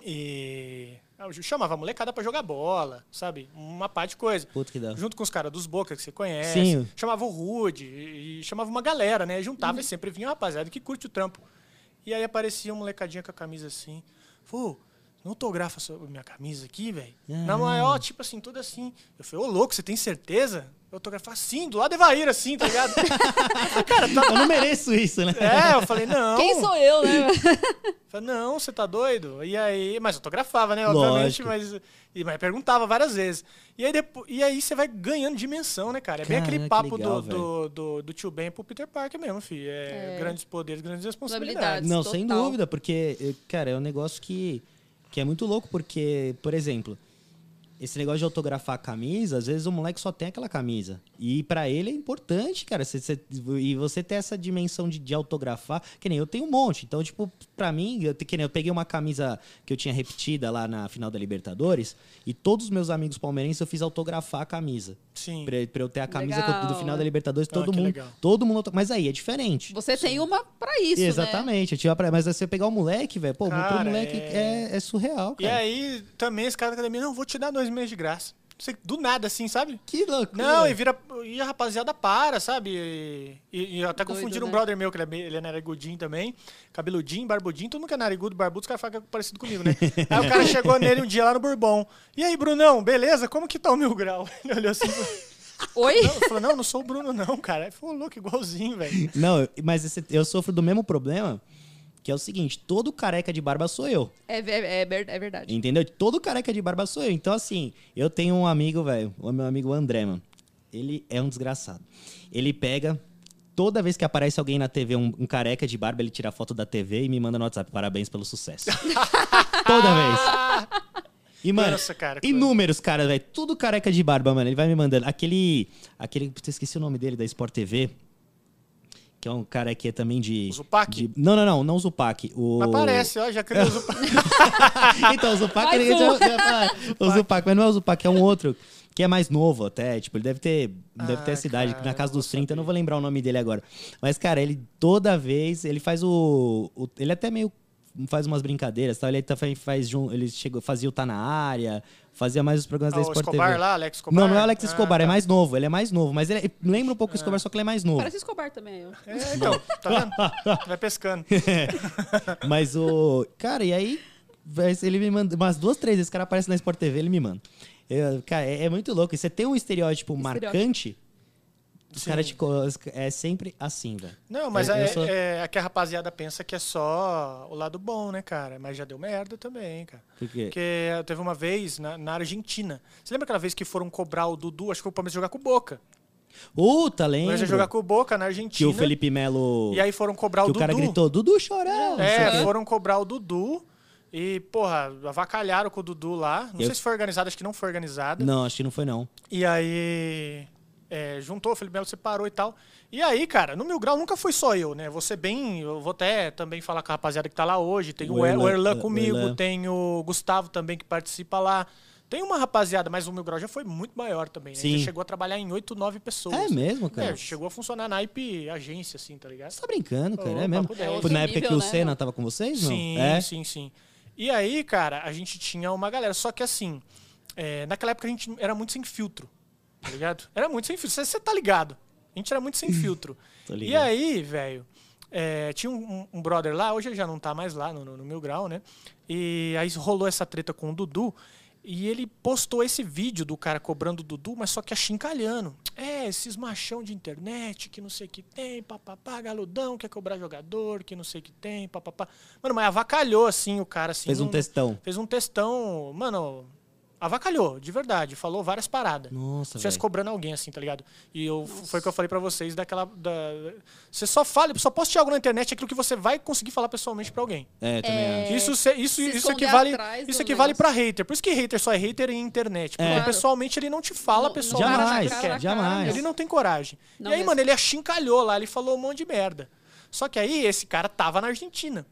Speaker 3: E... Eu chamava a molecada pra jogar bola, sabe? Uma pá de coisa.
Speaker 1: Puta que dá.
Speaker 3: Junto com os caras dos Boca, que você conhece.
Speaker 1: Sim.
Speaker 3: Chamava o Rude, e e chamava uma galera, né? Juntava e sempre vinha um rapaziada que curte o trampo. E aí aparecia um molecadinha com a camisa assim. Pô, não autografa a sua- minha camisa aqui, velho? Na maior, tipo assim, toda assim. Eu falei, ô louco, você tem certeza? Eu autografar assim, do lado de Evair, assim, tá ligado? Cara, tá...
Speaker 1: Eu não mereço isso, né?
Speaker 3: É, eu falei, não.
Speaker 4: Quem sou eu, né?
Speaker 3: Falei, não, você tá doido? E aí, mas eu autografava, né?
Speaker 1: Lógico.
Speaker 3: Obviamente, mas, e, mas perguntava várias vezes. E aí, depo- e aí você vai ganhando dimensão, né, cara? É bem aquele
Speaker 1: Caraca, que
Speaker 3: papo
Speaker 1: legal,
Speaker 3: do, do, do, do tio Ben pro Peter Parker mesmo, filho. É, Grandes poderes, grandes responsabilidades.
Speaker 1: Não,
Speaker 2: Total.
Speaker 1: sem dúvida, porque, eh, cara, é um negócio que, que é muito louco, porque, por exemplo, esse negócio de autografar a camisa, às vezes o moleque só tem aquela camisa. E pra ele é importante, cara. você- você- e você ter essa dimensão de, de autografar, que nem eu tenho um monte. Então, tipo, pra mim, eu, te- que nem eu peguei uma camisa que eu tinha repetida lá na final da Libertadores, e todos os meus amigos palmeirenses eu fiz autografar a camisa.
Speaker 3: Sim.
Speaker 1: Pra, pra eu ter a camisa
Speaker 2: Legal.
Speaker 1: do final da Libertadores,
Speaker 3: Ah,
Speaker 1: todo
Speaker 3: que
Speaker 1: mundo.
Speaker 3: legal.
Speaker 1: Todo mundo. auto- Mas aí é diferente.
Speaker 2: Você tem uma pra isso, né?
Speaker 1: Exatamente, eu tinha pra... mas aí você pegar o moleque, velho, pô,
Speaker 3: Cara,
Speaker 1: pro moleque
Speaker 3: é-
Speaker 1: é, é surreal,
Speaker 3: E
Speaker 1: cara.
Speaker 3: aí, também, esse cara da academia, não, vou te dar dois meses de graça. Você, do nada, assim, sabe?
Speaker 1: Que loucura.
Speaker 3: Não, e vira. E a rapaziada para, sabe? E, e- e até
Speaker 2: Doido,
Speaker 3: confundiram um
Speaker 2: né?
Speaker 3: brother meu, que ele é, bem- ele é narigudinho também. Cabeludinho, barbudinho, todo mundo que é narigudo, barbudo, os caras falam que é parecido comigo, né? Aí o cara chegou nele um dia lá no Bourbon. E aí, Brunão, beleza? Como que tá o mil grau? Ele olhou assim.
Speaker 2: Oi?
Speaker 3: Não, falou, não, não sou o Bruno, não, cara. Ele falou, louco, igualzinho, velho.
Speaker 1: Não, mas esse- eu sofro do mesmo problema, que é o seguinte, todo careca de barba sou eu,
Speaker 2: É, ver- é, ver- é verdade.
Speaker 1: entendeu? Todo careca de barba sou eu. Então, assim, eu tenho um amigo, velho, o meu amigo André, mano. Ele é um desgraçado. Ele pega... Toda vez que aparece alguém na TV, um, um careca de barba, ele tira a foto da TV e me manda no WhatsApp. Parabéns pelo sucesso. Toda vez. E, mano,
Speaker 3: Nossa, cara, que
Speaker 1: inúmeros caras, velho. Tudo careca de barba, mano. Ele vai me mandando. Aquele. Aquele. Putz, eu esqueci o nome dele da Sport TV. Que é um cara que é também de.
Speaker 3: Zupac?
Speaker 1: de- Não, não, não, não o Zupac. O...
Speaker 3: Mas parece, ó, já criou o Zupac.
Speaker 1: então, o Zupac.
Speaker 4: Mais
Speaker 1: ele...
Speaker 4: um.
Speaker 1: eu ia falar, o Zupac, mas não é o Zupac, é um outro. Que é mais novo até, tipo, ele deve ter, deve ter
Speaker 3: Ah,
Speaker 1: a cidade,
Speaker 3: cara,
Speaker 1: na casa
Speaker 3: eu vou
Speaker 1: dos 30, eu não vou lembrar o nome dele agora. Mas, cara, ele toda vez, ele faz o. o- ele até meio faz umas brincadeiras, tá? Ele também faz, jun- ele chegou, fazia o Tá Na Área, fazia mais os programas
Speaker 3: Ah,
Speaker 1: da
Speaker 3: o
Speaker 1: Sport
Speaker 3: Escobar
Speaker 1: TV.
Speaker 3: lá, Alex Escobar.
Speaker 1: Não, não é o Alex
Speaker 3: Ah,
Speaker 1: Escobar, é
Speaker 3: tá. Ah.
Speaker 1: mais novo, ele é mais novo, mas ele é- lembra um pouco o Escobar, só que ele é mais novo.
Speaker 2: Parece Escobar também. Eu.
Speaker 3: É, então, tá vendo? Vai pescando.
Speaker 1: Mas o. Cara, e aí? esse- Ele me manda. Umas duas, três vezes, o cara aparece na Sport TV, ele me manda. Eu- cara, é, é muito louco. E você tem um estereótipo, marcante, os
Speaker 3: Sim.
Speaker 1: caras te. co- os- É sempre assim, velho.
Speaker 3: Não, mas
Speaker 1: Eu- eu
Speaker 3: é,
Speaker 1: sou-
Speaker 3: é- é que a rapaziada pensa que é só o lado bom, né, cara? Mas já deu merda também, cara.
Speaker 1: Porque.
Speaker 3: Porque eh, teve uma vez na, na Argentina. Você lembra aquela vez que foram cobrar o Dudu? Acho que foi o Palmeiras jogar com o Boca.
Speaker 1: Puta,
Speaker 3: O
Speaker 1: lembra?
Speaker 3: Palmeiras ia jogar com o Boca na
Speaker 1: que
Speaker 3: Argentina.
Speaker 1: o Felipe Melo.
Speaker 3: E aí foram cobrar
Speaker 1: que
Speaker 3: o
Speaker 1: o cara
Speaker 3: Dudu.
Speaker 1: gritou, Dudu chorão. não sei
Speaker 3: É,
Speaker 1: o quê.
Speaker 3: foram cobrar o Dudu. E, porra, avacalharam com o Dudu lá. Não
Speaker 1: Eu-
Speaker 3: sei se foi organizado, acho que não foi organizado.
Speaker 1: Não, acho que não foi, não.
Speaker 3: E aí. é, juntou, o Felipe Melo separou e tal. E aí, cara, no Mil Grau nunca foi só eu, né? Você bem. Eu vou até também falar com a rapaziada que tá lá hoje. Tem o,
Speaker 1: O
Speaker 3: Er- o
Speaker 1: Erlan,
Speaker 3: Erlan
Speaker 1: é, o
Speaker 3: comigo,
Speaker 1: Erlan.
Speaker 3: tem o Gustavo também que participa lá. Tem uma rapaziada, mas o Mil Grau já foi muito maior também, né?
Speaker 1: Sim.
Speaker 3: Já chegou a trabalhar em 8, 9 pessoas.
Speaker 1: É mesmo, cara?
Speaker 3: É, chegou a funcionar na IP agência, assim, tá ligado?
Speaker 1: Você tá brincando, cara? é
Speaker 3: Ô,
Speaker 1: mesmo.
Speaker 3: papo dez.
Speaker 1: Tipo, na época
Speaker 2: Nível,
Speaker 1: que o
Speaker 2: né,
Speaker 1: Senna
Speaker 2: mano?
Speaker 1: tava com vocês, não?
Speaker 3: Sim,
Speaker 1: é.
Speaker 3: sim, sim. E aí, cara, a gente tinha uma galera. Só que assim, é, naquela época a gente era muito sem filtro. Tá ligado? Era muito sem filtro. Você tá ligado. A gente era muito sem filtro.
Speaker 1: Tô
Speaker 3: e
Speaker 1: ligado.
Speaker 3: aí, velho, é, tinha um, um brother lá, hoje ele já não tá mais lá no, no, no Mil Grau, né? E aí rolou essa treta com o Dudu. E ele postou esse vídeo do cara cobrando o Dudu, mas só que achincalhando. É, esses machão de internet, que não sei o que tem, papapá, galudão, quer cobrar jogador, que não sei o que tem, papapá. Mano, mas avacalhou assim o cara, assim.
Speaker 1: Fez um
Speaker 3: não-
Speaker 1: textão.
Speaker 3: Fez um textão, mano, avacalhou, de verdade. Falou várias paradas.
Speaker 1: Nossa,
Speaker 3: Se tivesse
Speaker 1: velho.
Speaker 3: cobrando alguém, assim, tá ligado? E eu, foi o que eu falei pra vocês daquela. Da, você só fala, só poste algo na internet aquilo que você vai conseguir falar pessoalmente pra alguém.
Speaker 1: É, também acho.
Speaker 3: isso, se- isso,
Speaker 2: se
Speaker 3: isso
Speaker 2: esconder
Speaker 3: equivale,
Speaker 2: atrás do
Speaker 3: isso equivale
Speaker 2: negócio.
Speaker 3: pra hater. Por isso que hater só é hater em internet. Porque
Speaker 2: Claro.
Speaker 3: pessoalmente ele não te fala
Speaker 2: Não- não
Speaker 3: pessoalmente.
Speaker 1: É. Jamais,
Speaker 2: na cara, na
Speaker 1: jamais.
Speaker 2: cara,
Speaker 3: Ele não tem coragem.
Speaker 2: Não
Speaker 3: e aí,
Speaker 2: mesmo.
Speaker 3: mano, ele achincalhou lá, ele falou um monte de merda. Só que aí esse cara tava na Argentina.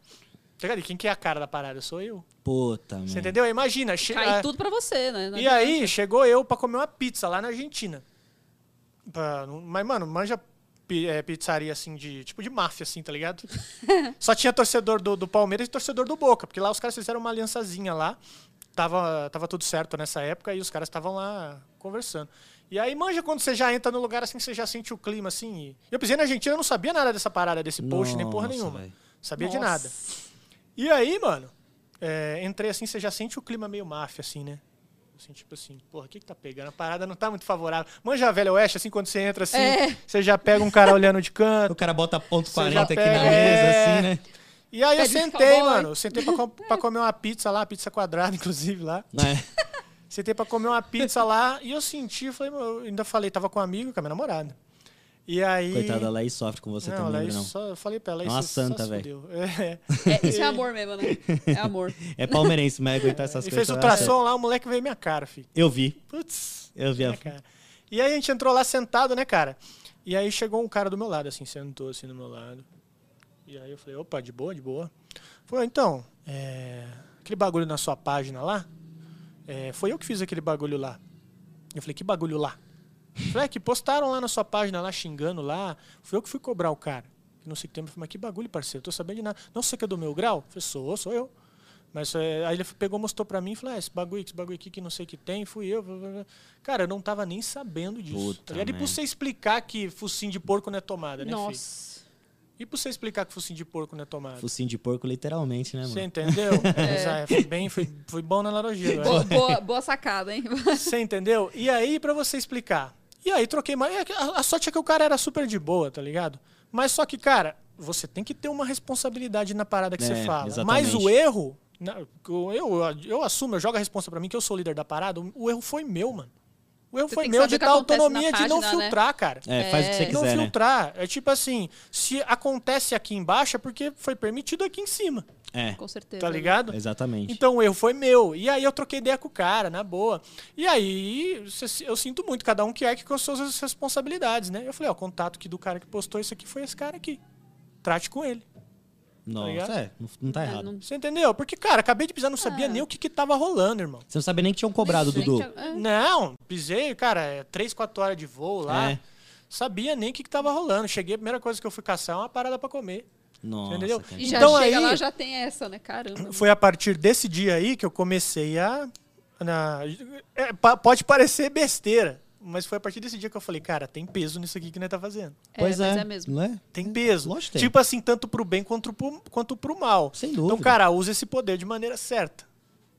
Speaker 3: Tá ligado? E quem que é a cara da parada? Sou eu.
Speaker 1: Puta, mano.
Speaker 3: Você entendeu? Aí Imagina. che-
Speaker 2: Cai
Speaker 3: a-
Speaker 2: tudo pra você, né? Não
Speaker 3: é. e
Speaker 2: adianta.
Speaker 3: aí, chegou eu pra comer uma pizza lá na Argentina. Pra- mas, mano, manja pi- é, pizzaria assim de. Tipo de máfia, assim, tá ligado? Só tinha torcedor do, do Palmeiras e torcedor do Boca, porque lá os caras fizeram uma aliançazinha lá. Tava, tava tudo certo nessa época e os caras estavam lá conversando. E aí, manja, quando você já entra no lugar assim, você já sente o clima assim. E... Eu pisei na Argentina, eu não sabia nada dessa parada, desse post, nem porra
Speaker 1: Nossa,
Speaker 3: nenhuma.
Speaker 1: velho.
Speaker 3: Sabia de
Speaker 2: Nossa.
Speaker 3: nada. E aí, mano, é, entrei assim, você já sente o clima meio máfia, assim, né? Assim, tipo assim, porra, o que que tá pegando? A parada não tá muito favorável. Manja a velha oeste, assim, quando você entra, assim,
Speaker 2: É.
Speaker 3: você já pega um cara olhando de canto.
Speaker 1: O cara bota ponto
Speaker 3: Você
Speaker 1: 40
Speaker 3: já
Speaker 1: aqui
Speaker 3: pega,
Speaker 1: na mesa,
Speaker 3: é.
Speaker 1: assim, né?
Speaker 3: E aí eu
Speaker 2: Pede um
Speaker 3: sentei,
Speaker 2: cowboy.
Speaker 3: mano. Eu sentei pra, co- pra comer uma pizza lá, pizza quadrada, inclusive, lá.
Speaker 1: Né?
Speaker 3: Sentei pra comer uma pizza lá e eu senti, falei, eu ainda falei, tava com um amigo, com a minha namorada. E aí.
Speaker 1: Coitada, a Laís sofre com você
Speaker 3: não,
Speaker 1: também,
Speaker 3: Laís
Speaker 1: Brunão.
Speaker 3: só, eu falei pra ela,
Speaker 1: É uma
Speaker 3: isso só
Speaker 1: santa,
Speaker 3: se
Speaker 1: véi.
Speaker 3: fudeu. É.
Speaker 2: É, isso é amor mesmo, né? É amor.
Speaker 1: É palmeirense, mas aguentar essas
Speaker 3: E
Speaker 1: coisas.
Speaker 3: fez
Speaker 1: ela acerta.
Speaker 3: ultrassom lá, o moleque veio minha cara, filho.
Speaker 1: Eu vi,
Speaker 3: Putz.
Speaker 1: eu vi. a-
Speaker 3: né, cara? E aí a gente entrou lá sentado, né, cara? E aí chegou um cara do meu lado, assim, sentou assim do meu lado. E aí eu falei, opa, de boa, de boa. Falei, então, é, aquele bagulho na sua página lá, é, foi eu que fiz aquele bagulho lá. Eu falei, que bagulho lá? Eu Falei, é, que postaram lá na sua página, lá xingando lá, foi eu que fui cobrar o cara. Que não sei o que tem, eu falei, mas que bagulho, parceiro, eu tô sabendo de nada. Não sei o que é do meu grau? Eu falei, sou, sou eu. Mas é, aí ele pegou, mostrou pra mim e falou: ah, esse bagulho, esse bagulho aqui que não sei o que tem, fui eu. blá, blá, blá. Cara, eu não tava nem sabendo disso.
Speaker 1: Puta
Speaker 3: tá ligado? E
Speaker 1: merda.
Speaker 3: pra você explicar que focinho de porco não é tomada, né, filho?
Speaker 2: Nossa.
Speaker 3: E pra você explicar que focinho de porco não é tomada?
Speaker 1: Focinho de porco, literalmente, né, mano?
Speaker 3: Você entendeu? É. Foi bem, foi, foi bom na né? laranjeira.
Speaker 2: Boa, boa, boa sacada, hein?
Speaker 3: Você entendeu? E aí, pra você explicar. E aí, troquei. mais- é que A a sorte é que o cara era super de boa, tá ligado? Mas só que, cara, você tem que ter uma responsabilidade na parada que
Speaker 1: É,
Speaker 3: você fala. Mas
Speaker 1: exatamente.
Speaker 3: o erro. na- Eu, eu, eu assumo, eu jogo a responsa pra mim, que eu sou o líder da parada. O, o erro foi meu, mano. O erro
Speaker 2: Você
Speaker 3: foi
Speaker 2: tem que
Speaker 3: meu
Speaker 2: saber
Speaker 3: de
Speaker 2: o que
Speaker 3: dar
Speaker 2: acontece
Speaker 3: autonomia
Speaker 2: na
Speaker 3: de não
Speaker 2: página, né?
Speaker 3: filtrar, cara.
Speaker 1: É, faz o que você
Speaker 2: É.
Speaker 3: Não
Speaker 1: quiser, né?
Speaker 3: filtrar. É tipo assim, se acontece aqui embaixo é porque foi permitido aqui em cima,
Speaker 1: É,
Speaker 2: Com certeza.
Speaker 3: tá ligado?
Speaker 1: exatamente.
Speaker 3: Então o erro foi meu. E aí eu troquei ideia com o cara, na boa. E aí cê- eu sinto muito, cada um que é que com as suas responsabilidades, né? Eu falei, ó, o contato aqui do cara que postou isso aqui foi esse cara aqui. Trate com ele.
Speaker 1: Nossa,
Speaker 3: Tá ligado?
Speaker 1: é, não, não tá
Speaker 2: É,
Speaker 1: errado.
Speaker 2: não-
Speaker 3: Você entendeu? Porque, cara, acabei de pisar, não sabia
Speaker 2: Ah.
Speaker 3: nem o que, que tava rolando, irmão.
Speaker 1: Você não sabia nem que tinham cobrado,
Speaker 2: Gente,
Speaker 1: Dudu. Hum.
Speaker 2: é.
Speaker 3: Não, pisei, cara, é 3, 4 horas de voo lá.
Speaker 1: É.
Speaker 3: Sabia nem o que, que tava rolando. Cheguei, a primeira coisa que eu fui caçar é uma parada pra comer.
Speaker 1: Nossa,
Speaker 3: Entendeu?
Speaker 1: cara.
Speaker 2: E já
Speaker 3: Então
Speaker 2: chega
Speaker 3: aí-
Speaker 2: lá, já tem essa, né? Caramba.
Speaker 1: Hum,
Speaker 3: Foi a partir desse dia aí que eu comecei a. na- é, pa- pode parecer besteira, mas foi a partir desse dia que eu falei, cara, tem peso nisso aqui que nós tá fazendo.
Speaker 1: Pois
Speaker 2: mas
Speaker 1: é,
Speaker 2: é mesmo.
Speaker 1: não é?
Speaker 3: Tem peso.
Speaker 1: Lógico que tem.
Speaker 3: Tipo assim, tanto pro bem quanto pro, quanto pro mal.
Speaker 1: Sem dúvida.
Speaker 3: Então, cara, usa esse poder de maneira certa.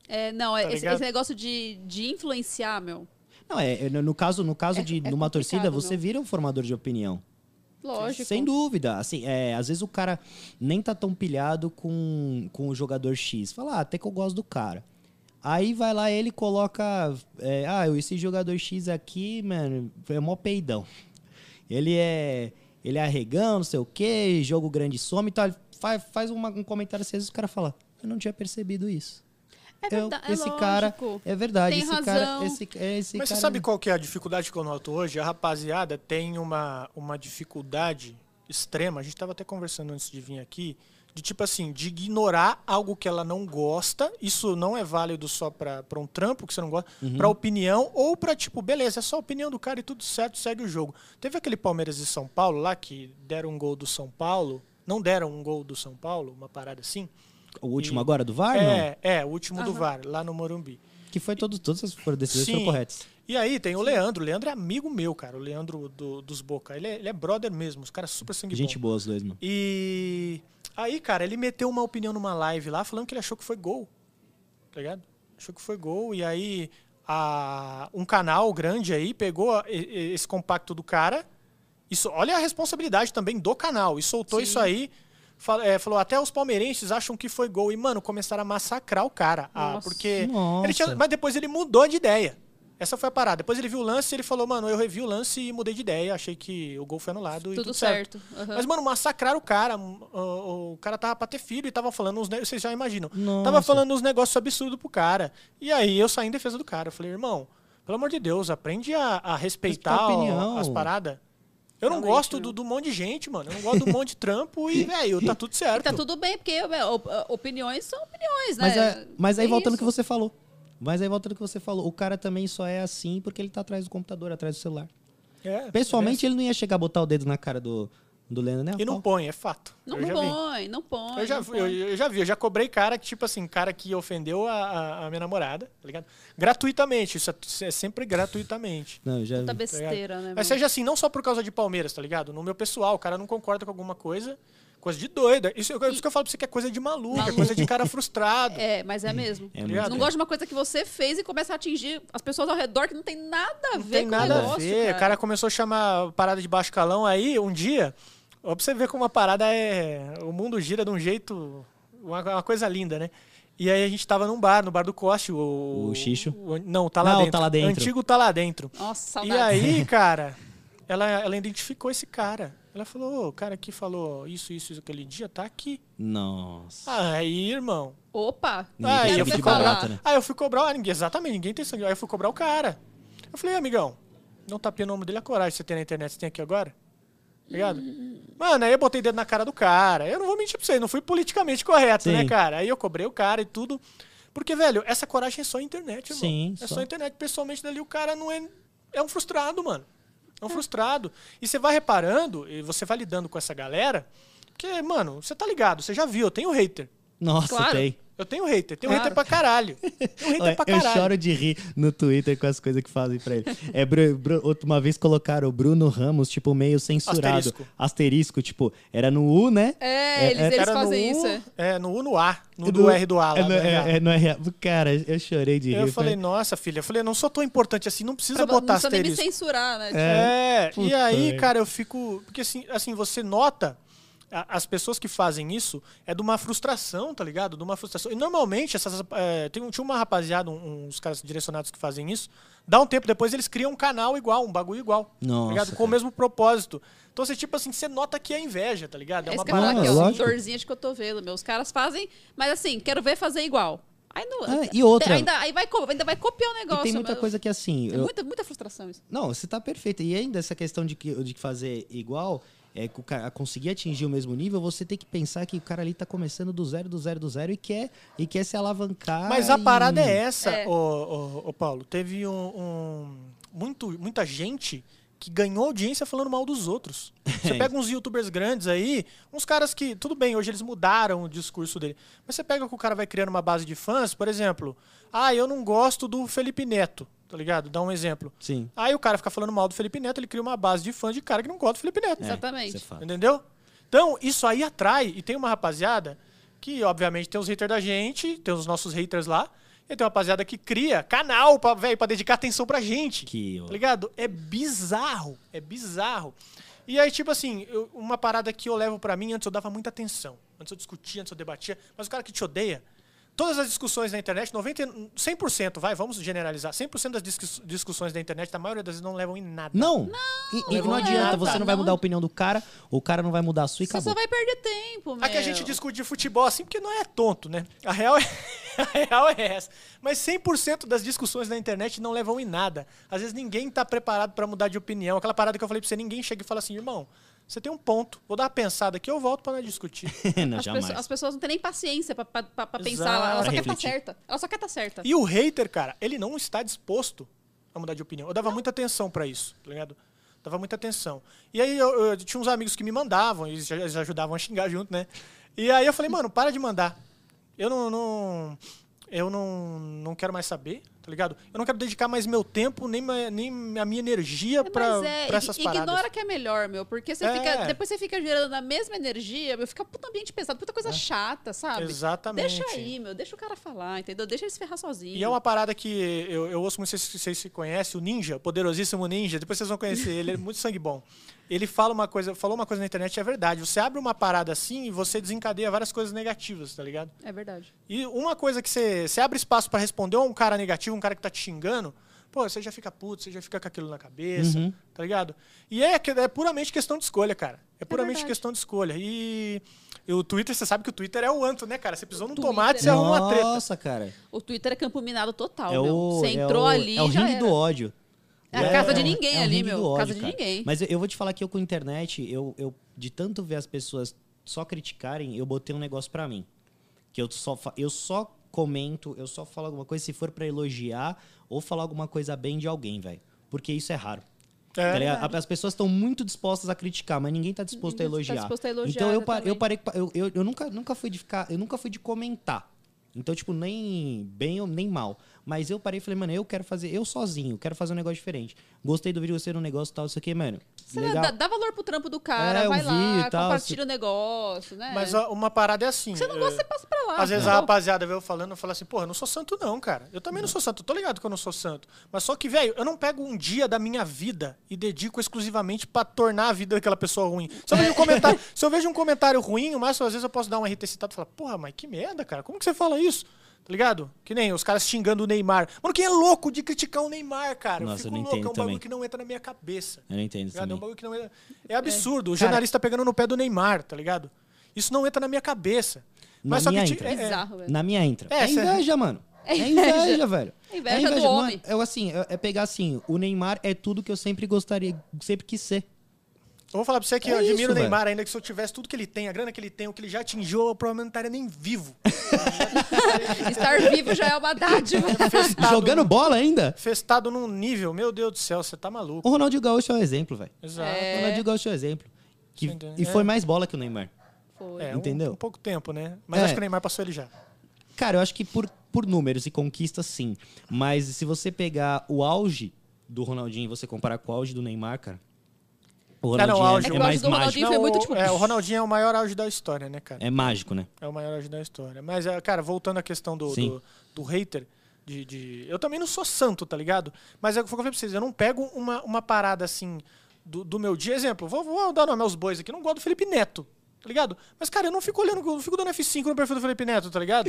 Speaker 2: É, não,
Speaker 3: Tá
Speaker 2: esse,
Speaker 3: ligado?
Speaker 2: esse negócio de, de influenciar, meu.
Speaker 1: Não, é, é, no no caso, no caso
Speaker 2: É-
Speaker 1: de
Speaker 2: é
Speaker 1: numa
Speaker 2: complicado,
Speaker 1: torcida, você
Speaker 2: não.
Speaker 1: vira um formador de opinião.
Speaker 2: Lógico.
Speaker 1: Sem dúvida. Assim, é, às vezes o cara nem tá tão pilhado com, com o jogador X. Fala, ah, até que eu gosto do cara. Aí vai lá ele coloca. é, ah, esse jogador X aqui, mano, é mó peidão. Ele é. Ele é arregão, não sei o quê, jogo grande some e tal. Faz, faz uma- um comentário às vezes o cara fala, eu não tinha percebido isso.
Speaker 2: É
Speaker 1: Eu-
Speaker 2: verdade, é
Speaker 1: esse cara.
Speaker 2: lógico.
Speaker 1: É verdade,
Speaker 2: Tem
Speaker 1: esse
Speaker 2: razão.
Speaker 1: cara. Esse, é esse
Speaker 3: mas
Speaker 1: cara.
Speaker 3: você sabe qual que é a dificuldade que eu noto hoje? A rapaziada tem uma, uma dificuldade extrema. A gente tava até conversando antes de vir aqui. De tipo assim, de ignorar algo que ela não gosta. Isso não é válido só pra pra um trampo que você não gosta,
Speaker 1: Uhum.
Speaker 3: pra opinião, ou pra tipo, beleza, é só a opinião do cara e tudo certo, segue o jogo. Teve aquele Palmeiras e São Paulo lá que deram um gol do São Paulo. Não deram um gol do São Paulo, uma parada assim.
Speaker 1: O último agora do VAR, não?
Speaker 3: é, é, o último do
Speaker 2: Aham.
Speaker 3: VAR, lá no Morumbi.
Speaker 1: Que foi todos, todas as foram decisões
Speaker 3: Sim.
Speaker 1: foram corretas.
Speaker 3: E aí tem o Leandro. O Leandro é amigo meu, cara. O Leandro do- dos Boca. Ele é, ele é brother mesmo. Os caras super sangue
Speaker 1: Gente
Speaker 3: bom.
Speaker 1: boa os dois, mano.
Speaker 3: E aí, cara, ele meteu uma opinião numa live lá falando que ele achou que foi gol. Tá ligado? Achou que foi gol. E aí a- um canal grande aí pegou e- e- esse compacto do cara. Isso, olha a responsabilidade também do canal. E soltou
Speaker 2: Sim.
Speaker 3: isso aí. Fal- é, falou, até os palmeirenses acham que foi gol. E, mano, começaram a massacrar o cara. Ah,
Speaker 2: Nossa.
Speaker 3: porque.
Speaker 1: Nossa.
Speaker 3: Ele tinha- mas depois ele mudou de ideia. Essa foi a parada. Depois ele viu o lance e ele falou, mano, eu revi o lance e mudei de ideia. Achei que o gol foi anulado e
Speaker 2: Tudo,
Speaker 3: tudo certo.
Speaker 2: certo. aham.
Speaker 3: Mas, mano, massacraram o cara. O, o cara tava pra ter filho e tava falando uns negócios. Vocês já imaginam.
Speaker 1: Nossa.
Speaker 3: Tava falando uns negócios absurdos pro cara. E aí eu saí em defesa do cara. Eu falei, irmão, pelo amor de Deus, aprende a, a respeitar
Speaker 1: Respeitar a
Speaker 3: o-
Speaker 1: opinião.
Speaker 3: as paradas. Eu não
Speaker 2: Realmente,
Speaker 3: gosto
Speaker 2: né?
Speaker 3: do, do monte de gente, mano. Eu não gosto do monte de trampo e, velho, tá tudo certo.
Speaker 2: E tá tudo bem, porque meu, op- ah, opiniões são opiniões, né?
Speaker 1: Mas, é- mas aí
Speaker 2: Tem
Speaker 1: voltando ao
Speaker 2: isso.
Speaker 1: que você falou. Mas aí voltando ao que você falou, o cara também só é assim porque ele tá atrás do computador, atrás do celular.
Speaker 3: É,
Speaker 1: Pessoalmente, ele não ia chegar a botar o dedo na cara do, do Leandro, né?
Speaker 3: E não põe, é fato.
Speaker 2: Não
Speaker 3: eu já vi.
Speaker 2: põe, não põe.
Speaker 3: Eu já,
Speaker 2: não
Speaker 3: vi-
Speaker 2: põe.
Speaker 3: eu, eu já vi, eu já cobrei cara que, tipo assim, cara que ofendeu a, a- a minha namorada, tá ligado? Gratuitamente, isso é- é sempre gratuitamente.
Speaker 1: Não, eu já...
Speaker 2: Puta
Speaker 3: tá ligado?
Speaker 2: besteira, né?
Speaker 3: Mas
Speaker 2: meu?
Speaker 3: seja assim, não só por causa de Palmeiras, tá ligado? No meu pessoal, o cara não concorda com alguma coisa. Coisa de doida. Isso, é isso que eu falo pra você que é coisa de maluco, é coisa de cara frustrado.
Speaker 2: É, mas é mesmo.
Speaker 1: É muito
Speaker 2: não
Speaker 3: bom.
Speaker 2: gosto de uma coisa que você fez e começa a atingir as pessoas ao redor que não tem nada a
Speaker 3: Não
Speaker 2: ver
Speaker 3: tem
Speaker 2: com
Speaker 3: nada
Speaker 2: o negócio.
Speaker 3: a ver. O cara começou a chamar parada de baixo calão aí um dia. Ó, pra você ver como a parada é. O mundo gira de um jeito. Uma, uma coisa linda, né? E aí a gente tava num bar, no bar do Coste. O,
Speaker 1: O Xixo?
Speaker 3: o- não, tá lá
Speaker 1: Não,
Speaker 3: dentro.
Speaker 1: Tá Lá Dentro.
Speaker 3: Antigo tá lá dentro.
Speaker 2: Nossa,
Speaker 3: E
Speaker 2: saudades.
Speaker 3: aí, cara, ela, ela identificou esse cara. Ela falou, "Ô, o cara que falou isso, isso, isso aquele dia, tá aqui.
Speaker 1: Nossa.
Speaker 3: Ah, Aí, irmão.
Speaker 2: Opa!
Speaker 1: Ninguém
Speaker 2: quero
Speaker 1: tem que
Speaker 3: aí Ah, eu
Speaker 2: você
Speaker 1: pedir
Speaker 3: fui
Speaker 2: falar.
Speaker 1: barato, né?
Speaker 3: cobrar. Aí eu fui cobrar, ah, ninguém, exatamente, ninguém tem sangue. Aí eu fui cobrar o cara. Eu falei, amigão, não tapinha no ombro dele a coragem que você tem na internet, você tem aqui agora? Tá Ligado? Mano, aí eu botei dedo na cara do cara. Eu não vou mentir pra vocês, não fui politicamente correto,
Speaker 1: Sim.
Speaker 3: né, cara? Aí eu cobrei o cara e tudo. Porque, velho, essa coragem é só internet, irmão.
Speaker 1: Sim,
Speaker 3: é
Speaker 1: só.
Speaker 3: só... internet. Pessoalmente, dali o cara não é. É um frustrado, mano. É um frustrado. E você vai reparando, e você vai lidando com essa galera, porque, mano, você tá ligado, você já viu, eu tenho hater.
Speaker 1: Nossa,
Speaker 2: Claro.
Speaker 1: tem.
Speaker 3: Eu tenho hater, tenho
Speaker 2: Claro.
Speaker 3: hater pra caralho. Tenho hater
Speaker 1: Ué,
Speaker 3: pra
Speaker 1: eu
Speaker 3: caralho.
Speaker 1: choro de rir no Twitter com as coisas que fazem pra ele. É, Bru- Bru- outra- uma vez colocaram o Bruno Ramos, tipo, meio censurado.
Speaker 3: Asterisco.
Speaker 1: Asterisco, tipo, era no U, né?
Speaker 2: É, eles, eles
Speaker 3: Era no
Speaker 2: fazem
Speaker 3: U,
Speaker 2: isso. é.
Speaker 3: É, no U no A, no do R do A lá.
Speaker 1: É, no,
Speaker 3: né,
Speaker 1: é, né?
Speaker 3: cara?
Speaker 1: é no R. Cara, eu chorei de rir.
Speaker 3: eu falei, nossa, filha, eu falei, não sou tão importante assim, não precisa
Speaker 2: Pra-
Speaker 3: botar
Speaker 2: não precisa nem me
Speaker 3: asterisco.
Speaker 2: censurar, né?
Speaker 3: É, e
Speaker 1: Puta
Speaker 3: aí,
Speaker 1: merda.
Speaker 3: cara, eu fico. Porque assim, assim você nota. a- As pessoas que fazem isso é de uma frustração, tá ligado? De uma frustração. E normalmente, essas, é, tem, um- tinha uma rapaziada, um- uns caras direcionados que fazem isso, dá um tempo depois eles criam um canal igual, um bagulho igual.
Speaker 1: Nossa,
Speaker 3: tá ligado? Com
Speaker 1: cara.
Speaker 3: o mesmo propósito. Então você, tipo assim, você nota que é inveja, tá ligado?
Speaker 2: É isso que eu ia
Speaker 1: parada.
Speaker 2: falar
Speaker 1: Não, é
Speaker 2: aqui, ó.
Speaker 1: lógico.
Speaker 2: Dorzinha de cotovelo, meu. Os caras fazem, mas assim, quero ver fazer igual. Aí não.
Speaker 1: Ah, e outra.
Speaker 2: Ainda, aí vai, co- ainda vai copiar o negócio.
Speaker 1: E tem muita
Speaker 2: mas-
Speaker 1: coisa que assim.
Speaker 2: É
Speaker 1: eu-
Speaker 2: muita, muita frustração isso.
Speaker 1: Não, você tá perfeito. E ainda essa questão de, que, de fazer igual, é, que o cara conseguir atingir o mesmo nível, você tem que pensar que o cara ali tá começando do zero, do zero, do zero e quer, e quer se alavancar.
Speaker 3: Mas a
Speaker 1: e-
Speaker 3: parada é essa,
Speaker 2: É.
Speaker 3: Ô, ô, ô, Paulo. Teve um, um- muito, muita gente que ganhou audiência falando mal dos outros. Você pega uns youtubers grandes aí, uns caras que, tudo bem, hoje eles mudaram o discurso dele. Mas você pega que o cara vai criando uma base de fãs, por exemplo, ah, eu não gosto do Felipe Neto, tá ligado? Dá um exemplo.
Speaker 1: Sim.
Speaker 3: Aí o cara fica falando mal do Felipe Neto, ele cria uma base de fãs de cara que não gosta do Felipe Neto.
Speaker 2: Exatamente.
Speaker 1: isso é fato.
Speaker 3: Entendeu? Então, isso aí atrai. E tem uma rapaziada que, obviamente, tem os haters da gente, tem os nossos haters lá. E tem uma rapaziada que cria canal pra, véio, pra dedicar atenção pra gente.
Speaker 1: Que-
Speaker 3: Tá ligado? É bizarro. É bizarro. E aí, tipo assim, eu- uma parada que eu levo pra mim, antes eu dava muita atenção. Antes eu discutia, antes eu debatia. Mas o cara que te odeia, todas as discussões na internet, 90, e- 100%, vai, vamos generalizar, 100% das discus- discussões da internet, na maioria das vezes, não levam em nada.
Speaker 1: Não! E, e
Speaker 3: não
Speaker 1: não
Speaker 3: é
Speaker 1: adianta,
Speaker 3: nada.
Speaker 1: você não, vai
Speaker 2: Não.
Speaker 1: mudar a opinião do cara, o cara não vai mudar a sua e
Speaker 2: Você só
Speaker 1: acabou.
Speaker 2: vai perder tempo, meu.
Speaker 3: A que a gente discute de futebol assim, porque não é tonto, né? A real é, a real é essa. Mas 100% das discussões na internet não levam em nada. Às vezes ninguém tá preparado pra mudar de opinião. Aquela parada que eu falei pra você, ninguém chega e fala assim, irmão, você tem um ponto, vou dar uma pensada aqui, eu volto pra nós discutir.
Speaker 1: não,
Speaker 2: As,
Speaker 1: jamais.
Speaker 2: pessoas- as pessoas não têm nem paciência pra, pra, pra- pra
Speaker 3: Exato.
Speaker 2: pensar. Ela, ela só
Speaker 1: Pra
Speaker 2: quer estar
Speaker 1: refletir.
Speaker 2: certa. Ela só quer estar certa.
Speaker 3: E o hater, cara, ele não está disposto a mudar de opinião. Eu dava muita atenção pra isso, tá ligado? Dava muita atenção. E aí eu, eu tinha uns amigos que me mandavam, eles já- eles ajudavam a xingar junto, né? E aí eu falei, mano, para de mandar. Eu não, não- eu não, não quero mais saber, tá ligado? Eu não quero dedicar mais meu tempo, nem, ma- nem a minha energia
Speaker 2: É,
Speaker 3: pra,
Speaker 2: mas é,
Speaker 3: pra essas
Speaker 2: ig- ignora
Speaker 3: paradas.
Speaker 2: que é melhor, meu. Porque você
Speaker 3: É.
Speaker 2: fica, depois você fica gerando a mesma energia, meu. Fica puta ambiente pesado, puta coisa chata, sabe?
Speaker 3: É. Exatamente.
Speaker 2: Deixa aí, meu. Deixa o cara falar, entendeu? Deixa ele se ferrar sozinho.
Speaker 3: E é uma parada que eu, eu ouço muito, vocês, vocês se conhecem, o Ninja, o poderosíssimo Ninja, depois vocês vão conhecer ele, ele é muito sangue bom. Ele fala uma coisa, falou uma coisa na internet, é verdade. Você abre uma parada assim e você desencadeia várias coisas negativas, tá ligado?
Speaker 2: É verdade.
Speaker 3: E uma coisa que você, você abre espaço pra responder a um cara negativo, um cara que tá te xingando, pô, você já fica puto, você já fica com aquilo na cabeça,
Speaker 1: Uhum.
Speaker 3: tá ligado? E é, que- é puramente questão de escolha, cara. É puramente
Speaker 2: verdade.
Speaker 3: questão de escolha. E, e o Twitter, você sabe que o Twitter é o anto, né, cara? Você pisou num
Speaker 2: Twitter
Speaker 3: tomate, você
Speaker 2: é-
Speaker 3: arruma uma treta.
Speaker 1: Nossa, cara.
Speaker 2: O Twitter é campo minado total,
Speaker 1: É
Speaker 2: meu.
Speaker 1: o,
Speaker 2: você
Speaker 1: é
Speaker 2: entrou
Speaker 1: o-
Speaker 2: ali
Speaker 1: é o
Speaker 2: já
Speaker 1: ringue
Speaker 2: era.
Speaker 1: do ódio.
Speaker 2: É a casa de
Speaker 1: um-
Speaker 2: ninguém
Speaker 1: é um
Speaker 2: ali,
Speaker 1: ringue
Speaker 2: meu.
Speaker 1: do ódio,
Speaker 2: casa de
Speaker 1: cara.
Speaker 2: ninguém.
Speaker 1: Mas eu, eu vou te falar que eu com internet, eu, eu de tanto ver as pessoas só criticarem, eu botei um negócio pra mim. Que eu só, fa- eu só comento, eu só falo alguma coisa se for pra elogiar ou falar alguma coisa bem de alguém, velho. Porque isso é raro.
Speaker 3: É.
Speaker 1: Tá ligado? As pessoas estão muito dispostas a criticar, mas ninguém tá disposto,
Speaker 2: Ninguém
Speaker 1: a,
Speaker 2: tá
Speaker 1: elogiar.
Speaker 2: disposto a elogiar,
Speaker 1: Então eu, pa- eu
Speaker 2: exatamente.
Speaker 1: parei. Eu, eu, eu nunca, nunca fui de ficar. Eu nunca fui de comentar. Então, tipo, nem bem ou nem mal. Mas eu parei e falei, mano, eu quero fazer, eu sozinho, quero fazer um negócio diferente. Gostei do vídeo, gostei do negócio e tal, isso aqui, mano.
Speaker 2: Sei lá,
Speaker 1: legal.
Speaker 2: Dá, dá valor pro trampo do cara,
Speaker 1: É, eu
Speaker 2: vai lá,
Speaker 1: vi e tal,
Speaker 2: compartilha o negócio, né?
Speaker 3: Mas ó, uma parada é assim.
Speaker 2: Você não
Speaker 3: é,
Speaker 2: gosta, você passa pra lá.
Speaker 3: Às vezes é
Speaker 2: tá
Speaker 3: a
Speaker 2: bom?
Speaker 3: rapaziada vê eu falando e fala assim, porra, eu não sou santo não, cara. Eu também não sou santo, tô ligado que eu não sou santo. Mas só que, velho, eu não pego um dia da minha vida e dedico exclusivamente pra tornar a vida daquela pessoa ruim. Se eu vejo um comentário, se eu vejo um comentário ruim, o máximo às vezes eu posso dar um RT citado e falar, porra, mas que merda, cara, como que você fala isso? Tá ligado? Que nem os caras xingando o Neymar. Mano, quem é louco de criticar o Neymar, cara?
Speaker 1: Nossa,
Speaker 3: eu
Speaker 1: eu não
Speaker 3: fico louco, é um
Speaker 1: entendo
Speaker 3: bagulho
Speaker 1: também.
Speaker 3: que não entra na minha cabeça.
Speaker 1: Eu não entendo isso
Speaker 3: Ligado? É um
Speaker 1: também.
Speaker 3: bagulho que não entra- É absurdo. O jornalista tá pegando no pé do Neymar, tá ligado? Isso não entra na minha cabeça.
Speaker 1: Na
Speaker 3: Mas só que
Speaker 1: minha
Speaker 3: ti-
Speaker 1: entra.
Speaker 3: é- é-
Speaker 2: Bizarro, velho.
Speaker 1: Na minha entra.
Speaker 3: É,
Speaker 1: É,
Speaker 3: cê-
Speaker 1: inveja, mano.
Speaker 2: É
Speaker 1: É
Speaker 2: inveja.
Speaker 1: inveja, velho.
Speaker 2: É inveja do homem.
Speaker 1: Mano, eu, assim, é é pegar assim, o Neymar é tudo que eu sempre gostaria, sempre quis ser.
Speaker 3: Eu vou falar pra você que
Speaker 1: É
Speaker 3: eu admiro
Speaker 1: isso,
Speaker 3: o Neymar ainda, que se eu tivesse tudo que ele tem, a grana que ele tem, o que ele já atingiu, eu provavelmente não estaria nem vivo.
Speaker 2: Estar vivo já é uma dádiva.
Speaker 3: Festado-
Speaker 1: Jogando bola ainda?
Speaker 3: Festado num nível, meu Deus do céu, você tá maluco.
Speaker 1: O Ronaldinho Gaúcho é um exemplo, velho.
Speaker 3: Exato.
Speaker 2: É.
Speaker 1: O Ronaldinho Gaúcho é um exemplo. Que,
Speaker 3: Você entendeu?
Speaker 1: e
Speaker 3: É.
Speaker 1: foi mais bola que o Neymar.
Speaker 2: Foi.
Speaker 3: É, um-
Speaker 1: Entendeu?
Speaker 3: Um, pouco tempo, né? Mas
Speaker 1: É.
Speaker 3: acho que o Neymar passou ele já.
Speaker 1: Cara, eu acho que por, por números e conquistas, sim. Mas se você pegar o auge do Ronaldinho e você comparar com o auge do Neymar, cara... O
Speaker 3: Ah, não,
Speaker 1: Ronaldinho
Speaker 3: o
Speaker 1: é-
Speaker 3: auge-
Speaker 1: é,
Speaker 3: o auge
Speaker 1: mais
Speaker 2: do Ronaldinho
Speaker 1: mágico.
Speaker 2: Sim, foi
Speaker 3: Não,
Speaker 2: muito,
Speaker 3: o-
Speaker 2: tipo,
Speaker 3: é, o Ronaldinho é o maior auge da história, né, cara?
Speaker 1: É mágico, né?
Speaker 3: É o maior auge da história. Mas, é, cara, voltando à questão do,
Speaker 1: Sim.
Speaker 3: do, do hater, de, de- Eu também não sou santo, tá ligado? Mas é o que eu falei pra vocês, eu não pego uma, uma parada assim do, do meu dia. Exemplo, vou, vou dar nome aos bois aqui, eu não gosto do Felipe Neto. Tá ligado? Mas, cara, eu não fico olhando, eu não fico dando F5 no perfil do Felipe Neto, tá ligado?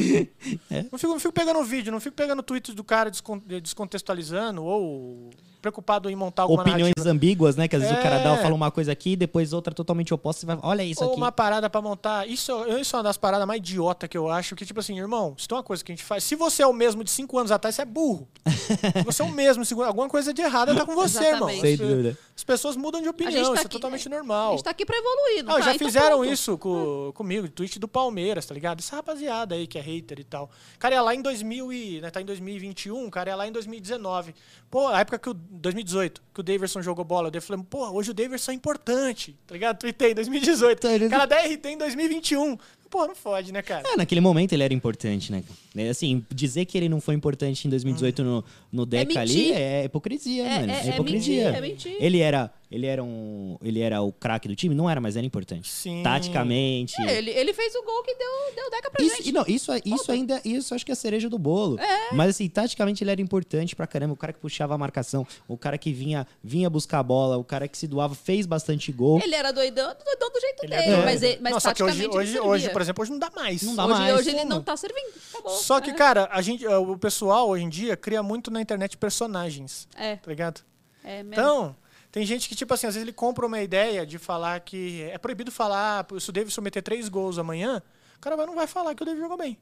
Speaker 1: É.
Speaker 3: Não, fico, não fico pegando o vídeo, não fico pegando o tweet do cara descon- descontextualizando ou preocupado em montar alguma
Speaker 1: opiniões
Speaker 3: narrativa.
Speaker 1: ambíguas, né? Que às vezes o cara dá,
Speaker 3: É.
Speaker 1: fala uma coisa aqui, depois outra totalmente oposta. Você vai, olha isso
Speaker 3: Ou
Speaker 1: aqui.
Speaker 3: uma parada pra montar. Isso, é- isso é uma das paradas mais idiota que eu acho. Que, tipo assim, irmão, isso é uma coisa que a gente faz. Se você é o mesmo de cinco anos atrás, você é burro. Se você é o mesmo, de cinco- alguma coisa de errada tá com você, irmão.
Speaker 2: Exatamente.
Speaker 1: Sem
Speaker 3: As-
Speaker 1: dúvida.
Speaker 3: As pessoas mudam de opinião,
Speaker 2: A gente tá
Speaker 3: isso é
Speaker 2: aqui-
Speaker 3: totalmente
Speaker 2: A
Speaker 3: normal.
Speaker 2: gente tá aqui pra evoluir, não
Speaker 3: Ah,
Speaker 2: tá?
Speaker 3: já
Speaker 2: Então
Speaker 3: fizeram
Speaker 2: pronto.
Speaker 3: isso com, comigo, tweet do Palmeiras, tá ligado? Essa rapaziada aí que é hater e tal. Cara, ia lá em 2000 e, né, tá em 2021, cara, ia lá em 2019. Pô, a época que o 2018, que o Daverson jogou bola, eu falei, pô, hoje o Daverson é importante, tá ligado? Tweetei em 2018.
Speaker 1: Tá, ele-
Speaker 3: Cara, da RT em 2021. Pô, não fode, né, cara?
Speaker 1: Ah, naquele momento ele era importante, né? É, Assim, dizer que ele não foi importante em 2018 no, no Deca ali
Speaker 2: mentir.
Speaker 1: é hipocrisia,
Speaker 2: É-
Speaker 1: mano.
Speaker 2: é-
Speaker 1: É,
Speaker 2: é
Speaker 1: hipocrisia.
Speaker 2: mentir, é mentir.
Speaker 1: Ele era, ele era um, ele era o craque do time, não era, mas era importante.
Speaker 3: Sim.
Speaker 1: Taticamente.
Speaker 2: É, ele, ele fez o gol que deu, deu deca pra
Speaker 1: Isso,
Speaker 2: gente.
Speaker 1: e não, isso, é- isso ainda, isso acho que é a cereja do bolo. Mas assim, taticamente ele era importante pra caramba. O cara que puxava a marcação, o cara que vinha, vinha buscar a bola, o cara que se doava, fez bastante gol.
Speaker 2: Ele era doidão, doidão do jeito
Speaker 3: Ele é
Speaker 2: dele,
Speaker 3: doido.
Speaker 2: mas, ele- mas
Speaker 3: Não, só que hoje,
Speaker 2: taticamente
Speaker 3: hoje,
Speaker 2: ele
Speaker 3: hoje,
Speaker 2: servia.
Speaker 3: por exemplo, hoje não dá mais.
Speaker 1: Não dá
Speaker 2: hoje,
Speaker 1: mais.
Speaker 2: hoje ele
Speaker 3: Como?
Speaker 2: não tá servindo, acabou.
Speaker 3: Só que,
Speaker 2: É.
Speaker 3: cara, a gente, o pessoal hoje em dia cria muito na internet personagens,
Speaker 2: É,
Speaker 3: tá ligado?
Speaker 2: é mesmo.
Speaker 3: Então, tem gente que, tipo assim, às vezes ele compra uma ideia de falar que é proibido falar, se o Davidson meter três gols amanhã, o cara vai- não vai falar que o David jogou bem.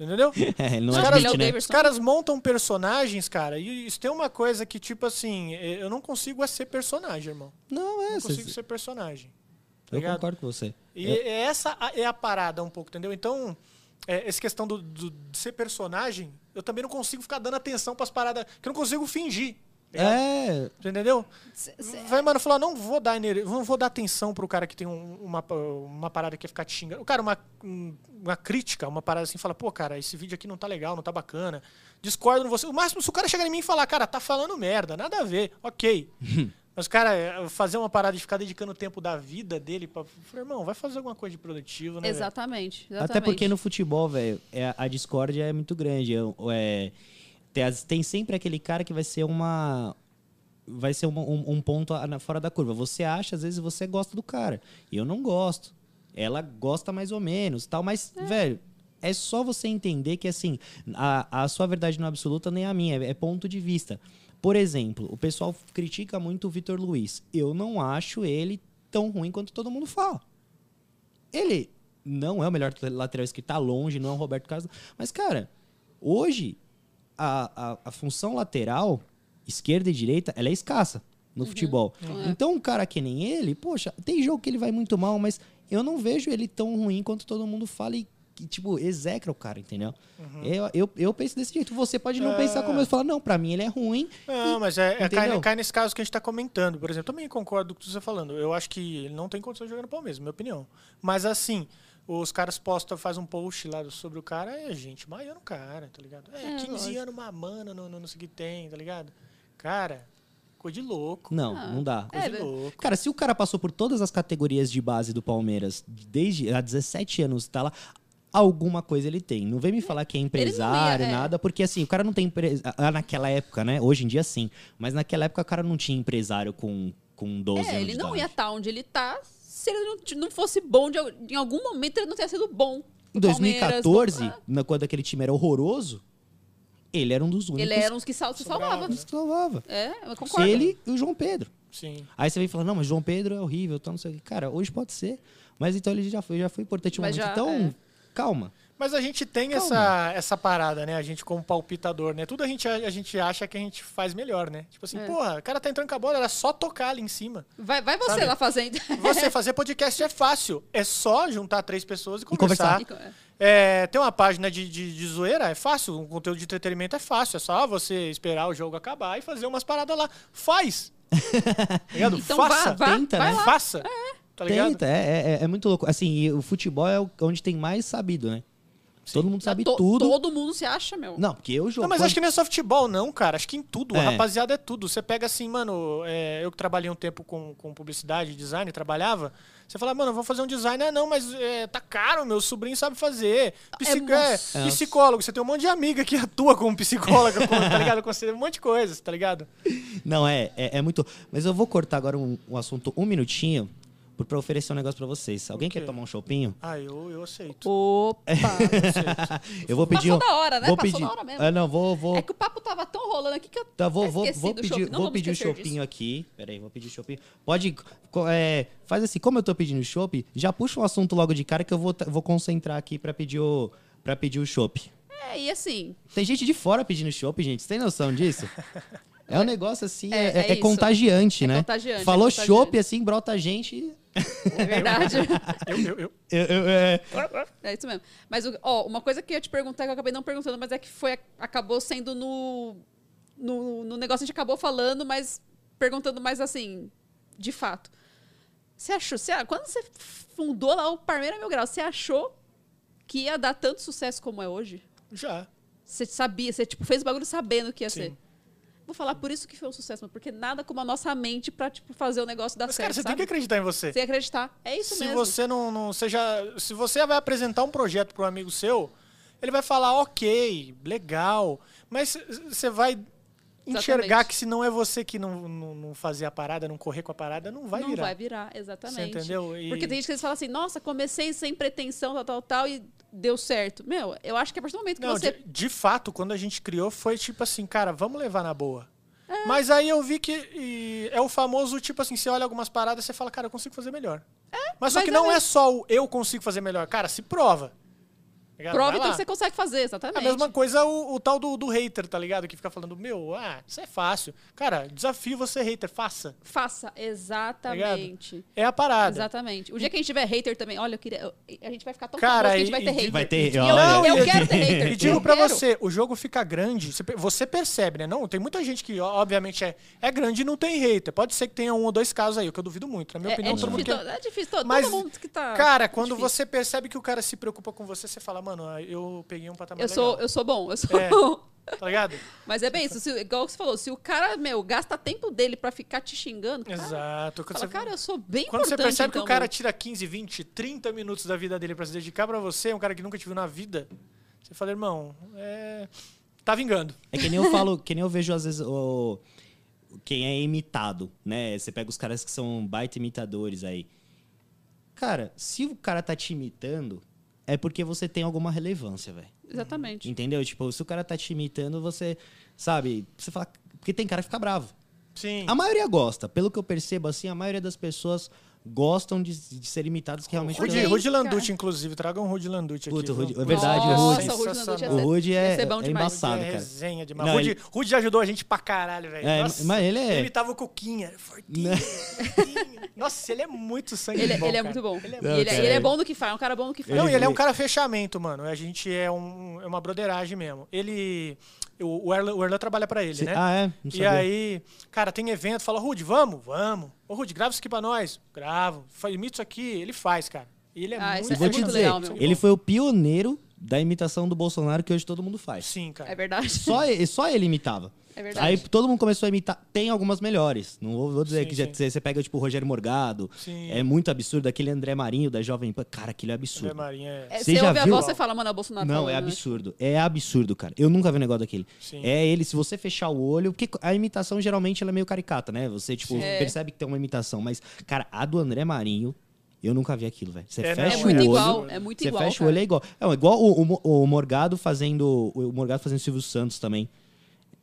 Speaker 3: Entendeu?
Speaker 1: É, ele não
Speaker 3: Os
Speaker 2: Sabe,
Speaker 1: admite,
Speaker 2: ele é o
Speaker 1: né?
Speaker 2: Davidson.
Speaker 3: Os caras montam personagens, cara, e isso tem uma coisa que, tipo assim, eh, eu não consigo é ser personagem, irmão.
Speaker 1: Não, é.
Speaker 3: Não
Speaker 1: cês-
Speaker 3: consigo ser personagem. tá
Speaker 1: eu
Speaker 3: ligado?
Speaker 1: concordo com você.
Speaker 3: E é essa a- é a parada um pouco, entendeu? Então, é, essa questão do, do- de ser personagem, eu também não consigo ficar dando atenção pras paradas, que eu não consigo fingir. tá ligado?
Speaker 1: É.
Speaker 3: Entendeu?
Speaker 2: C- c-
Speaker 3: Vai, mano, falar, não vou dar ener- não vou dar atenção pro cara que tem um- uma, uma parada que ia ficar te xingando. O cara, uma, um- uma crítica, uma parada assim, fala, pô, cara, esse vídeo aqui não tá legal, não tá bacana. Discordo no você. O máximo, se o cara chegar em mim e falar, cara, tá falando merda, nada a ver, ok. Mas, cara, é, fazer uma parada e ficar dedicando o tempo da vida dele pra. eu Falei, irmão, vai fazer alguma coisa de produtivo, né? velho?"
Speaker 2: Exatamente, exatamente.
Speaker 1: Até porque no futebol, velho, é, a discórdia é muito grande. É, é- tem, as- tem sempre aquele cara que vai ser uma. Vai ser uma- um, um ponto a- na- fora da curva. Você acha, às vezes, você gosta do cara. Eu não gosto. Ela gosta mais ou menos, tal, mas, velho. É só você entender que, assim, a, a sua verdade não é absoluta nem a minha, é é ponto de vista. Por exemplo, o pessoal critica muito o Vitor Luiz. Eu não acho ele tão ruim quanto todo mundo fala. Ele não é o melhor lateral esquerdo, tá longe, não é o Roberto Carlos. Mas, cara, hoje a, a, a função lateral, esquerda e direita, ela é escassa no futebol. Então, um cara que nem ele, poxa, tem jogo que ele vai muito mal, mas eu não vejo ele tão ruim quanto todo mundo fala e, que, tipo, execra o cara, entendeu? Eu, eu, eu penso desse jeito. Você pode não
Speaker 3: É.
Speaker 1: pensar como eu falar, não, pra mim ele é ruim.
Speaker 3: Não, mas é, é, cai,
Speaker 1: Entendeu?
Speaker 3: cai nesse caso que a gente tá comentando. Por exemplo, também concordo com o que você tá falando. Eu acho que ele não tem condição de jogar no Palmeiras, na minha opinião. Mas assim, Os caras postam, fazem um post lá sobre o cara, é gente maior o cara, tá ligado? É,
Speaker 2: É,
Speaker 3: 15
Speaker 2: lógico.
Speaker 3: anos mamando, não, não, não sei o que tem, tá ligado? Cara, coisa de louco.
Speaker 1: Não,
Speaker 2: Ah,
Speaker 1: não dá.
Speaker 3: Coisa
Speaker 2: É,
Speaker 3: de
Speaker 2: velho.
Speaker 3: louco.
Speaker 1: Cara, se o cara passou por todas as categorias de base do Palmeiras, desde há 17 anos tá lá, alguma coisa ele tem. Não vem me falar que é empresário,
Speaker 2: é.
Speaker 1: nada, porque assim, o cara não tem empresa. ah, Naquela época, né? Hoje em dia sim. Mas naquela época o cara não tinha empresário com, com 12 anos.
Speaker 2: É, ele
Speaker 1: de
Speaker 2: não
Speaker 1: idade.
Speaker 2: ia estar onde ele tá se ele não, t- não fosse bom. De, al- em algum momento ele não teria sido bom.
Speaker 1: Em
Speaker 2: No
Speaker 1: 2014,
Speaker 2: Palmeiras,
Speaker 1: na- quando aquele time era horroroso, ele era um dos únicos
Speaker 2: ele era um dos que sal, se
Speaker 3: Sobrava,
Speaker 2: salvava.
Speaker 1: que salvava.
Speaker 2: É, eu concordo.
Speaker 1: Ele e o João Pedro.
Speaker 3: Sim.
Speaker 1: Aí você vem falando, não, mas João Pedro é horrível, tal, não sei o que. Cara, hoje pode ser. Mas então ele já foi, já foi importante um
Speaker 2: Mas
Speaker 1: momento.
Speaker 2: já,
Speaker 1: então,
Speaker 2: é.
Speaker 1: calma.
Speaker 3: Mas a gente tem
Speaker 1: Calma.
Speaker 3: essa, essa parada, né? A gente como palpitador, né? Tudo a gente, a gente acha que a gente faz melhor, né?
Speaker 2: É.
Speaker 3: Tipo assim, porra, o cara tá entrando com a bola, era só tocar ali em cima.
Speaker 2: Vai, vai você
Speaker 3: Sabe?
Speaker 2: lá fazendo.
Speaker 3: Você fazer podcast é fácil. É só juntar três pessoas e conversar.
Speaker 1: conversar.
Speaker 2: E co- é.
Speaker 3: É, ter uma página de, de, de zoeira é fácil. Um conteúdo de entretenimento é fácil. É só você esperar o jogo acabar e fazer umas paradas lá. Faz! Tá ligado?
Speaker 2: Então
Speaker 3: Faça!
Speaker 2: vá, vá,
Speaker 1: tenta,
Speaker 2: vai
Speaker 1: né?
Speaker 2: lá.
Speaker 3: Faça! Tá ligado?
Speaker 1: Tenta, é, é- é muito louco. Assim, e o futebol é o- onde tem mais sabido, né? Todo mundo sabe
Speaker 2: To-
Speaker 1: tudo.
Speaker 2: Todo mundo se acha, meu.
Speaker 1: Não, porque eu jogo.
Speaker 3: Não, mas acho que não é só futebol, não, cara. Acho que em tudo.
Speaker 1: É.
Speaker 3: A rapaziada é tudo. Você pega assim, mano, é, eu que trabalhei um tempo com, com publicidade, design, trabalhava. Você fala, mano, eu vou fazer um design. Ah, não, mas é, tá caro, meu sobrinho sabe fazer. Psico- é,
Speaker 2: moço.
Speaker 3: psicólogo. Você tem um monte de amiga que atua como psicóloga, com- tá ligado? Aconselha um monte de coisas, tá ligado?
Speaker 1: Não, é, é, é muito. Mas eu vou cortar agora um, um assunto um minutinho por- pra oferecer um negócio pra vocês. Alguém
Speaker 3: O quê?
Speaker 1: quer tomar um chopinho?
Speaker 3: Ah, eu, eu aceito.
Speaker 2: Opa!
Speaker 1: É. eu vou pedir.
Speaker 2: Passou
Speaker 1: um-
Speaker 2: da hora, né?
Speaker 1: Vou
Speaker 2: Passou
Speaker 1: pedir.
Speaker 2: da hora mesmo.
Speaker 1: Ah, não, vou, vou.
Speaker 2: É que o papo tava tão rolando aqui que eu.
Speaker 1: Tá, vou,
Speaker 2: até
Speaker 1: vou,
Speaker 2: esqueci
Speaker 1: vou
Speaker 2: do
Speaker 1: pedir,
Speaker 2: shopping. Não
Speaker 1: vou
Speaker 2: vamos
Speaker 1: pedir o
Speaker 2: esquecer
Speaker 1: chopinho aqui. Peraí, vou pedir o chopinho. Pode. co- é, faz assim, como eu tô pedindo chopp, já puxa o assunto logo de cara que eu vou, ta- vou concentrar aqui pra pedir o, pra pedir o chopp.
Speaker 2: disso. É, e assim.
Speaker 1: Tem gente de fora pedindo chopp, gente. Você tem noção disso? É um negócio assim, é,
Speaker 2: É,
Speaker 1: é-
Speaker 2: é
Speaker 1: é
Speaker 2: isso.
Speaker 1: contagiante,
Speaker 2: É
Speaker 1: né?
Speaker 2: contagiante, é
Speaker 1: Falou
Speaker 2: contagiante.
Speaker 1: chopp, assim, brota gente.
Speaker 2: É verdade.
Speaker 3: Eu, eu, eu.
Speaker 1: Eu- eu- é,
Speaker 2: é isso mesmo. Mas, o- ó, uma coisa que eu ia te perguntar, que eu acabei não perguntando, mas é que foi. Acabou sendo no. No, no negócio a gente acabou falando, mas perguntando mais assim, de fato. Você achou. Você, ah, quando você fundou lá o Parmeira Mil Grau, você achou que ia dar tanto sucesso como é hoje?
Speaker 3: Já.
Speaker 2: Você sabia, você tipo, fez o bagulho sabendo que ia
Speaker 3: Sim.
Speaker 2: ser. Vou falar por isso que foi um sucesso, mano, porque nada como a nossa mente pra tipo, fazer o negócio dar
Speaker 3: Mas, cara,
Speaker 2: certo,
Speaker 3: você tem
Speaker 2: sabe?
Speaker 3: que acreditar em você.
Speaker 2: Sem acreditar. É isso
Speaker 3: se
Speaker 2: mesmo.
Speaker 3: você não, não seja, se você vai apresentar um projeto para um amigo seu, ele vai falar ok, legal, mas você vai enxergar
Speaker 2: Exatamente.
Speaker 3: que se não é você que não, não, não fazer a parada, não correr com a parada, não vai
Speaker 2: não
Speaker 3: virar.
Speaker 2: vai virar, exatamente.
Speaker 3: Você entendeu? E-
Speaker 2: Porque tem gente que eles falam assim, nossa, comecei sem pretensão, tal, tal, tal, e deu certo. Meu, eu acho que a partir do momento que
Speaker 3: Não,
Speaker 2: você.
Speaker 3: de, de fato, quando a gente criou, foi tipo assim, cara, vamos levar na boa.
Speaker 2: É.
Speaker 3: Mas aí eu vi que e, é o famoso, tipo assim, você olha algumas paradas, você fala, cara, eu consigo fazer melhor. mas só
Speaker 2: mas
Speaker 3: que
Speaker 2: é
Speaker 3: não é
Speaker 2: mesmo.
Speaker 3: só o eu consigo fazer melhor. Cara, se prova. Tá Ligado?
Speaker 2: Prova
Speaker 3: Vai
Speaker 2: então
Speaker 3: lá.
Speaker 2: que você consegue fazer, exatamente.
Speaker 3: É A mesma coisa o, o tal do, do hater, tá ligado? Que fica falando, meu, ah, isso é fácil. Cara, desafio você, hater, faça.
Speaker 2: Faça, exatamente.
Speaker 3: É a parada.
Speaker 2: Exatamente. O dia que a gente tiver hater também, olha, eu queria. eu- a gente vai ficar tão famoso
Speaker 3: Cara,
Speaker 2: que a
Speaker 3: e-
Speaker 2: gente vai
Speaker 3: e
Speaker 2: ter
Speaker 3: digo-
Speaker 2: hater.
Speaker 1: Vai ter.
Speaker 2: E eu,
Speaker 1: olha,
Speaker 2: eu quero ter hater.
Speaker 3: E digo
Speaker 2: eu
Speaker 3: pra
Speaker 2: quero.
Speaker 3: você, o jogo fica grande, você pe- você percebe, né? Não, tem muita gente que, ó, obviamente, é, é grande e não tem hater. Pode ser que tenha um ou dois casos aí, o que eu duvido muito. Na minha
Speaker 2: É,
Speaker 3: opinião,
Speaker 2: é
Speaker 3: todo mundo
Speaker 2: difícil,
Speaker 3: quer-
Speaker 2: to- é difícil, to- todo,
Speaker 3: Mas,
Speaker 2: mundo que tá.
Speaker 3: Cara, quando
Speaker 2: difícil.
Speaker 3: você percebe que o cara se preocupa com você, você fala, mano, ah, eu peguei um patamar
Speaker 2: Eu sou,
Speaker 3: legal.
Speaker 2: eu sou bom, eu sou
Speaker 3: É.
Speaker 2: bom.
Speaker 3: Tá ligado?
Speaker 2: Mas é bem isso, se, igual você falou, se o cara, meu, gasta tempo dele pra ficar te xingando, cara,
Speaker 3: Exato. Quando
Speaker 2: fala,
Speaker 3: você-
Speaker 2: cara, eu sou bem
Speaker 3: Quando você
Speaker 2: importante,
Speaker 3: percebe que
Speaker 2: então,
Speaker 3: o cara
Speaker 2: meu.
Speaker 3: tira 15, 20, 30 minutos da vida dele pra se dedicar pra você, um cara que nunca te viu na vida, você fala, irmão, é... tá vingando.
Speaker 1: É que nem eu falo, que nem eu vejo às vezes o quem é imitado, né? Você pega os caras que são baita imitadores aí. Cara, se o cara tá te imitando, é porque você tem alguma relevância, velho.
Speaker 2: Exatamente.
Speaker 1: Entendeu? Tipo, se o cara tá te imitando, você, sabe, você fala, porque tem cara que fica bravo.
Speaker 3: Sim.
Speaker 1: A maioria gosta, pelo que eu percebo assim, a maioria das pessoas gostam de, de ser imitados que realmente é.
Speaker 3: Rudy,
Speaker 2: Sim,
Speaker 3: Rudy
Speaker 2: cara.
Speaker 3: Landucci, inclusive, traga um Rudy Landucci aqui.
Speaker 1: Puta,
Speaker 3: viu?
Speaker 1: Rudy- é verdade,
Speaker 2: Nossa,
Speaker 1: o Rudy.
Speaker 2: o Rudy Landucci
Speaker 1: O Rude
Speaker 2: Ia
Speaker 1: é,
Speaker 2: ser bom
Speaker 1: é
Speaker 2: demais.
Speaker 1: embaçado,
Speaker 3: é
Speaker 1: cara.
Speaker 3: resenha demais.
Speaker 1: Não,
Speaker 3: Rudy,
Speaker 1: ele-
Speaker 3: Rudy ajudou a gente pra caralho, velho.
Speaker 1: É,
Speaker 3: Nossa,
Speaker 1: mas ele é- Né?
Speaker 3: Ele imitava o Coquinha, era fortinho, fortinho. Nossa, ele é muito sangue
Speaker 2: Ele,
Speaker 3: bom,
Speaker 2: ele é
Speaker 3: cara.
Speaker 2: muito bom.
Speaker 3: Ele é
Speaker 2: E
Speaker 1: Não,
Speaker 2: ele,
Speaker 1: cara,
Speaker 2: ele é
Speaker 1: ele-
Speaker 2: bom no que faz, é um cara bom no que faz.
Speaker 1: Ele-
Speaker 3: Não, e ele é um cara fechamento, mano. A gente é, um, é uma broderagem mesmo. Ele. O, o, Erlan, o Erlan trabalha pra ele,
Speaker 1: Se-
Speaker 3: né?
Speaker 1: Ah, é? Não
Speaker 3: E
Speaker 1: sabia.
Speaker 3: aí, cara, tem evento, fala, Rude, vamos? Vamos. Ô, Rude, grava isso aqui pra nós. Gravo. Fa- Imita isso aqui. Ele faz, cara. E ele é
Speaker 2: Ah,
Speaker 3: muito
Speaker 2: isso
Speaker 1: E vou
Speaker 2: é
Speaker 1: te
Speaker 2: muito
Speaker 1: dizer,
Speaker 2: legal mesmo.
Speaker 1: ele foi o pioneiro da imitação do Bolsonaro que hoje todo mundo faz.
Speaker 3: Sim, cara.
Speaker 2: É verdade.
Speaker 1: Só ele, só ele imitava.
Speaker 2: É verdade.
Speaker 1: Aí todo mundo começou a imitar. Tem algumas melhores. Não vou, vou dizer
Speaker 3: Sim,
Speaker 1: que já-
Speaker 3: sim.
Speaker 1: você- você pega, tipo, o Rogério Morgado.
Speaker 3: Sim.
Speaker 1: É muito absurdo. Aquele André Marinho da Jovem Pan. Cara, aquilo é absurdo.
Speaker 3: André Marinho é-
Speaker 2: É,
Speaker 1: Você
Speaker 2: você
Speaker 1: já
Speaker 2: ouve a
Speaker 1: viu?
Speaker 2: voz, você fala, mano, é o Bolsonaro.
Speaker 1: Não,
Speaker 2: falando,
Speaker 1: é
Speaker 2: né?
Speaker 1: absurdo. É absurdo, cara. Eu nunca vi um negócio daquele.
Speaker 3: Sim.
Speaker 1: É ele, se você fechar o olho, porque a imitação geralmente ela é meio caricata, né? Você, tipo,
Speaker 2: Sim. É.
Speaker 1: percebe que tem uma imitação. Mas, cara, a do André Marinho, eu nunca vi aquilo, velho. Você
Speaker 3: É, né?
Speaker 1: fecha
Speaker 2: É
Speaker 1: o
Speaker 2: muito
Speaker 1: olho.
Speaker 2: igual, é muito
Speaker 1: Você
Speaker 2: igual.
Speaker 1: fecha o
Speaker 2: cara.
Speaker 1: olho é igual. É igual o, o Mo- o Morgado fazendo. O Morgado fazendo Silvio Santos também.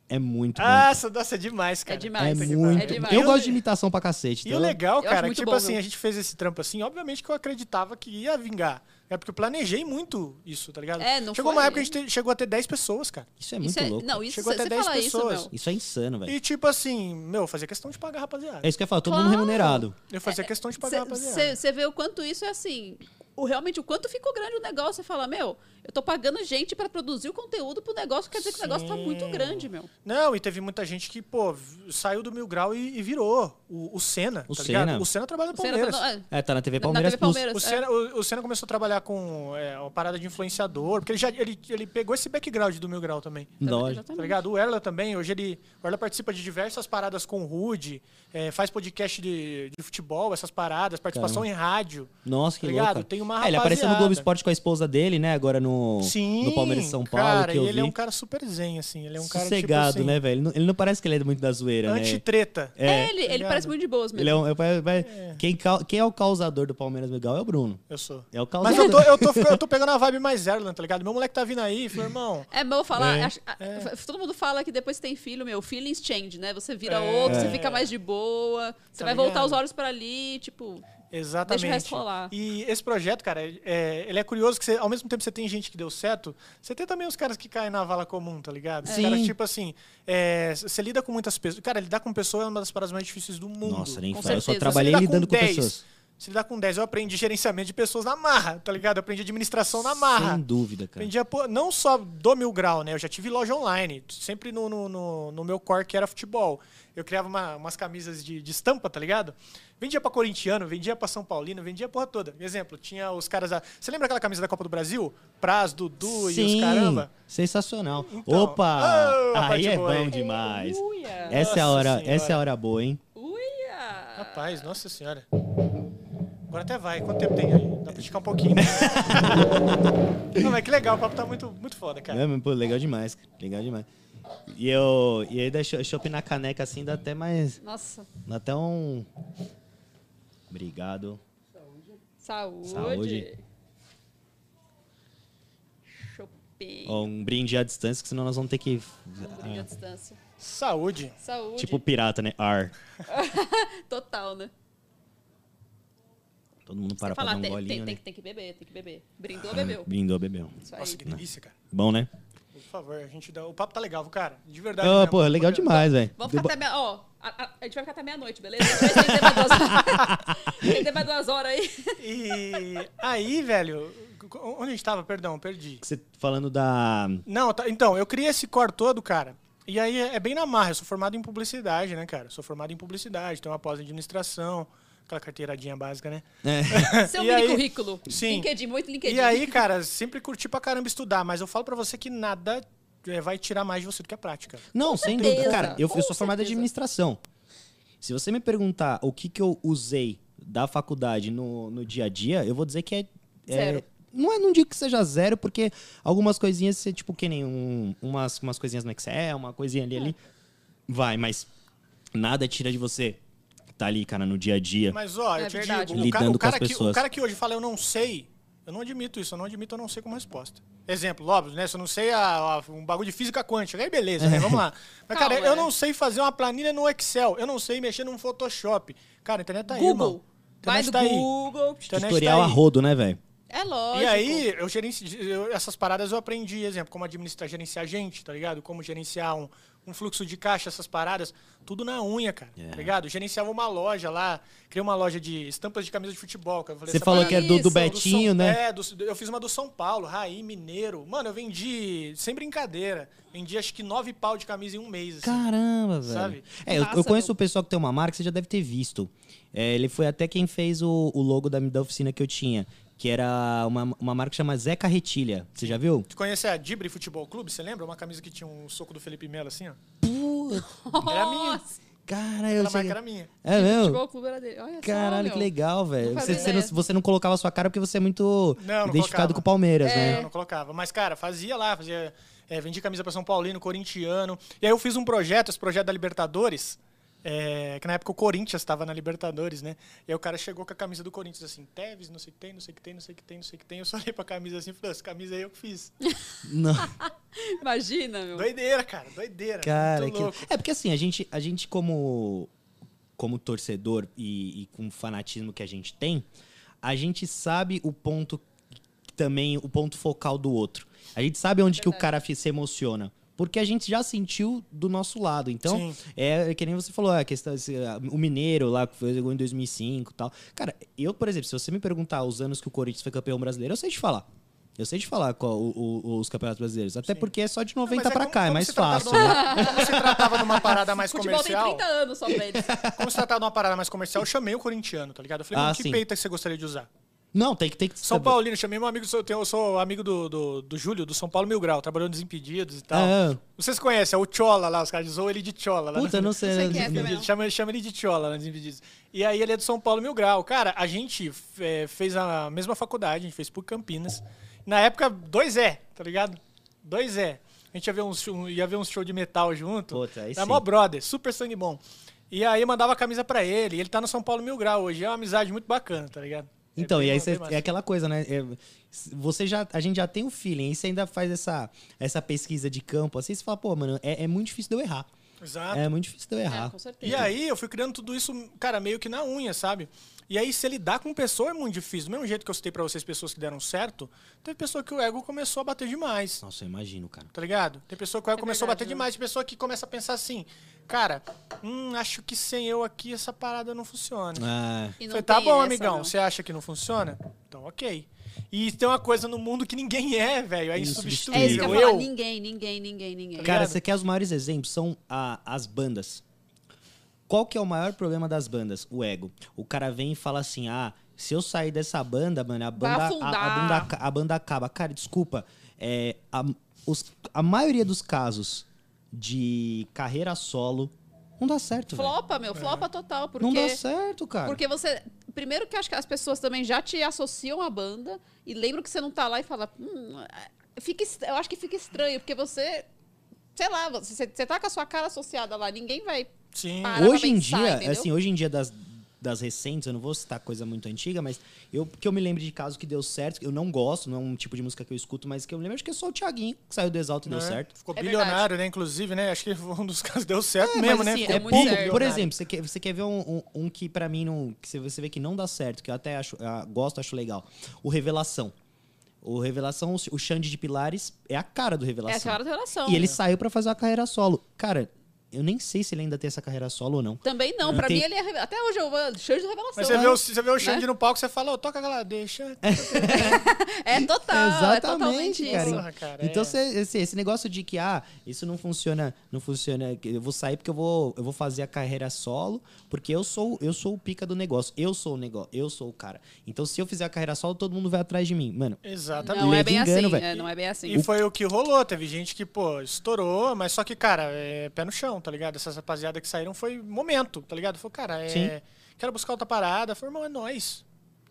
Speaker 1: É muito
Speaker 3: Ah,
Speaker 1: bom.
Speaker 3: essa nossa, é demais, cara.
Speaker 1: É
Speaker 2: É demais.
Speaker 1: muito.
Speaker 2: É demais.
Speaker 1: eu gosto de imitação pra cacete.
Speaker 3: E o
Speaker 1: então-
Speaker 3: legal,
Speaker 2: Eu acho
Speaker 3: cara,
Speaker 2: muito
Speaker 3: que, tipo
Speaker 2: bom,
Speaker 3: assim,
Speaker 2: viu?
Speaker 3: a gente fez esse trampo assim, obviamente que eu acreditava que ia vingar. É porque eu planejei muito isso, tá ligado?
Speaker 2: É, não
Speaker 3: chegou
Speaker 2: foi-
Speaker 3: uma época que a gente te- chegou a ter 10 pessoas, cara.
Speaker 1: Isso é muito
Speaker 2: Isso é,
Speaker 1: louco.
Speaker 2: não, isso,
Speaker 3: Chegou
Speaker 2: você
Speaker 3: até 10
Speaker 2: fala isso,
Speaker 3: pessoas.
Speaker 2: meu.
Speaker 1: Isso é insano, velho.
Speaker 3: E tipo assim, meu, fazia questão de pagar, a rapaziada.
Speaker 1: É isso que eu ia falar, todo mundo
Speaker 2: Claro.
Speaker 1: remunerado.
Speaker 3: Eu fazia
Speaker 2: É,
Speaker 3: questão de pagar, a rapaziada.
Speaker 2: Você vê o quanto isso é assim. O, realmente, o quanto ficou grande o negócio. Você fala, meu, eu tô pagando gente pra produzir o conteúdo pro negócio, quer dizer que o negócio tá
Speaker 3: Sim.
Speaker 2: muito grande, meu.
Speaker 3: Não, e teve muita gente que, pô, v- saiu do Mil Grau e, e virou. O, o Senna,
Speaker 1: O
Speaker 3: tá
Speaker 1: Senna.
Speaker 3: ligado? O Senna trabalha no
Speaker 2: Você era-
Speaker 3: Palmeiras.
Speaker 2: é,
Speaker 1: É, tá na TV
Speaker 2: na
Speaker 1: Palmeiras
Speaker 2: TV
Speaker 1: Plus.
Speaker 2: Palmeiras.
Speaker 3: O
Speaker 2: é.
Speaker 3: Senna, o, o Senna começou a trabalhar com é, uma parada de influenciador, porque ele já ele, ele pegou esse background do Mil Grau também.
Speaker 1: Lógico.
Speaker 2: Exatamente.
Speaker 3: Tá ligado? O Erla também, hoje ele, o Erla participa de diversas paradas com o Rude, é, faz podcast de, de futebol, essas paradas, participação em rádio.
Speaker 1: Nossa, que
Speaker 3: Tá
Speaker 1: louco.
Speaker 3: ligado?
Speaker 1: cara.
Speaker 3: Tem uma
Speaker 1: É, ele apareceu no Globo
Speaker 3: rapaziada.
Speaker 1: Esporte com a esposa dele, né? Agora no,
Speaker 3: Sim,
Speaker 1: no Palmeiras de São Paulo,
Speaker 3: cara,
Speaker 1: que eu
Speaker 3: e
Speaker 1: vi.
Speaker 3: ele é um cara super zen, assim, ele é um cara,
Speaker 1: Sossegado,
Speaker 3: tipo assim,
Speaker 1: né, velho? Ele não- Ele não parece que ele é muito da zoeira, né?
Speaker 3: antitreta.
Speaker 2: É, ele, ele
Speaker 3: ligado?
Speaker 2: parece muito de boas mesmo.
Speaker 1: Ele é um, é- é- é- Quem, cau- quem é o causador do Palmeiras legal é o Bruno.
Speaker 3: Eu sou.
Speaker 1: É o
Speaker 3: Mas
Speaker 1: causador.
Speaker 3: eu tô, eu, tô, eu tô pegando a vibe mais Erlan, tá ligado? Meu moleque tá vindo aí, falou, irmão,
Speaker 2: É, meu, falar.
Speaker 1: É.
Speaker 2: acho- a- f- Todo mundo fala que depois que tem filho, meu, feelings change, né? Você vira
Speaker 3: É.
Speaker 2: outro, você
Speaker 3: É.
Speaker 2: fica mais de boa, você
Speaker 3: Tá
Speaker 2: vai voltar
Speaker 3: ligado?
Speaker 2: os olhos pra ali, tipo.
Speaker 3: Exatamente.
Speaker 2: Deixa o resto rolar.
Speaker 3: E esse projeto, cara, é, ele é curioso que você, ao mesmo tempo que você tem gente que deu certo, você tem também os caras que caem na vala comum, tá ligado? Os
Speaker 1: Sim.
Speaker 3: caras, tipo assim, é, você lida com muitas pessoas. Cara, lidar com pessoa é uma das paradas mais difíceis do mundo.
Speaker 1: Nossa, nem
Speaker 2: Com
Speaker 1: fala. Eu só
Speaker 2: certeza.
Speaker 1: trabalhei
Speaker 3: lidar
Speaker 1: lidando com,
Speaker 3: 10,
Speaker 1: pessoas.
Speaker 3: Se lidar com 10, eu aprendi gerenciamento de pessoas na marra, tá ligado? Eu aprendi administração na marra.
Speaker 1: Sem dúvida, cara.
Speaker 3: Vendia pô, não só do mil grau, né? Eu já tive loja online, sempre no, no, no- no meu core que era futebol. Eu criava uma- umas camisas de, de estampa, tá ligado? Vendia pra corintiano, vendia pra São Paulino, vendia a porra toda. Exemplo, tinha os caras da. Você lembra aquela camisa da Copa do Brasil? Praz, Dudu e os caramba?
Speaker 1: sensacional.
Speaker 3: Então.
Speaker 1: Opa!
Speaker 3: Ah, a
Speaker 1: aí
Speaker 3: parte
Speaker 1: é
Speaker 3: boa,
Speaker 1: bom
Speaker 3: hein?
Speaker 1: demais.
Speaker 2: Uia!
Speaker 1: Essa é, a hora,
Speaker 3: Senhora.
Speaker 1: essa é a hora boa, hein?
Speaker 2: Uia!
Speaker 3: Rapaz, nossa senhora. Agora até vai. Quanto tempo tem aí? Dá pra esticar um pouquinho. né? não, mas que legal, o papo tá muito, muito foda, cara.
Speaker 1: Não, mas, pô, legal demais, cara. legal demais. E eu. E aí da cho- chopp na caneca assim dá até mais.
Speaker 2: Nossa,
Speaker 1: Dá até um. Obrigado.
Speaker 2: saúde.
Speaker 1: Saúde.
Speaker 2: Shopping.
Speaker 1: Ó, um brinde à distância, que senão nós vamos ter que.
Speaker 2: Um brinde à distância.
Speaker 3: Saúde.
Speaker 2: Saúde.
Speaker 1: É. Tipo pirata, né? Ar.
Speaker 2: Total, né?
Speaker 1: Todo mundo para pra
Speaker 2: Falar,
Speaker 1: dar um
Speaker 2: tem, tem,
Speaker 1: golinho,
Speaker 2: tem,
Speaker 1: né?
Speaker 2: que- tem que beber, tem que beber. Brindou, bebeu.
Speaker 1: Brindou, bebeu.
Speaker 2: Isso aí.
Speaker 3: Nossa, que delícia, cara.
Speaker 1: Bom, né?
Speaker 3: Por favor, a gente dá. O papo tá legal, cara. De verdade.
Speaker 1: Ah,
Speaker 3: mesmo.
Speaker 1: pô, legal demais, velho.
Speaker 2: Vamos ficar até meia... Ó, a, a- a gente vai ficar até meia-noite, beleza? A gente vai estender mais duas horas. Estender mais duas horas aí.
Speaker 3: E aí, velho, onde a gente tava? Perdão, perdi.
Speaker 1: Você falando da.
Speaker 3: Não, tá- então, eu criei esse core todo, cara. E aí é é bem na marra, eu sou formado em publicidade, né, cara? Eu sou formado em publicidade, tenho uma pós em administração, aquela carteiradinha básica, né?
Speaker 2: Seu
Speaker 3: E
Speaker 2: mini
Speaker 3: aí-
Speaker 2: currículo.
Speaker 3: Sim.
Speaker 2: LinkedIn, muito LinkedIn.
Speaker 3: E aí, cara, sempre curti pra caramba estudar, mas eu falo pra você que nada eh, vai tirar mais de você do que a prática.
Speaker 1: Não, sem
Speaker 2: certeza,
Speaker 1: dúvida. Cara, eu, eu
Speaker 2: com
Speaker 1: sou formado em
Speaker 2: certeza.
Speaker 1: administração. Se você me perguntar o que, que eu usei da faculdade no, no dia a dia, eu vou dizer que é. é-
Speaker 2: Zero.
Speaker 1: não, é, não digo que seja zero, porque algumas coisinhas, você, tipo, que nem um- umas, umas coisinhas no Excel, uma coisinha ali, ali.
Speaker 2: É.
Speaker 1: Vai, mas nada tira de você. Tá ali, cara, no dia a dia.
Speaker 3: Mas, ó,
Speaker 2: É
Speaker 3: eu te
Speaker 2: verdade.
Speaker 3: digo, o
Speaker 1: Lidando
Speaker 3: cara,
Speaker 1: com as
Speaker 3: o, cara que, o
Speaker 1: pessoas.
Speaker 3: cara que hoje fala eu não sei, eu não admito isso, eu não admito eu não sei como resposta. Exemplo, óbvio, né? Se eu não sei a- a- um bagulho de física quântica, aí beleza,
Speaker 1: É.
Speaker 3: né? Vamos lá. Mas, cara,
Speaker 2: Calma,
Speaker 3: eu
Speaker 2: né?
Speaker 3: não sei fazer uma planilha no Excel, eu não sei mexer num Photoshop. Cara, a internet tá aí,
Speaker 2: Google.
Speaker 3: irmão. A
Speaker 2: Vai
Speaker 3: internet
Speaker 2: do
Speaker 3: tá aí.
Speaker 2: Google.
Speaker 3: Internet tá
Speaker 1: Tutorial a
Speaker 3: aí.
Speaker 1: rodo, né, velho?
Speaker 2: É lógico.
Speaker 3: E aí, eu gerenci, eu- essas paradas eu aprendi, exemplo, como administrar, gerenciar gente, tá ligado? Como gerenciar um, um fluxo de caixa, essas paradas, tudo na unha, cara,
Speaker 1: É.
Speaker 3: tá ligado? Gerenciava uma loja lá, criei uma loja de estampas de camisa de futebol. Que eu falei,
Speaker 1: Você
Speaker 3: essa
Speaker 1: falou
Speaker 3: parada-
Speaker 1: que era do, do
Speaker 2: Isso, do
Speaker 3: do
Speaker 1: Betinho,
Speaker 3: São-
Speaker 1: né?
Speaker 3: É, do- eu fiz uma do São Paulo, Raí, Mineiro. Mano, eu vendi, sem brincadeira, vendi acho que nove pau de camisa em um mês, assim.
Speaker 1: Caramba, velho.
Speaker 3: Sabe?
Speaker 1: É, eu, eu
Speaker 2: Massa,
Speaker 1: conheço
Speaker 2: meu.
Speaker 1: o pessoal que tem uma marca, você já deve ter visto. É, ele foi até quem fez o, o logo da, da oficina que eu tinha. que era uma, uma marca que chama Zé Carretilha. Você já viu?
Speaker 3: Tu conhece a Dibre Futebol Clube, você lembra? Uma camisa que tinha um soco do Felipe Melo assim, ó. Era É minha.
Speaker 2: Nossa,
Speaker 1: Cara, eu
Speaker 3: Aquela
Speaker 1: sei.
Speaker 3: marca era minha.
Speaker 1: É mesmo?
Speaker 2: futebol clube era dele. Olha só,
Speaker 1: Caralho,
Speaker 2: meu.
Speaker 1: que legal, velho. Você,
Speaker 2: Não fazia
Speaker 1: você não,
Speaker 2: ideia.
Speaker 1: você não colocava a sua cara porque você é muito
Speaker 3: Não, não
Speaker 1: identificado
Speaker 3: colocava.
Speaker 1: com o Palmeiras,
Speaker 3: Não,
Speaker 1: né?
Speaker 3: não colocava. Mas, cara, fazia lá, fazia. É, vendia camisa pra São Paulino, corintiano. E aí eu fiz um projeto, esse projeto da Libertadores. é, que na época o Corinthians estava na Libertadores, né? E aí o cara chegou com a camisa do Corinthians assim, Teves, não sei o que tem, não sei o que tem, não sei o que tem, não sei o que tem. Eu só olhei pra camisa assim e falei, essa camisa aí eu que fiz.
Speaker 1: Não.
Speaker 2: Imagina, meu.
Speaker 3: Doideira, cara, doideira.
Speaker 1: Cara,
Speaker 3: muito
Speaker 1: que...
Speaker 3: louco.
Speaker 1: é porque assim, a gente, a gente como, como torcedor e, e com o fanatismo que a gente tem, a gente sabe o ponto também, o ponto focal do outro. A gente sabe onde que o cara fi- se emociona. Porque a gente já sentiu do nosso lado. Então,
Speaker 3: Sim.
Speaker 1: é que nem você falou, a questão, esse, a- o Mineiro lá, que foi jogou em 2005 e tal. Cara, eu, por exemplo, se você me perguntar os anos que o Corinthians foi campeão brasileiro, eu sei te falar. Eu sei te falar qual, o- o- os campeonatos brasileiros. Até porque é só de 90
Speaker 3: Mas
Speaker 1: pra
Speaker 3: como-
Speaker 1: cá, é
Speaker 3: como
Speaker 1: mais
Speaker 3: se tratava
Speaker 1: fácil.
Speaker 3: de
Speaker 1: né?
Speaker 3: uma- Como se tratava de uma parada mais
Speaker 2: Futebol tem
Speaker 3: comercial.
Speaker 2: 30 anos só pra eles.
Speaker 3: Como se tratava de uma parada mais comercial, eu chamei o corintiano, tá ligado? Eu falei,
Speaker 1: Ah,
Speaker 3: mano, que
Speaker 1: sim.
Speaker 3: peita que você gostaria de usar?
Speaker 1: Não, tem que tem que
Speaker 3: São
Speaker 1: saber.
Speaker 3: Paulino, eu chamei meu amigo, eu, tenho, eu sou amigo do, do, do Júlio, do São Paulo Mil Grau, trabalhou nos Impedidos e tal.
Speaker 1: Ah,
Speaker 3: Vocês conhecem, é o Chola lá, os caras zoam ele de Chola. Lá
Speaker 1: puta,
Speaker 3: no-
Speaker 1: não sei.
Speaker 2: Não sei
Speaker 1: né?
Speaker 2: quem é também.
Speaker 3: Impedidos, Chama, chama ele de Tiola nos Impedidos. E aí ele é do São Paulo Mil Grau. Cara, a gente é, fez a mesma faculdade, a gente fez por Campinas. Na época, dois é, tá ligado? Dois é. A gente ia ver uns, show- ia ver uns show de metal junto.
Speaker 1: Puta, aí
Speaker 3: Era
Speaker 1: sim.
Speaker 3: mó brother, super sangue bom. E aí eu mandava a camisa pra ele, e ele tá no São Paulo Mil Grau hoje. É uma amizade muito bacana, tá ligado? É
Speaker 1: Então,
Speaker 3: bem-
Speaker 1: e aí
Speaker 3: bem
Speaker 1: cê-
Speaker 3: massa.
Speaker 1: é aquela coisa, né? É, s- você já, a gente já tem o feeling, e você ainda faz essa, essa pesquisa de campo, assim, você fala, pô, mano, é, é muito difícil de eu errar.
Speaker 3: Exato.
Speaker 1: É muito difícil de eu
Speaker 2: É,
Speaker 1: errar.
Speaker 2: com certeza.
Speaker 3: E aí eu fui criando tudo isso, cara, meio que na unha, sabe? E aí se lidar com pessoa é muito difícil. Do mesmo jeito que eu citei pra vocês pessoas que deram certo, teve pessoa que o ego começou a bater demais.
Speaker 1: Nossa, eu imagino, cara.
Speaker 3: Tá ligado? Tem pessoa que o
Speaker 2: É
Speaker 3: ego começou a
Speaker 2: verdade,
Speaker 3: bater
Speaker 2: né?
Speaker 3: demais, tem pessoa que começa a pensar assim, cara, hum, acho que sem eu aqui essa parada não funciona.
Speaker 1: Ah,
Speaker 2: É. E não
Speaker 3: Falei, tá
Speaker 2: tem
Speaker 3: bom,
Speaker 2: essa,
Speaker 3: amigão,
Speaker 2: não.
Speaker 3: você acha que não funciona? Então, ok. E tem uma coisa no mundo que ninguém é, velho, é
Speaker 1: Insubstituível.
Speaker 2: É isso que eu
Speaker 3: insubstituível.
Speaker 2: ia falar.
Speaker 3: eu,
Speaker 2: Ninguém, ninguém, ninguém, ninguém.
Speaker 3: ligado?
Speaker 1: cara, você quer os maiores exemplos? São a- as bandas. Qual que é o maior problema das bandas? O ego. O cara vem e fala assim, ah, se eu sair dessa banda, mano, a banda, a- a,
Speaker 2: afundar.
Speaker 1: bunda ca- a banda acaba. Cara, desculpa, é, a, os- a maioria dos casos de carreira solo não dá certo, velho.
Speaker 2: Flopa, meu, flopa total. Porque,
Speaker 1: É. Não dá certo, cara.
Speaker 2: porque você. Primeiro que eu acho que as pessoas também já te associam à banda e lembram que você não tá lá e fala. "Hum, fica, est- eu acho que fica estranho, porque você. Sei lá, você, você tá com a sua cara associada lá, ninguém vai.
Speaker 3: sim.
Speaker 2: Ah, parar
Speaker 1: hoje
Speaker 2: pra
Speaker 1: em
Speaker 2: pensar,
Speaker 1: dia,
Speaker 2: entendeu?
Speaker 1: assim, hoje em dia das, das recentes, eu não vou citar coisa muito antiga, mas eu que eu me lembro de caso que deu certo, eu não gosto, não é um tipo de música que eu escuto, mas que eu me lembro acho que é só o Thiaguinho que saiu do Exalto e deu
Speaker 3: né?
Speaker 1: certo.
Speaker 3: Ficou
Speaker 2: É
Speaker 3: bilionário,
Speaker 2: verdade.
Speaker 3: né? Inclusive, né? Acho que foi um dos casos que deu certo mesmo,
Speaker 2: mas
Speaker 3: né?
Speaker 2: assim,
Speaker 3: Ficou
Speaker 2: é
Speaker 1: Pouco,
Speaker 2: muito
Speaker 3: pouco
Speaker 2: certo.
Speaker 1: por
Speaker 3: bilionário.
Speaker 1: exemplo, você quer, você quer ver um, um- um que pra mim não. Que você- você vê que não dá certo, que eu até acho, ah, gosto, acho legal. O Revelação. O Revelação, o- o Xande de Pilares é a cara do
Speaker 2: É a
Speaker 1: Revelação.
Speaker 2: cara da relação.
Speaker 1: e ele saiu pra fazer uma carreira solo. Cara, eu nem sei se ele ainda tem essa carreira solo ou não.
Speaker 2: Também não,
Speaker 1: Não
Speaker 2: pra
Speaker 1: tem-
Speaker 2: mim ele é. reve- Até hoje eu vou. Cheio de revelação.
Speaker 3: Mas é você
Speaker 2: né?
Speaker 3: vê, o, você vê o Xande no palco, você fala, ô, toca aquela, deixa.
Speaker 2: É total. é totalmente
Speaker 1: Exatamente, cara.
Speaker 2: isso.
Speaker 3: Porra, cara,
Speaker 1: então
Speaker 3: é.
Speaker 1: cê- esse, esse negócio de que ah, isso não funciona, não funciona, que eu vou sair porque eu vou, eu vou fazer a carreira solo, porque eu sou, eu sou o pica do negócio, eu sou o negócio, eu sou o cara. Então se eu fizer a carreira solo, todo mundo vai atrás de mim. Mano,
Speaker 3: Exatamente.
Speaker 2: Não é
Speaker 1: Leva
Speaker 2: bem
Speaker 1: engano,
Speaker 2: assim.
Speaker 1: velho.
Speaker 2: é, não é bem assim.
Speaker 3: E foi o que rolou. Teve gente que, pô, estourou, mas só que, cara, é pé no chão, tá ligado? Essas rapaziadas que saíram foi momento, tá ligado? Falou, cara, é.
Speaker 1: Sim.
Speaker 3: Quero buscar outra parada. Falei, irmão, é nóis.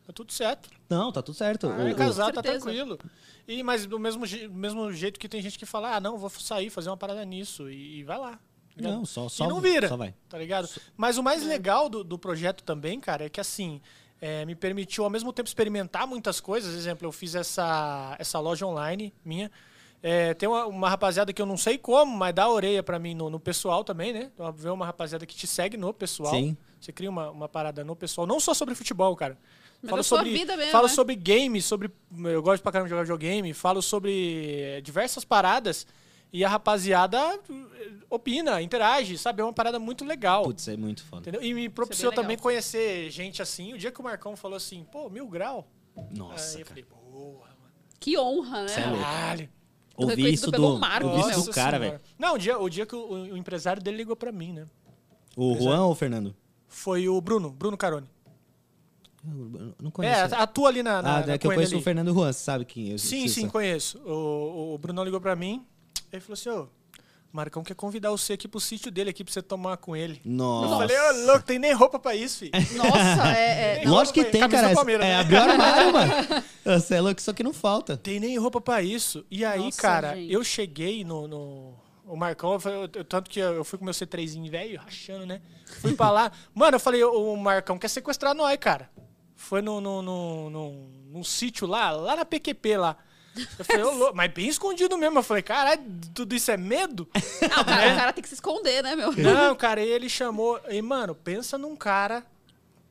Speaker 3: Tá tudo certo.
Speaker 1: não, tá tudo certo.
Speaker 3: Vai
Speaker 1: O- o-
Speaker 3: casar, tá
Speaker 2: certeza.
Speaker 3: tranquilo. E, mas do mesmo, je- do mesmo jeito que tem gente que fala, ah, não, vou sair, fazer uma parada nisso. E, e vai lá. tá ligado?
Speaker 1: não, só, só,
Speaker 3: e não vira.
Speaker 1: só É. vai.
Speaker 3: Tá ligado? Mas o mais legal do, do projeto também, cara, é que assim. é, me permitiu ao mesmo tempo experimentar muitas coisas. Exemplo, eu fiz essa, essa loja online minha. É, tem uma, uma rapaziada que eu não sei como, mas dá a orelha pra mim no, no pessoal também, né? Então, vê uma rapaziada que te segue no pessoal.
Speaker 1: Sim.
Speaker 3: Você cria uma, uma parada no pessoal, não só sobre futebol, cara.
Speaker 2: Mas
Speaker 3: falo
Speaker 2: da sua
Speaker 3: sobre
Speaker 2: vida mesmo,
Speaker 3: falo
Speaker 2: né?
Speaker 3: sobre games, sobre eu gosto pra caramba de jogar videogame, falo sobre eh, diversas paradas e a rapaziada eh, opina, interage, sabe? É uma parada muito legal.
Speaker 1: Putz, é muito foda.
Speaker 3: Entendeu? E me propiciou
Speaker 2: legal.
Speaker 3: também conhecer gente assim. O dia que o Marcão falou assim, pô, mil grau.
Speaker 1: Nossa,
Speaker 3: aí
Speaker 1: cara.
Speaker 3: eu falei, porra, mano.
Speaker 2: Que honra, né?
Speaker 1: Cê é louco.
Speaker 3: Caralho.
Speaker 1: Ouvir
Speaker 2: Reconhecido
Speaker 1: isso
Speaker 2: pelo
Speaker 1: do,
Speaker 2: Marco,
Speaker 1: ouvir isso
Speaker 2: né?
Speaker 1: do
Speaker 3: Nossa
Speaker 1: cara,
Speaker 3: senhora.
Speaker 1: velho.
Speaker 3: Não, o dia, o dia que o, o empresário dele ligou pra mim, né?
Speaker 1: O
Speaker 3: Pois é.
Speaker 1: Juan ou o Fernando?
Speaker 3: Foi o Bruno, Bruno Carone.
Speaker 1: Eu não
Speaker 3: É,
Speaker 1: conheço.
Speaker 3: atua ali na, na,
Speaker 1: ah,
Speaker 3: na
Speaker 1: é que eu
Speaker 3: Coelho
Speaker 1: conheço
Speaker 3: ali.
Speaker 1: o Fernando Juan, você sabe quem é eu
Speaker 3: Sim, sim, conheço. O, o Brunão ligou pra mim, ele falou assim, ô, Marcão quer convidar você aqui pro sítio dele aqui pra você tomar com ele.
Speaker 1: Nossa.
Speaker 3: Eu falei, ô, louco, tem nem roupa pra isso, filho.
Speaker 2: Nossa, é. é-
Speaker 3: Tem
Speaker 1: Lógico que
Speaker 3: roupa,
Speaker 1: tem,
Speaker 3: camisa
Speaker 1: cara.
Speaker 3: do Palmeiras,
Speaker 1: é,
Speaker 3: né?
Speaker 1: abriu o armário, mano. Você é louco, só que não falta.
Speaker 3: Tem nem roupa pra isso. E aí,
Speaker 2: Nossa,
Speaker 3: cara,
Speaker 2: gente.
Speaker 3: eu cheguei no. no- o Marcão, eu falei- eu- eu- tanto que eu eu fui com meu C3zinho velho, rachando, né? Fui pra lá. Mano, eu falei, o o Marcão quer sequestrar nós, cara. Foi num no, no, no, num sítio lá, lá na PQP lá. Eu falei, ô, louco, mas bem escondido mesmo. Eu falei, caralho, tudo isso é medo?
Speaker 2: Ah, o
Speaker 1: é.
Speaker 2: cara, o cara tem que se esconder, né, meu?
Speaker 3: Não, cara, e ele chamou. E, mano, pensa num cara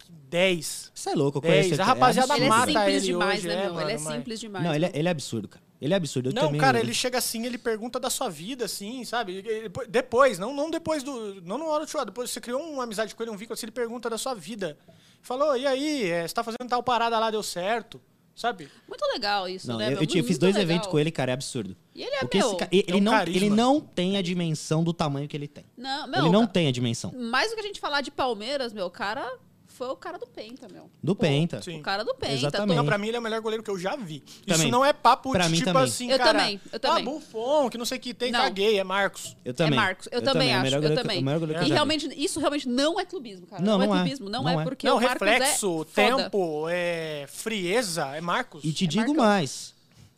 Speaker 3: que 10.
Speaker 1: Você é louco, eu
Speaker 3: 10,
Speaker 1: conheço
Speaker 3: a rapaziada
Speaker 2: Ele é
Speaker 3: mata
Speaker 2: simples
Speaker 3: ele
Speaker 2: demais,
Speaker 3: hoje,
Speaker 2: né,
Speaker 3: é,
Speaker 2: meu? ele é
Speaker 3: mano, mas-
Speaker 2: simples demais.
Speaker 1: Não, ele é, ele é absurdo, cara. Ele é absurdo. Eu
Speaker 3: não,
Speaker 1: também-
Speaker 3: cara, ele chega assim, ele pergunta da sua vida, assim, sabe? E- e- Depois, não, não depois do. Não no hora do show, depois você criou uma amizade com ele, um vínculo, assim, ele pergunta da sua vida. Falou, e aí, é, você tá fazendo tal parada lá, deu certo, sabe?
Speaker 2: Muito legal isso,
Speaker 1: Não,
Speaker 2: né,
Speaker 1: eu,
Speaker 2: meu?
Speaker 1: eu tive- fiz
Speaker 2: Muito
Speaker 1: dois
Speaker 2: legal.
Speaker 1: eventos com ele, cara, é absurdo.
Speaker 2: E ele é
Speaker 1: Porque
Speaker 2: meu.
Speaker 1: esse ca- ele,
Speaker 3: é um
Speaker 1: não, ele
Speaker 3: carisma.
Speaker 1: não tem a dimensão do tamanho que ele tem.
Speaker 2: Não, meu,
Speaker 1: ele não
Speaker 2: ca-
Speaker 1: tem a dimensão.
Speaker 2: Mais do que a gente falar de Palmeiras, meu, o cara foi o cara do Penta, meu.
Speaker 1: Do
Speaker 2: Pô,
Speaker 1: Penta.
Speaker 3: sim.
Speaker 2: O cara do Penta.
Speaker 1: Exatamente.
Speaker 3: Não,
Speaker 2: todo-
Speaker 1: Sim.
Speaker 3: pra mim ele é o melhor goleiro que eu já vi. Isso
Speaker 1: Também.
Speaker 3: não é papo
Speaker 1: Pra
Speaker 3: de
Speaker 1: mim
Speaker 3: tipo
Speaker 1: também.
Speaker 3: assim,
Speaker 2: Eu
Speaker 3: cara.
Speaker 2: também, eu
Speaker 3: Ah,
Speaker 2: também."
Speaker 3: Buffon, que não sei o que tem,
Speaker 2: Não.
Speaker 3: caguei, é Marcos.
Speaker 1: Eu também.
Speaker 2: É Marcos. Eu, também,
Speaker 1: é o
Speaker 2: acho.
Speaker 1: melhor
Speaker 2: Eu
Speaker 1: goleiro que-
Speaker 2: também.
Speaker 1: o melhor goleiro que
Speaker 2: E
Speaker 1: eu já vi.
Speaker 2: realmente, isso realmente não é clubismo, cara.
Speaker 1: Não,
Speaker 2: Não,
Speaker 1: não
Speaker 2: é
Speaker 1: é.
Speaker 2: clubismo, não,
Speaker 1: Não
Speaker 2: é,
Speaker 1: é.
Speaker 2: porque
Speaker 3: não,
Speaker 2: o Marcos
Speaker 3: reflexo,
Speaker 2: é foda.
Speaker 3: tempo, é, frieza, é Marcos.
Speaker 1: E te
Speaker 2: É
Speaker 1: digo
Speaker 2: Marcão.
Speaker 1: mais.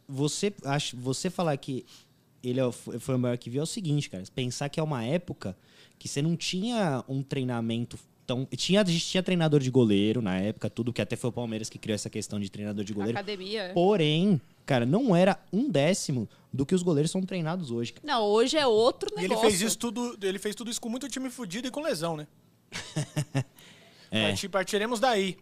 Speaker 1: Você, acha, você falar que ele é o- foi o maior que viu é o seguinte, cara. Pensar que é uma época que você não tinha um treinamento tão. Tinha, a gente tinha treinador de goleiro na época, tudo, que até foi o Palmeiras que criou essa questão de treinador de goleiro.
Speaker 2: Academia.
Speaker 1: Porém, cara, não era um décimo do que os goleiros são treinados hoje. cara.
Speaker 2: Não, hoje é outro
Speaker 3: E
Speaker 2: negócio.
Speaker 3: ele fez isso tudo, ele fez tudo isso com muito time fudido e com lesão, né?
Speaker 1: É.
Speaker 3: Parti- Partiremos daí.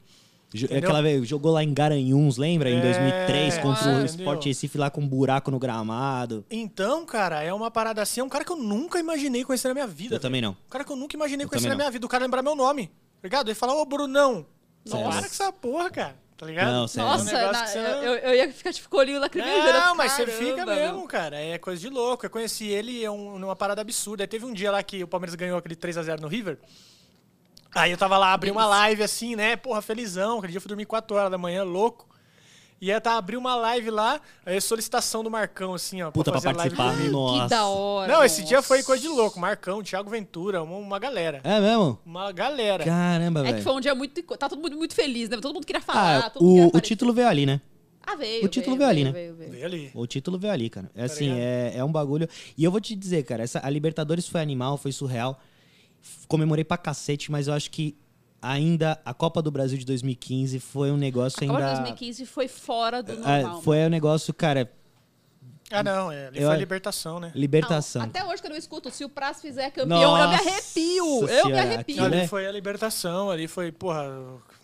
Speaker 1: Jo-
Speaker 3: Entendeu?
Speaker 1: Aquela vez jogou lá em Garanhuns, lembra? Em
Speaker 3: É,
Speaker 1: 2003, contra o
Speaker 3: entendeu?
Speaker 1: Sport Recife, lá com um buraco no gramado.
Speaker 3: Então, cara, é uma parada assim, é um cara que eu nunca imaginei conhecer na minha vida.
Speaker 1: Eu também não.
Speaker 3: Um cara que eu nunca imaginei
Speaker 1: Eu
Speaker 3: conhecer na
Speaker 1: também não.
Speaker 3: minha vida. O cara lembrar meu nome, tá ligado? Ele falar, ô Brunão.
Speaker 1: Cê é
Speaker 3: Não, para
Speaker 1: louco.
Speaker 3: com essa porra, cara. Tá ligado?
Speaker 1: Não, cê é
Speaker 2: Nossa,
Speaker 3: É um negócio
Speaker 2: na-
Speaker 3: que você não-
Speaker 2: eu, eu ia ficar tipo com o olhinho lacrimejando.
Speaker 3: Não, mas você
Speaker 2: Caramba,
Speaker 3: fica
Speaker 2: meu.
Speaker 3: mesmo, cara. É coisa de louco. Eu conheci ele é um- numa parada absurda. Aí teve um dia lá que o Palmeiras ganhou aquele 3x0 no River. Aí eu tava lá, abri uma live assim, né? Porra, felizão. Aquele dia eu fui dormir 4 horas da manhã, louco. E aí eu tava abriu uma live lá, aí solicitação do Marcão, assim, ó.
Speaker 1: Puta, pra
Speaker 3: fazer a live
Speaker 1: participar.
Speaker 3: comigo.
Speaker 1: Nossa.
Speaker 2: Que da hora.
Speaker 3: Não, esse dia
Speaker 2: nossa.
Speaker 3: foi coisa de louco. Marcão, Thiago Ventura, uma, uma galera.
Speaker 1: É mesmo?
Speaker 3: Uma galera.
Speaker 1: Caramba,
Speaker 2: É
Speaker 1: velho.
Speaker 2: que foi um dia muito. ico- Tá todo mundo muito feliz, né? Todo mundo queria falar.
Speaker 1: Ah,
Speaker 2: todo mundo
Speaker 1: o,
Speaker 2: queria
Speaker 1: o
Speaker 2: aparecer.
Speaker 1: título veio ali, né?
Speaker 2: Ah, veio.
Speaker 1: o título
Speaker 2: veio,
Speaker 1: veio ali, né?
Speaker 2: veio, veio, veio.
Speaker 3: Veio ali.
Speaker 1: O título veio ali, cara. É
Speaker 2: Tá
Speaker 1: assim,
Speaker 3: ligado?
Speaker 1: é, é um bagulho. E eu vou te dizer, cara, essa, a Libertadores foi animal, foi surreal. F- Comemorei pra cacete, mas eu acho que ainda a Copa do Brasil de 2015 foi um negócio
Speaker 2: A Copa de
Speaker 1: ainda.
Speaker 2: 2015 foi fora do
Speaker 1: Ah,
Speaker 2: normal.
Speaker 1: foi um negócio, cara,
Speaker 3: Ah, não, é. Ali
Speaker 1: Eu-
Speaker 3: foi a libertação, né?
Speaker 1: libertação.
Speaker 2: Não, até hoje que eu não escuto. Se o Praz fizer campeão, eu me
Speaker 1: Nossa
Speaker 2: arrepio. Eu me
Speaker 1: senhora,
Speaker 2: arrepio.
Speaker 1: aquilo
Speaker 3: Não,
Speaker 1: né?
Speaker 3: ali foi a libertação, ali foi, porra,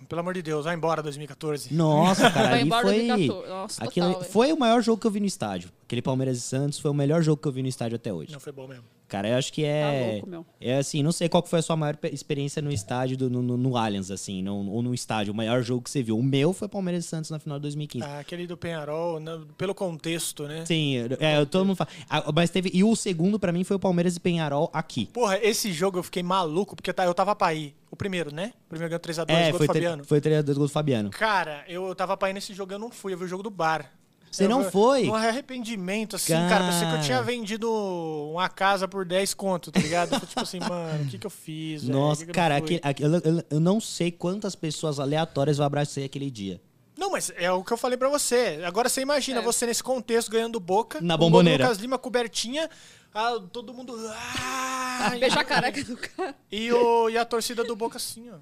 Speaker 3: pelo amor de Deus, vai embora 2014.
Speaker 1: Nossa, cara,
Speaker 2: Vai
Speaker 1: ali
Speaker 2: embora
Speaker 1: foi.
Speaker 2: 2014. Nossa,
Speaker 1: aquilo
Speaker 2: total, velho.
Speaker 1: foi o maior jogo que eu vi no estádio. Aquele Palmeiras e Santos foi o melhor jogo que eu vi no estádio até hoje.
Speaker 3: Não foi bom mesmo.
Speaker 1: Cara, eu acho que é.
Speaker 2: Tá louco, meu.
Speaker 1: É assim, não sei qual que foi a sua maior pe- experiência no estádio, do- no, no, no Allianz, assim, no- ou no estádio, o maior jogo que você viu. O meu foi Palmeiras e Santos na final de 2015.
Speaker 3: Ah, aquele do Penharol, na- pelo contexto, né?
Speaker 1: Sim, é, eu- todo mundo fala. Ah, mas teve. E o segundo pra mim foi o Palmeiras e Penharol aqui.
Speaker 3: Porra, esse jogo eu fiquei maluco, porque tá- eu tava pra ir. O primeiro, né? O primeiro ganhou 3x2,
Speaker 1: É,
Speaker 3: gol
Speaker 1: foi,
Speaker 3: do
Speaker 1: tre-
Speaker 3: Fabiano.
Speaker 1: foi 3 a 2 gol do Fabiano.
Speaker 3: Cara, eu tava pra ir nesse jogo, eu não fui, eu vi o jogo do bar.
Speaker 1: Você
Speaker 3: Eu-
Speaker 1: não foi?
Speaker 3: Um arrependimento, assim, cara. Pensei que eu
Speaker 1: Cara.
Speaker 3: tinha vendido uma casa por 10 conto, tá ligado? Eu tô tipo assim, mano, o que que eu fiz? velho?
Speaker 1: Nossa,
Speaker 3: Por que que eu não
Speaker 1: cara,
Speaker 3: fui?
Speaker 1: aquele- aquele- eu, eu- eu não sei quantas pessoas aleatórias eu abracei aquele dia.
Speaker 3: Não, mas é o que eu falei pra você. Agora você imagina você nesse contexto ganhando boca.
Speaker 1: Na
Speaker 3: com o gol do
Speaker 1: Bomboneira.
Speaker 3: Lucas Lima, cobertinha. ah, todo mundo. ah, e-
Speaker 2: Beijar a careca do cara.
Speaker 3: e, o, e a torcida do Boca assim, ó.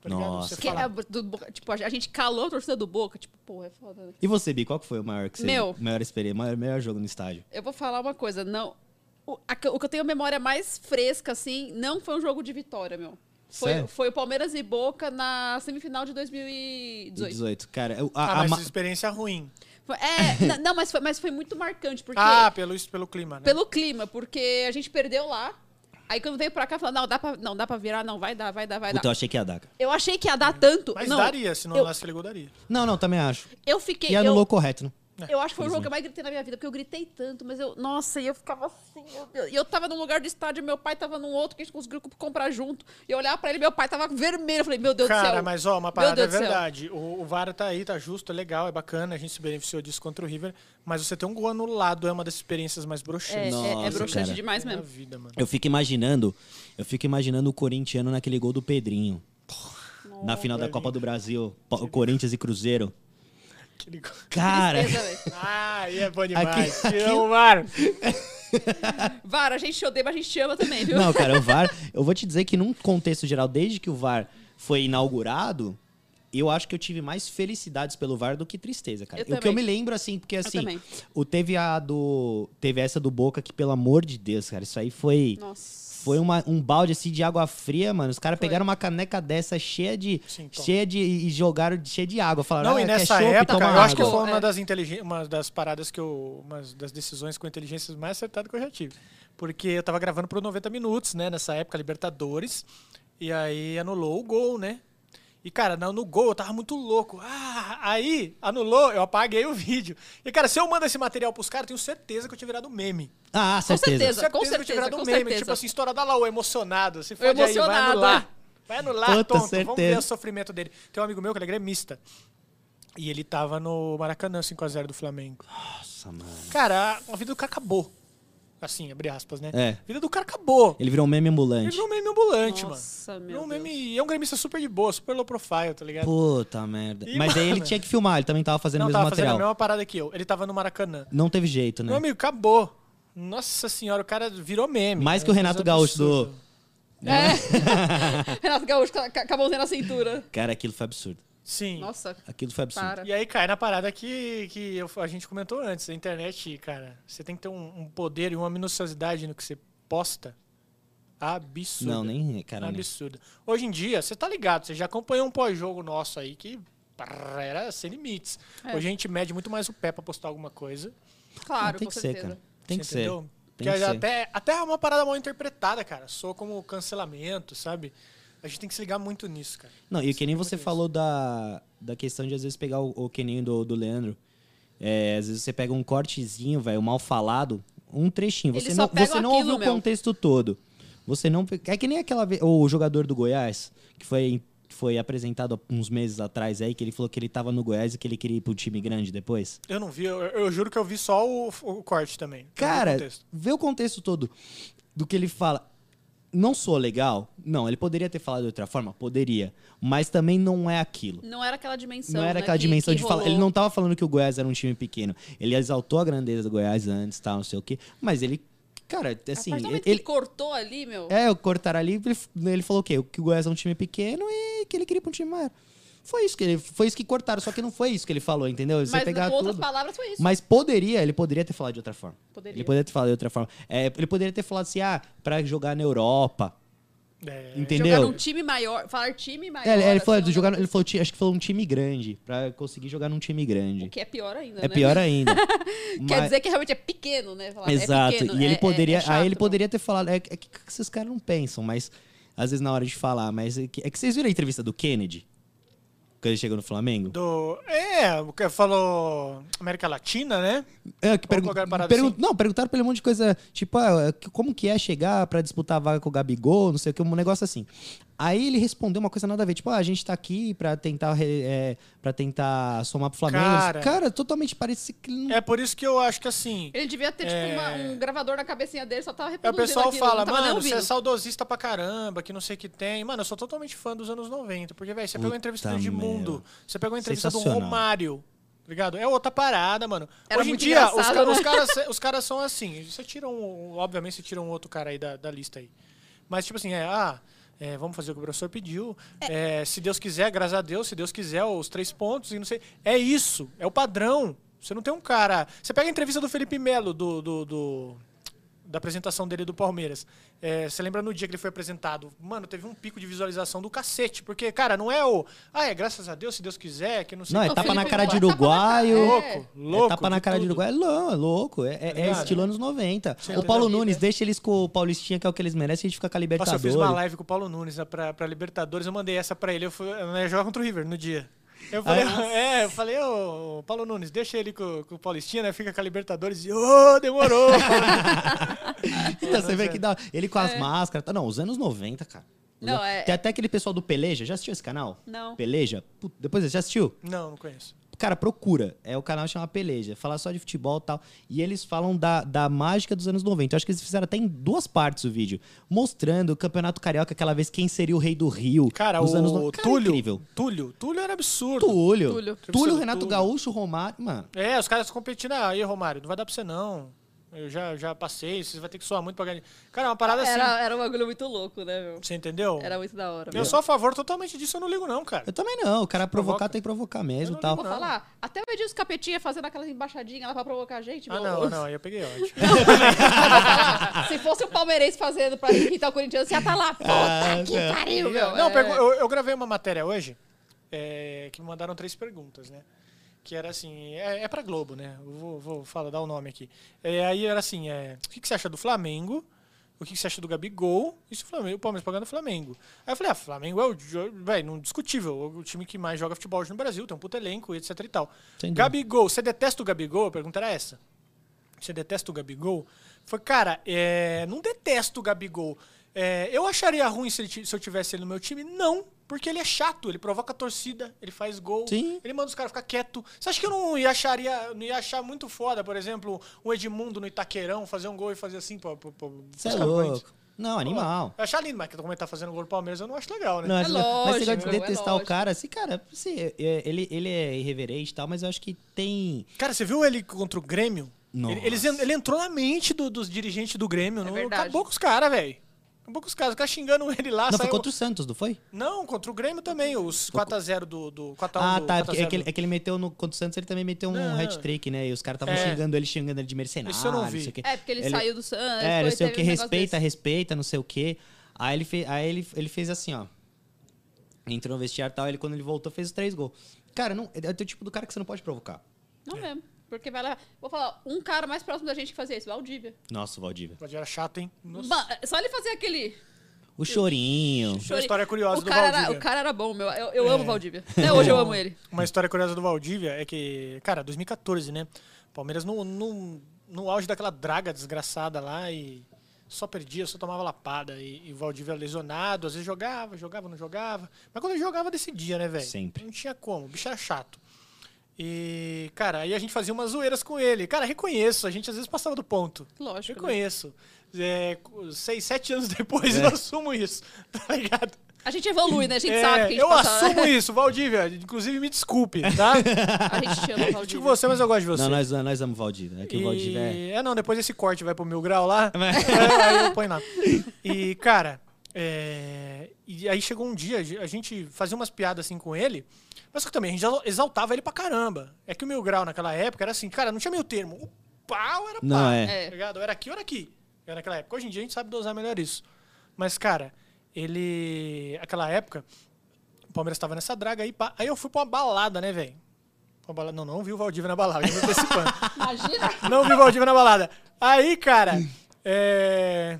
Speaker 3: Tá ligado?
Speaker 1: Nossa.
Speaker 3: Você
Speaker 2: Que
Speaker 3: fala,
Speaker 2: é do Boca- tipo, a gente calou a torcida do Boca. Tipo, pô, é foda. né?
Speaker 1: E você, Bi, qual que foi o maior que você
Speaker 2: Meu.
Speaker 1: maior experiência, maior, maior jogo no estádio?
Speaker 2: Eu vou falar uma coisa. Não, o, a que- o que eu tenho memória mais fresca, assim, não foi um jogo de vitória, meu. Foi,
Speaker 1: Sério?
Speaker 2: foi o Palmeiras e Boca na semifinal de 2018.
Speaker 1: 18. Cara, eu- a,
Speaker 3: ah,
Speaker 1: a
Speaker 3: mas
Speaker 1: ma-
Speaker 3: experiência ruim.
Speaker 2: Foi- é, n- não, mas foi, mas foi muito marcante, porque
Speaker 3: Ah, pelo, isso- pelo clima, né?
Speaker 2: pelo clima, porque a gente perdeu lá. Aí quando veio pra cá, falou, não, dá pra, não, dá pra virar, não, vai dar, vai dar, vai
Speaker 1: Puta, eu
Speaker 2: dar.
Speaker 1: achei que ia dar, cara.
Speaker 2: Eu achei que ia dar tanto.
Speaker 3: Mas
Speaker 2: não,
Speaker 3: daria, se não
Speaker 2: eu-
Speaker 3: anulasse ele gol, daria.
Speaker 1: Não, não, também acho.
Speaker 2: Eu fiquei.
Speaker 1: E
Speaker 2: eu-
Speaker 1: anulou correto, né?
Speaker 2: Eu acho que foi o
Speaker 1: Felizmente.
Speaker 2: jogo que eu mais gritei na minha vida, porque eu gritei tanto, mas eu. Nossa, e eu ficava assim, meu Deus. E eu tava num lugar do estádio, meu pai tava num outro que a gente conseguiu comprar junto. E eu olhava pra ele, meu pai tava vermelho. Eu falei, meu Deus do
Speaker 3: Cara,
Speaker 2: céu.
Speaker 3: mas ó, uma
Speaker 2: Meu
Speaker 3: parada é
Speaker 2: Deus do céu.
Speaker 3: verdade. O, o VAR tá aí, tá justo, é legal, é bacana, a gente se beneficiou disso contra o River, mas você ter um gol anulado é uma das experiências mais
Speaker 2: É,
Speaker 3: broxantes.
Speaker 2: é, é
Speaker 1: Nossa,
Speaker 2: broxante
Speaker 1: cara.
Speaker 2: demais
Speaker 3: na
Speaker 2: mesmo.
Speaker 3: vida, mano.
Speaker 1: Eu fico imaginando, eu fico imaginando o corintiano naquele gol do Pedrinho. na final da Copa do Brasil, Po- Corinthians e Cruzeiro.
Speaker 3: Aquele gol.
Speaker 1: Cara,
Speaker 2: Tristeza, velho.
Speaker 3: Ah, e é bom demais.
Speaker 1: Aqui-
Speaker 3: Te amo, VAR.
Speaker 2: Vara, a gente te odeia, mas a gente te ama também, viu?
Speaker 1: não, cara, o VAR, eu vou te dizer que num contexto geral, desde que o VAR foi inaugurado, eu acho que eu tive mais felicidades pelo VAR do que tristeza, cara.
Speaker 2: Eu
Speaker 1: o que eu
Speaker 2: também.
Speaker 1: me lembro assim, porque assim,
Speaker 2: também.
Speaker 1: o teve a do, teve essa do Boca que pelo amor de Deus, cara, isso aí foi
Speaker 2: Nossa.
Speaker 1: Foi uma- um balde assim de água fria, mano. Os caras
Speaker 2: Foi.
Speaker 1: pegaram uma caneca dessa cheia de.
Speaker 3: Sim, toma.
Speaker 1: cheia de. E jogaram de- cheia de água. Falaram,
Speaker 3: Não,
Speaker 1: ah,
Speaker 3: e
Speaker 1: quer
Speaker 3: nessa
Speaker 1: chopp?
Speaker 3: época,
Speaker 1: Toma
Speaker 3: eu acho que
Speaker 1: água."
Speaker 3: foi uma
Speaker 2: É.
Speaker 3: das, inteligen- uma das paradas que eu. Uma das decisões com inteligência mais acertada que eu já tive. Porque eu tava gravando pro 90 minutos, né? Nessa época, Libertadores. E aí anulou o gol, né? E, cara, no, no gol eu tava muito louco. Ah, aí anulou, eu apaguei o vídeo. E, cara, se eu mando esse material pros caras, eu tenho certeza que eu tinha virado meme.
Speaker 1: Ah, certeza.
Speaker 2: certeza. com
Speaker 3: Certeza, que eu tinha virado
Speaker 2: certeza, com
Speaker 3: meme.
Speaker 2: certeza.
Speaker 3: Tipo assim, estourado, olha lá, o emocionado. Se
Speaker 2: O
Speaker 3: fode aí, vai
Speaker 2: emocionado, é.
Speaker 3: anular. Vai anular,
Speaker 1: Puta,
Speaker 3: tonto. Vamos ver
Speaker 1: certeza.
Speaker 3: o sofrimento dele. Tem um amigo meu que ele é gremista. E ele tava no Maracanã, 5x0 do Flamengo.
Speaker 1: Nossa, mano.
Speaker 3: Cara, a a vida do cara acabou. Assim, abre aspas, né?
Speaker 1: É.
Speaker 3: A vida do cara acabou.
Speaker 1: Ele virou um meme
Speaker 3: Ele
Speaker 1: ambulante.
Speaker 3: virou um meme ambulante,
Speaker 2: Nossa,
Speaker 3: mano.
Speaker 2: meu
Speaker 3: Virou um
Speaker 2: Deus.
Speaker 3: meme- E é um gremista super de boa, super low profile, tá ligado?
Speaker 1: Puta merda.
Speaker 3: E,
Speaker 1: Mas aí ele
Speaker 3: mano-
Speaker 1: tinha que filmar, ele também tava fazendo
Speaker 3: Não,
Speaker 1: o mesmo
Speaker 3: tava fazendo
Speaker 1: material.
Speaker 3: a mesma parada que eu. Ele tava no Maracanã.
Speaker 1: Não teve jeito, né?
Speaker 3: Meu amigo, acabou. Nossa senhora, o cara virou meme.
Speaker 1: Mais que o
Speaker 3: É uma
Speaker 1: Renato
Speaker 3: coisa
Speaker 1: Gaúcho do-
Speaker 3: absurda.
Speaker 2: É. Renato Gaúcho com a- com a mãozinha na cintura.
Speaker 1: Cara, aquilo foi absurdo.
Speaker 3: Sim.
Speaker 2: Nossa,
Speaker 1: Aquilo foi absurdo.
Speaker 2: para.
Speaker 3: E aí cai na parada que, que eu- a gente comentou antes, a internet, cara, você tem que ter um, um poder e uma minuciosidade no que você posta. Absurdo.
Speaker 1: Não, nem. né? Cara, nem.
Speaker 3: Absurdo. Hoje em dia, você tá ligado, você já acompanhou um pós-jogo nosso aí que prrr, era sem limites.
Speaker 2: É.
Speaker 3: Hoje a gente mede muito mais o pé pra postar alguma coisa.
Speaker 2: Claro,
Speaker 1: Não, tem
Speaker 2: com
Speaker 1: que ser,
Speaker 2: certeza.
Speaker 1: cara. Tem
Speaker 3: você
Speaker 1: que ser.
Speaker 3: entendeu?
Speaker 1: Tem
Speaker 3: Que
Speaker 1: que ser.
Speaker 3: até, até é uma parada mal interpretada, cara. Sou como cancelamento, sabe? A gente tem que se ligar muito nisso, cara.
Speaker 1: Não, e que nem você
Speaker 3: Muito
Speaker 1: falou da, da questão de às vezes pegar o, o que nem do, do Leandro. É, às vezes você pega um cortezinho, velho, mal falado, um trechinho.
Speaker 2: Eles
Speaker 1: Você
Speaker 2: só
Speaker 1: não,
Speaker 2: pegam
Speaker 1: você não
Speaker 2: aquilo,
Speaker 1: ouviu o
Speaker 2: meu.
Speaker 1: contexto todo. Você não. pe- É que nem aquela vez. O jogador do Goiás, que foi, foi apresentado há uns meses atrás aí, que ele falou que ele tava no Goiás e que ele queria ir pro time grande depois.
Speaker 3: Eu não vi, eu, eu juro que eu vi só o, o corte também. não vi o
Speaker 1: Cara,
Speaker 3: contexto.
Speaker 1: vê o contexto todo do que ele fala. Não sou legal? Não, ele poderia ter falado de outra forma? Poderia. Mas também não é aquilo.
Speaker 2: Não era aquela dimensão.
Speaker 1: Não era
Speaker 2: né,
Speaker 1: aquela
Speaker 2: que-
Speaker 1: dimensão
Speaker 2: que
Speaker 1: de falar.
Speaker 2: rolou.
Speaker 1: Ele não tava falando que o Goiás era um time pequeno. Ele exaltou a grandeza do Goiás antes, tal, não sei o quê. Mas ele, cara, assim.
Speaker 2: a partir do momento
Speaker 1: Ele,
Speaker 2: que ele cortou ali, meu.
Speaker 1: é, eu cortar ali, ele, ele falou o quê? Que o Goiás é um time pequeno e que ele queria ir pra um time maior. Foi isso que ele, foi isso que cortaram, só que não foi isso que ele falou, entendeu? Você
Speaker 2: mas
Speaker 1: pegar
Speaker 2: com outras
Speaker 1: tudo.
Speaker 2: palavras foi isso.
Speaker 1: Mas poderia, ele poderia ter falado de outra forma.
Speaker 2: Poderia.
Speaker 1: Ele poderia ter falado de outra forma. É, ele poderia ter falado assim, ah, pra jogar na Europa.
Speaker 3: É,
Speaker 1: Entendeu?
Speaker 2: Jogar num time maior. Falar time maior.
Speaker 1: É, ele, ele falou,
Speaker 2: assim,
Speaker 1: jogar,
Speaker 2: não-
Speaker 1: ele falou, ti- acho que falou um time grande, pra conseguir jogar num time grande.
Speaker 2: O que é pior ainda,
Speaker 1: É
Speaker 2: né?
Speaker 1: pior ainda.
Speaker 2: Quer
Speaker 1: Mas-
Speaker 2: dizer que realmente é pequeno, né? Falar, é
Speaker 1: Exato.
Speaker 2: pequeno,
Speaker 1: e
Speaker 2: é-
Speaker 1: ele
Speaker 2: é-
Speaker 1: poderia.
Speaker 2: é chato,
Speaker 1: aí ele
Speaker 2: não.
Speaker 1: poderia ter falado. É, é que esses caras não pensam, mas. Às vezes na hora de falar, mas. É que, é que vocês viram a entrevista do Kennedy? Quando ele chegou no Flamengo?
Speaker 3: do, é, o que falou América Latina, né?
Speaker 1: É, que pergun-
Speaker 3: qualquer parada
Speaker 1: pergun-
Speaker 3: assim?
Speaker 1: Não, perguntaram pra ele um monte de coisa. Tipo, ah, que- como que é chegar pra disputar a vaga com o Gabigol, não sei o que, um negócio assim. Aí ele respondeu uma coisa nada a ver. Tipo, ah, a gente tá aqui pra tentar, re- é, pra tentar somar pro Flamengo.
Speaker 3: Cara.
Speaker 1: Cara, totalmente parece que ele não.
Speaker 3: É por isso que eu acho que assim.
Speaker 2: Ele devia ter, tipo,
Speaker 3: É.
Speaker 2: uma- um gravador na cabecinha dele, só tava
Speaker 3: O
Speaker 2: reproduzindo
Speaker 3: pessoal
Speaker 2: aquilo,
Speaker 3: fala,
Speaker 2: não tava nem
Speaker 3: mano, você é
Speaker 2: ouvindo.
Speaker 3: saudosista pra caramba, que não sei o que tem. Mano, eu sou totalmente fã dos anos 90, porque, velho, você pegou a
Speaker 1: Puta
Speaker 3: entrevista do Edmundo,
Speaker 1: meu.
Speaker 3: você pegou a entrevista do
Speaker 1: Sensacional.
Speaker 3: Romário, tá ligado? É outra parada, mano.
Speaker 2: Era
Speaker 3: Hoje em
Speaker 2: muito
Speaker 3: dia, os,
Speaker 2: engraçado,
Speaker 3: ca-
Speaker 2: né?
Speaker 3: os caras, os caras são assim. Você tira um, obviamente, você tira um outro cara aí da, da lista aí. Mas, tipo assim, é, ah, é, vamos fazer o que o professor pediu. É, se Deus quiser, graças a Deus, se Deus quiser, os três pontos e não sei. É isso, é o padrão. Você não tem um cara. Você pega a entrevista do Felipe Melo, do. do- do- da apresentação dele do Palmeiras. É, você lembra no dia que ele foi apresentado? Mano, teve um pico de visualização do cacete. Porque, cara, não é o. Ah, é graças a Deus, se Deus quiser, que não sei
Speaker 1: Não,
Speaker 3: o
Speaker 1: é
Speaker 3: quê."
Speaker 2: Não,
Speaker 1: tapa na
Speaker 2: Felipe
Speaker 1: cara de
Speaker 2: Melo é tapa na cara,
Speaker 1: uruguaio.
Speaker 2: é.
Speaker 3: Louco, louco.
Speaker 1: é tapa na
Speaker 3: de
Speaker 1: cara de
Speaker 3: tudo. Tá
Speaker 1: Uruguai. Não, é louco. É, é- é
Speaker 3: ligado?
Speaker 1: estilo anos 90.
Speaker 3: Sim,
Speaker 1: o Paulo
Speaker 3: da vida.
Speaker 1: Nunes, deixa eles com o Paulistinha, que é o que eles merecem, a gente fica com a
Speaker 3: Nossa, eu fiz uma
Speaker 1: Libertadores.
Speaker 3: live com o Paulo Nunes né, pra, pra Libertadores, eu mandei essa pra ele. Eu fui eu ia jogar contra o River no dia. Eu falei,
Speaker 1: Ah,
Speaker 3: é, eu falei, ô, Paulo Nunes, deixa ele com, com o Paulistina, fica com a Libertadores. E, ô, demorou!
Speaker 1: Então, você vê que dá. Ele com as
Speaker 3: É.
Speaker 1: máscaras. tá- Não, os anos 90, cara.
Speaker 2: Não, é-
Speaker 1: Tem até aquele pessoal do Peleja. Já assistiu esse canal?
Speaker 2: Não.
Speaker 1: Peleja? Put- Depois você já assistiu?
Speaker 3: não, não conheço.
Speaker 1: Cara, procura. É o canal que chama Peleja. Fala só de futebol e tal. E eles falam da, da mágica dos anos 90. Eu acho que eles fizeram até em duas partes o vídeo. Mostrando o Campeonato Carioca, aquela vez, quem seria o rei do Rio.
Speaker 3: Cara,
Speaker 1: nos
Speaker 3: o
Speaker 1: anos 90. Cara, é
Speaker 3: Túlio,
Speaker 1: incrível.
Speaker 3: Túlio. Túlio era absurdo.
Speaker 1: Túlio.
Speaker 2: Túlio.
Speaker 1: Túlio,
Speaker 3: Absurdo,
Speaker 1: Renato
Speaker 3: Túlio.
Speaker 1: Gaúcho, Romário. Mano,
Speaker 3: É, os caras competindo. Ah, aí, Romário, não vai dar pra você, não. Eu já, já passei, vocês vão ter que soar muito pra ganhar. Cara, é uma parada assim.
Speaker 2: Era, era um bagulho muito louco, né, meu?
Speaker 3: Você entendeu?
Speaker 2: Era muito da hora.
Speaker 3: Eu sou a favor totalmente disso, eu não ligo, não, cara.
Speaker 1: eu também não. O cara provocar
Speaker 3: Provoca.
Speaker 1: tem que provocar mesmo e
Speaker 3: Eu não
Speaker 1: tal.
Speaker 2: Vou falar, até o Edilson Capetinha fazendo aquela embaixadinha lá pra provocar a gente.
Speaker 3: Ah,
Speaker 2: meu.
Speaker 3: não, não, aí eu peguei ódio.
Speaker 2: Se fosse o palmeirense fazendo pra irritar o corintiano, você ia tá lá. Puta que pariu, meu.
Speaker 3: Ah, Não,
Speaker 2: É.
Speaker 3: pergu- eu, eu gravei uma matéria hoje é, que me mandaram três perguntas, né? Que era assim, é, é pra Globo, né? Eu vou, vou falar, dar o nome aqui. É, aí era assim, é, o que, que você acha do Flamengo? O que, que você acha do Gabigol? E se o, Flamengo, o Palmeiras pagando o Flamengo? Aí eu falei, ah, Flamengo é o, jo- véi, não discutível, o time que mais joga futebol hoje no Brasil, tem um puto elenco, etc e tal.
Speaker 1: Sem dúvida.
Speaker 3: Gabigol, você detesta o Gabigol? A pergunta era essa. Você detesta o Gabigol? Foi, cara, é, não detesto o Gabigol. É, eu acharia ruim se, ele ti- se eu tivesse ele no meu time? Não, porque ele é chato, ele provoca a torcida, ele faz gol,
Speaker 1: Sim.
Speaker 3: ele manda os caras ficar quieto. Você acha que eu não ia, acharia, não ia achar muito foda, por exemplo, o Edmundo no Itaquerão fazer um gol e fazer assim? Pô, pô, pô,
Speaker 1: Você é
Speaker 3: os caras
Speaker 1: louco.
Speaker 3: doentes?
Speaker 1: Não,
Speaker 3: Pô,
Speaker 1: animal.
Speaker 3: Eu achar lindo, mas como ele tá fazendo gol no Palmeiras, eu não acho legal, né?
Speaker 1: Não, acho- mas você
Speaker 2: lógico,
Speaker 1: gosta de
Speaker 2: é
Speaker 1: detestar o
Speaker 2: lógico.
Speaker 1: cara, assim, cara, assim, é- é- ele, ele é irreverente e tal, mas eu acho que tem.
Speaker 3: Cara, você viu ele contra o Grêmio?
Speaker 1: Nossa.
Speaker 3: Ele, eles en- ele entrou na mente do- dos dirigentes do Grêmio. não-
Speaker 2: É verdade.
Speaker 3: acabou com os caras, velho. Acabou com os caras. Os caras xingando ele lá.
Speaker 1: Não, foi
Speaker 3: Ah, saiu-
Speaker 1: contra o Santos, não foi?
Speaker 3: Não, contra o Grêmio também. Os 4x0 do, do 4x1
Speaker 1: Ah,
Speaker 3: do
Speaker 1: tá.
Speaker 3: 4 a
Speaker 1: É
Speaker 3: 0
Speaker 1: que, ele- é que ele meteu no contra o Santos, ele também meteu um
Speaker 3: Não.
Speaker 1: hat-trick, né? E os caras estavam
Speaker 3: É.
Speaker 1: xingando ele, xingando ele de mercenário.
Speaker 3: Isso eu não vi.
Speaker 1: sei o quê.
Speaker 2: É, porque ele, saiu do Santos.
Speaker 1: É, não
Speaker 2: foi-
Speaker 1: sei o
Speaker 2: teve
Speaker 1: que,
Speaker 2: um negócio
Speaker 1: respeita,
Speaker 2: desse.
Speaker 1: respeita, não sei o que. Aí ele fez, aí ele, ele fez assim, ó. Entrou no vestiário e tal, ele quando ele voltou fez os três gols. Cara, não, é o tipo do cara que você não pode provocar.
Speaker 2: Não mesmo. Porque vai lá. Vou falar, um cara mais próximo da gente que fazia isso, Valdívia.
Speaker 1: Nossa, o Valdívia.
Speaker 3: Mas Era chato, hein? Nossa.
Speaker 2: Ba- Só ele fazer aquele.
Speaker 1: O chorinho.
Speaker 3: Uma história curiosa
Speaker 2: o
Speaker 3: do né?
Speaker 2: cara Era,
Speaker 3: Valdívia. É.
Speaker 2: o cara era bom, meu. Eu, eu amo Valdívia. Até hoje eu amo ele.
Speaker 3: Uma história curiosa do Valdívia é que, cara, 2014, né? Palmeiras no, no, no auge daquela draga desgraçada lá e só perdia, só tomava lapada. E, e o Valdívia lesionado, às vezes jogava, jogava, não jogava. Mas quando ele jogava, decidia, né, velho?
Speaker 1: Sempre.
Speaker 3: Não tinha como, o bicho era chato. E, cara, aí a gente fazia umas zoeiras com ele. Cara, reconheço, a gente às vezes passava do ponto.
Speaker 2: Lógico. né?
Speaker 3: Reconheço. É, cu- seis, sete anos depois eu assumo isso, tá ligado?
Speaker 2: A gente evolui, né? A gente
Speaker 3: É,
Speaker 2: sabe que a gente
Speaker 3: eu
Speaker 2: passa-
Speaker 3: assumo isso, Valdívia. Inclusive, me desculpe, tá?
Speaker 2: A gente chama o
Speaker 3: Eu
Speaker 2: Valdívia.
Speaker 3: digo você, mas eu gosto de você.
Speaker 1: Não, nós, nós amamos o Valdívia. É que o Valdívia é.
Speaker 3: E- É, não, depois esse corte vai pro mil grau lá. é, aí eu ponho lá. E, cara, é, e aí chegou um dia, a gente fazia umas piadas assim com ele, mas que também a gente exaltava ele pra caramba. É que o mil grau naquela época era assim, cara, não tinha meio termo. O pau era pau.
Speaker 1: Não, é.
Speaker 2: É.
Speaker 3: Tá ligado? Ou era aqui ou era aqui. Era naquela época. Hoje em dia a gente sabe dosar melhor isso. Mas, cara, ele. Aquela época, o Palmeiras tava nessa draga aí. pá. Aí eu fui pra uma balada, né, velho? Pra uma balada- Não, não vi o Valdívia na balada, eu já me antecipando.
Speaker 2: Imagina.
Speaker 3: Não vi o Valdívia na balada. Aí, cara, é,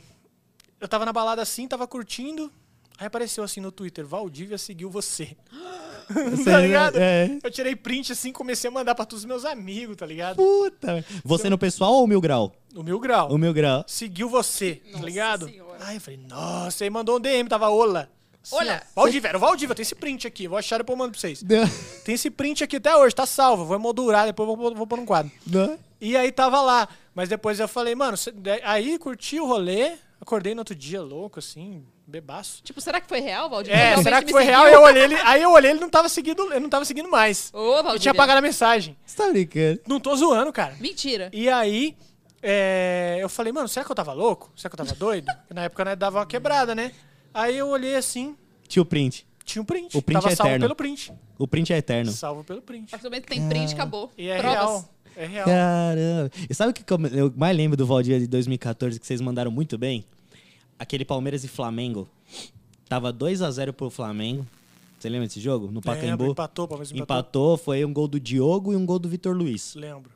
Speaker 3: eu tava na balada assim, tava curtindo. Aí apareceu assim no Twitter, Valdívia seguiu você. tá ligado?
Speaker 1: É.
Speaker 3: Eu tirei print assim, comecei a mandar pra todos os meus amigos, tá ligado?
Speaker 1: Puta. Você no pessoal ou o Mil Grau?
Speaker 3: O Mil Grau.
Speaker 1: O Mil Grau.
Speaker 3: Seguiu você, tá
Speaker 2: Nossa
Speaker 3: ligado?
Speaker 2: Senhora.
Speaker 3: Aí eu falei, nossa, aí mandou um DM, tava Ola.
Speaker 2: Olha,
Speaker 3: ó, Valdívia, era o Valdívia, tem esse print aqui, vou achar e depois eu mando pra vocês.
Speaker 1: Não,
Speaker 3: Tem esse print aqui até hoje, tá salvo, vou emoldurar, depois eu vou, vou pôr num quadro.
Speaker 1: não.
Speaker 3: E aí tava lá. Mas depois eu falei, mano, cê- da- aí curti o rolê, acordei no outro dia louco, assim, bebaço.
Speaker 2: Tipo, será que foi real, Valdívia?
Speaker 3: É,
Speaker 2: Realmente
Speaker 3: será que
Speaker 2: me
Speaker 3: foi
Speaker 2: seguiu?
Speaker 3: real? Eu olhei ele, aí eu olhei, ele não tava seguindo, ele não tava seguindo mais.
Speaker 2: Ô,
Speaker 3: Eu
Speaker 2: Valdívia.
Speaker 3: tinha apagado a mensagem.
Speaker 1: Você tá brincando?
Speaker 3: Não tô zoando, cara.
Speaker 2: Mentira.
Speaker 3: E aí, é, eu falei, mano, será que eu tava louco? Será que eu tava doido? Porque na época, né, dava uma quebrada, né? Aí eu olhei assim,
Speaker 1: Tio Print.
Speaker 3: tinha um print.
Speaker 1: O print
Speaker 3: tava
Speaker 1: é
Speaker 3: salvo
Speaker 1: eterno.
Speaker 3: pelo print.
Speaker 1: O Print é eterno.
Speaker 3: Salvo pelo print.
Speaker 2: A partir do momento que tem print, acabou.
Speaker 3: E é
Speaker 2: Provas.
Speaker 3: real. É real.
Speaker 1: Caramba. E sabe o que que eu, eu mais lembro do Valdir de 2014 que vocês mandaram muito bem? Aquele Palmeiras e Flamengo. Tava 2 a 0 pro Flamengo. Você lembra desse jogo? No Pacaembu.
Speaker 3: Lembro, empatou, Palmeiras empatou.
Speaker 1: Empatou, foi um gol do Diogo e um gol do Vitor Luiz.
Speaker 3: Lembro.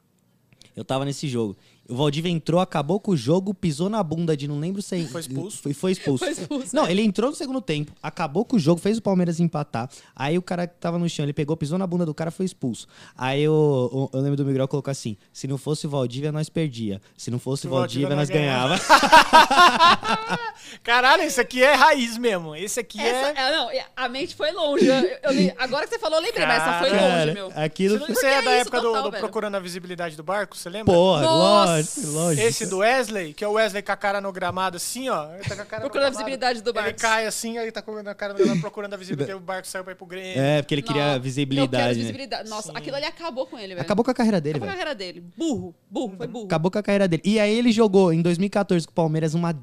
Speaker 1: Eu tava nesse jogo. O Valdívia entrou, acabou com o jogo, pisou na bunda de não lembro se.
Speaker 3: Foi expulso.
Speaker 1: Foi, foi expulso.
Speaker 2: Foi expulso.
Speaker 1: Não, ele entrou no segundo tempo, acabou com o jogo, fez o Palmeiras empatar. Aí o cara que tava no chão, ele pegou, pisou na bunda do cara, foi expulso. Aí eu, eu lembro do Miguel colocou assim: se não fosse o Valdívia, nós perdia. Se não fosse o Valdívia, nós ganhava.
Speaker 3: Caralho, esse aqui é raiz mesmo. Esse aqui
Speaker 2: Essa,
Speaker 3: é.
Speaker 2: é, não, a mente foi longe. Eu- eu li- agora que você falou, eu lembrei, mas essa foi longe,
Speaker 1: Cara,
Speaker 2: meu.
Speaker 1: aquilo.
Speaker 2: Você não-
Speaker 3: Você
Speaker 2: Por que
Speaker 3: é
Speaker 2: isso,
Speaker 3: da época do-
Speaker 2: total,
Speaker 3: do,
Speaker 2: velho?
Speaker 3: Procurando a Visibilidade do Barco, você lembra?
Speaker 1: Pô,
Speaker 2: Nossa!
Speaker 1: lógico, lógico.
Speaker 3: Esse do Wesley, que é o Wesley com a cara no gramado assim, ó. Ele tá com a cara no
Speaker 2: Procurando a
Speaker 3: gramado,
Speaker 2: visibilidade do
Speaker 3: Ele
Speaker 2: barco.
Speaker 3: cai assim, aí tá com a cara no gramado procurando a visibilidade. o barco saiu pra ir pro Grêmio.
Speaker 1: É, porque ele queria
Speaker 2: Não, Eu quero
Speaker 1: visibilidade. né?
Speaker 2: visibilidade. Nossa,
Speaker 3: Sim.
Speaker 2: aquilo ali acabou com ele, velho.
Speaker 1: Acabou com a carreira dele,
Speaker 2: Acabou com a
Speaker 1: velho.
Speaker 2: carreira dele. Burro, burro, foi burro.
Speaker 1: Tipo, Acabou com a carreira dele. E aí ele jogou em 2014 com o Palmeiras uma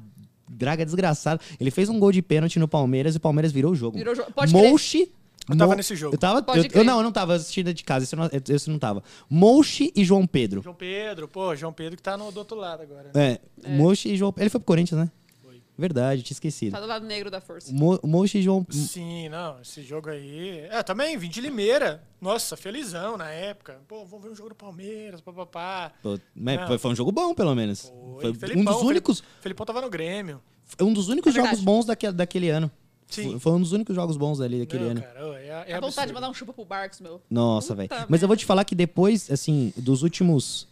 Speaker 1: draga desgraçada. Ele fez um gol de pênalti no Palmeiras e o Palmeiras virou o jogo.
Speaker 2: Virou o jogo. Pode crer.
Speaker 1: Mouchi.
Speaker 3: Eu tava
Speaker 1: Mo-
Speaker 3: nesse jogo.
Speaker 1: Eu tava.
Speaker 2: Pode
Speaker 1: eu- eu,
Speaker 2: crer.
Speaker 1: não, eu não tava assistindo de casa. Esse eu não, esse eu não tava. Mouchi e João Pedro.
Speaker 3: João Pedro, pô, João Pedro que tá no, do outro lado agora. né?
Speaker 1: É, Mouchi e João Ele foi pro Corinthians, né? Foi. Verdade, tinha esquecido.
Speaker 2: Tá do lado negro da força.
Speaker 1: Mo, Mouchi e João.
Speaker 3: Sim, não, esse jogo aí. É, também, vim de Limeira. Nossa, felizão na época. Pô, vou ver um jogo do Palmeiras, papapá.
Speaker 1: Pô, mas
Speaker 3: Não.
Speaker 1: foi, foi um jogo bom, pelo menos.
Speaker 3: Oi,
Speaker 1: Foi um
Speaker 3: Felipão,
Speaker 1: dos
Speaker 3: Feli-
Speaker 1: únicos.
Speaker 3: Felipão tava no Grêmio.
Speaker 1: Foi um dos únicos
Speaker 2: É verdade.
Speaker 1: jogos bons daquele, daquele ano.
Speaker 3: Sim.
Speaker 1: Foi, foi um dos únicos jogos bons ali daquele
Speaker 3: Não,
Speaker 1: ano.
Speaker 3: cara, ô, é, é
Speaker 2: A vontade de
Speaker 3: absurdo.
Speaker 2: mandar um chupa pro Barcos, meu.
Speaker 1: Nossa,
Speaker 2: Puta
Speaker 1: velho. Mas
Speaker 2: merda.
Speaker 1: eu vou te falar que depois, assim, dos últimos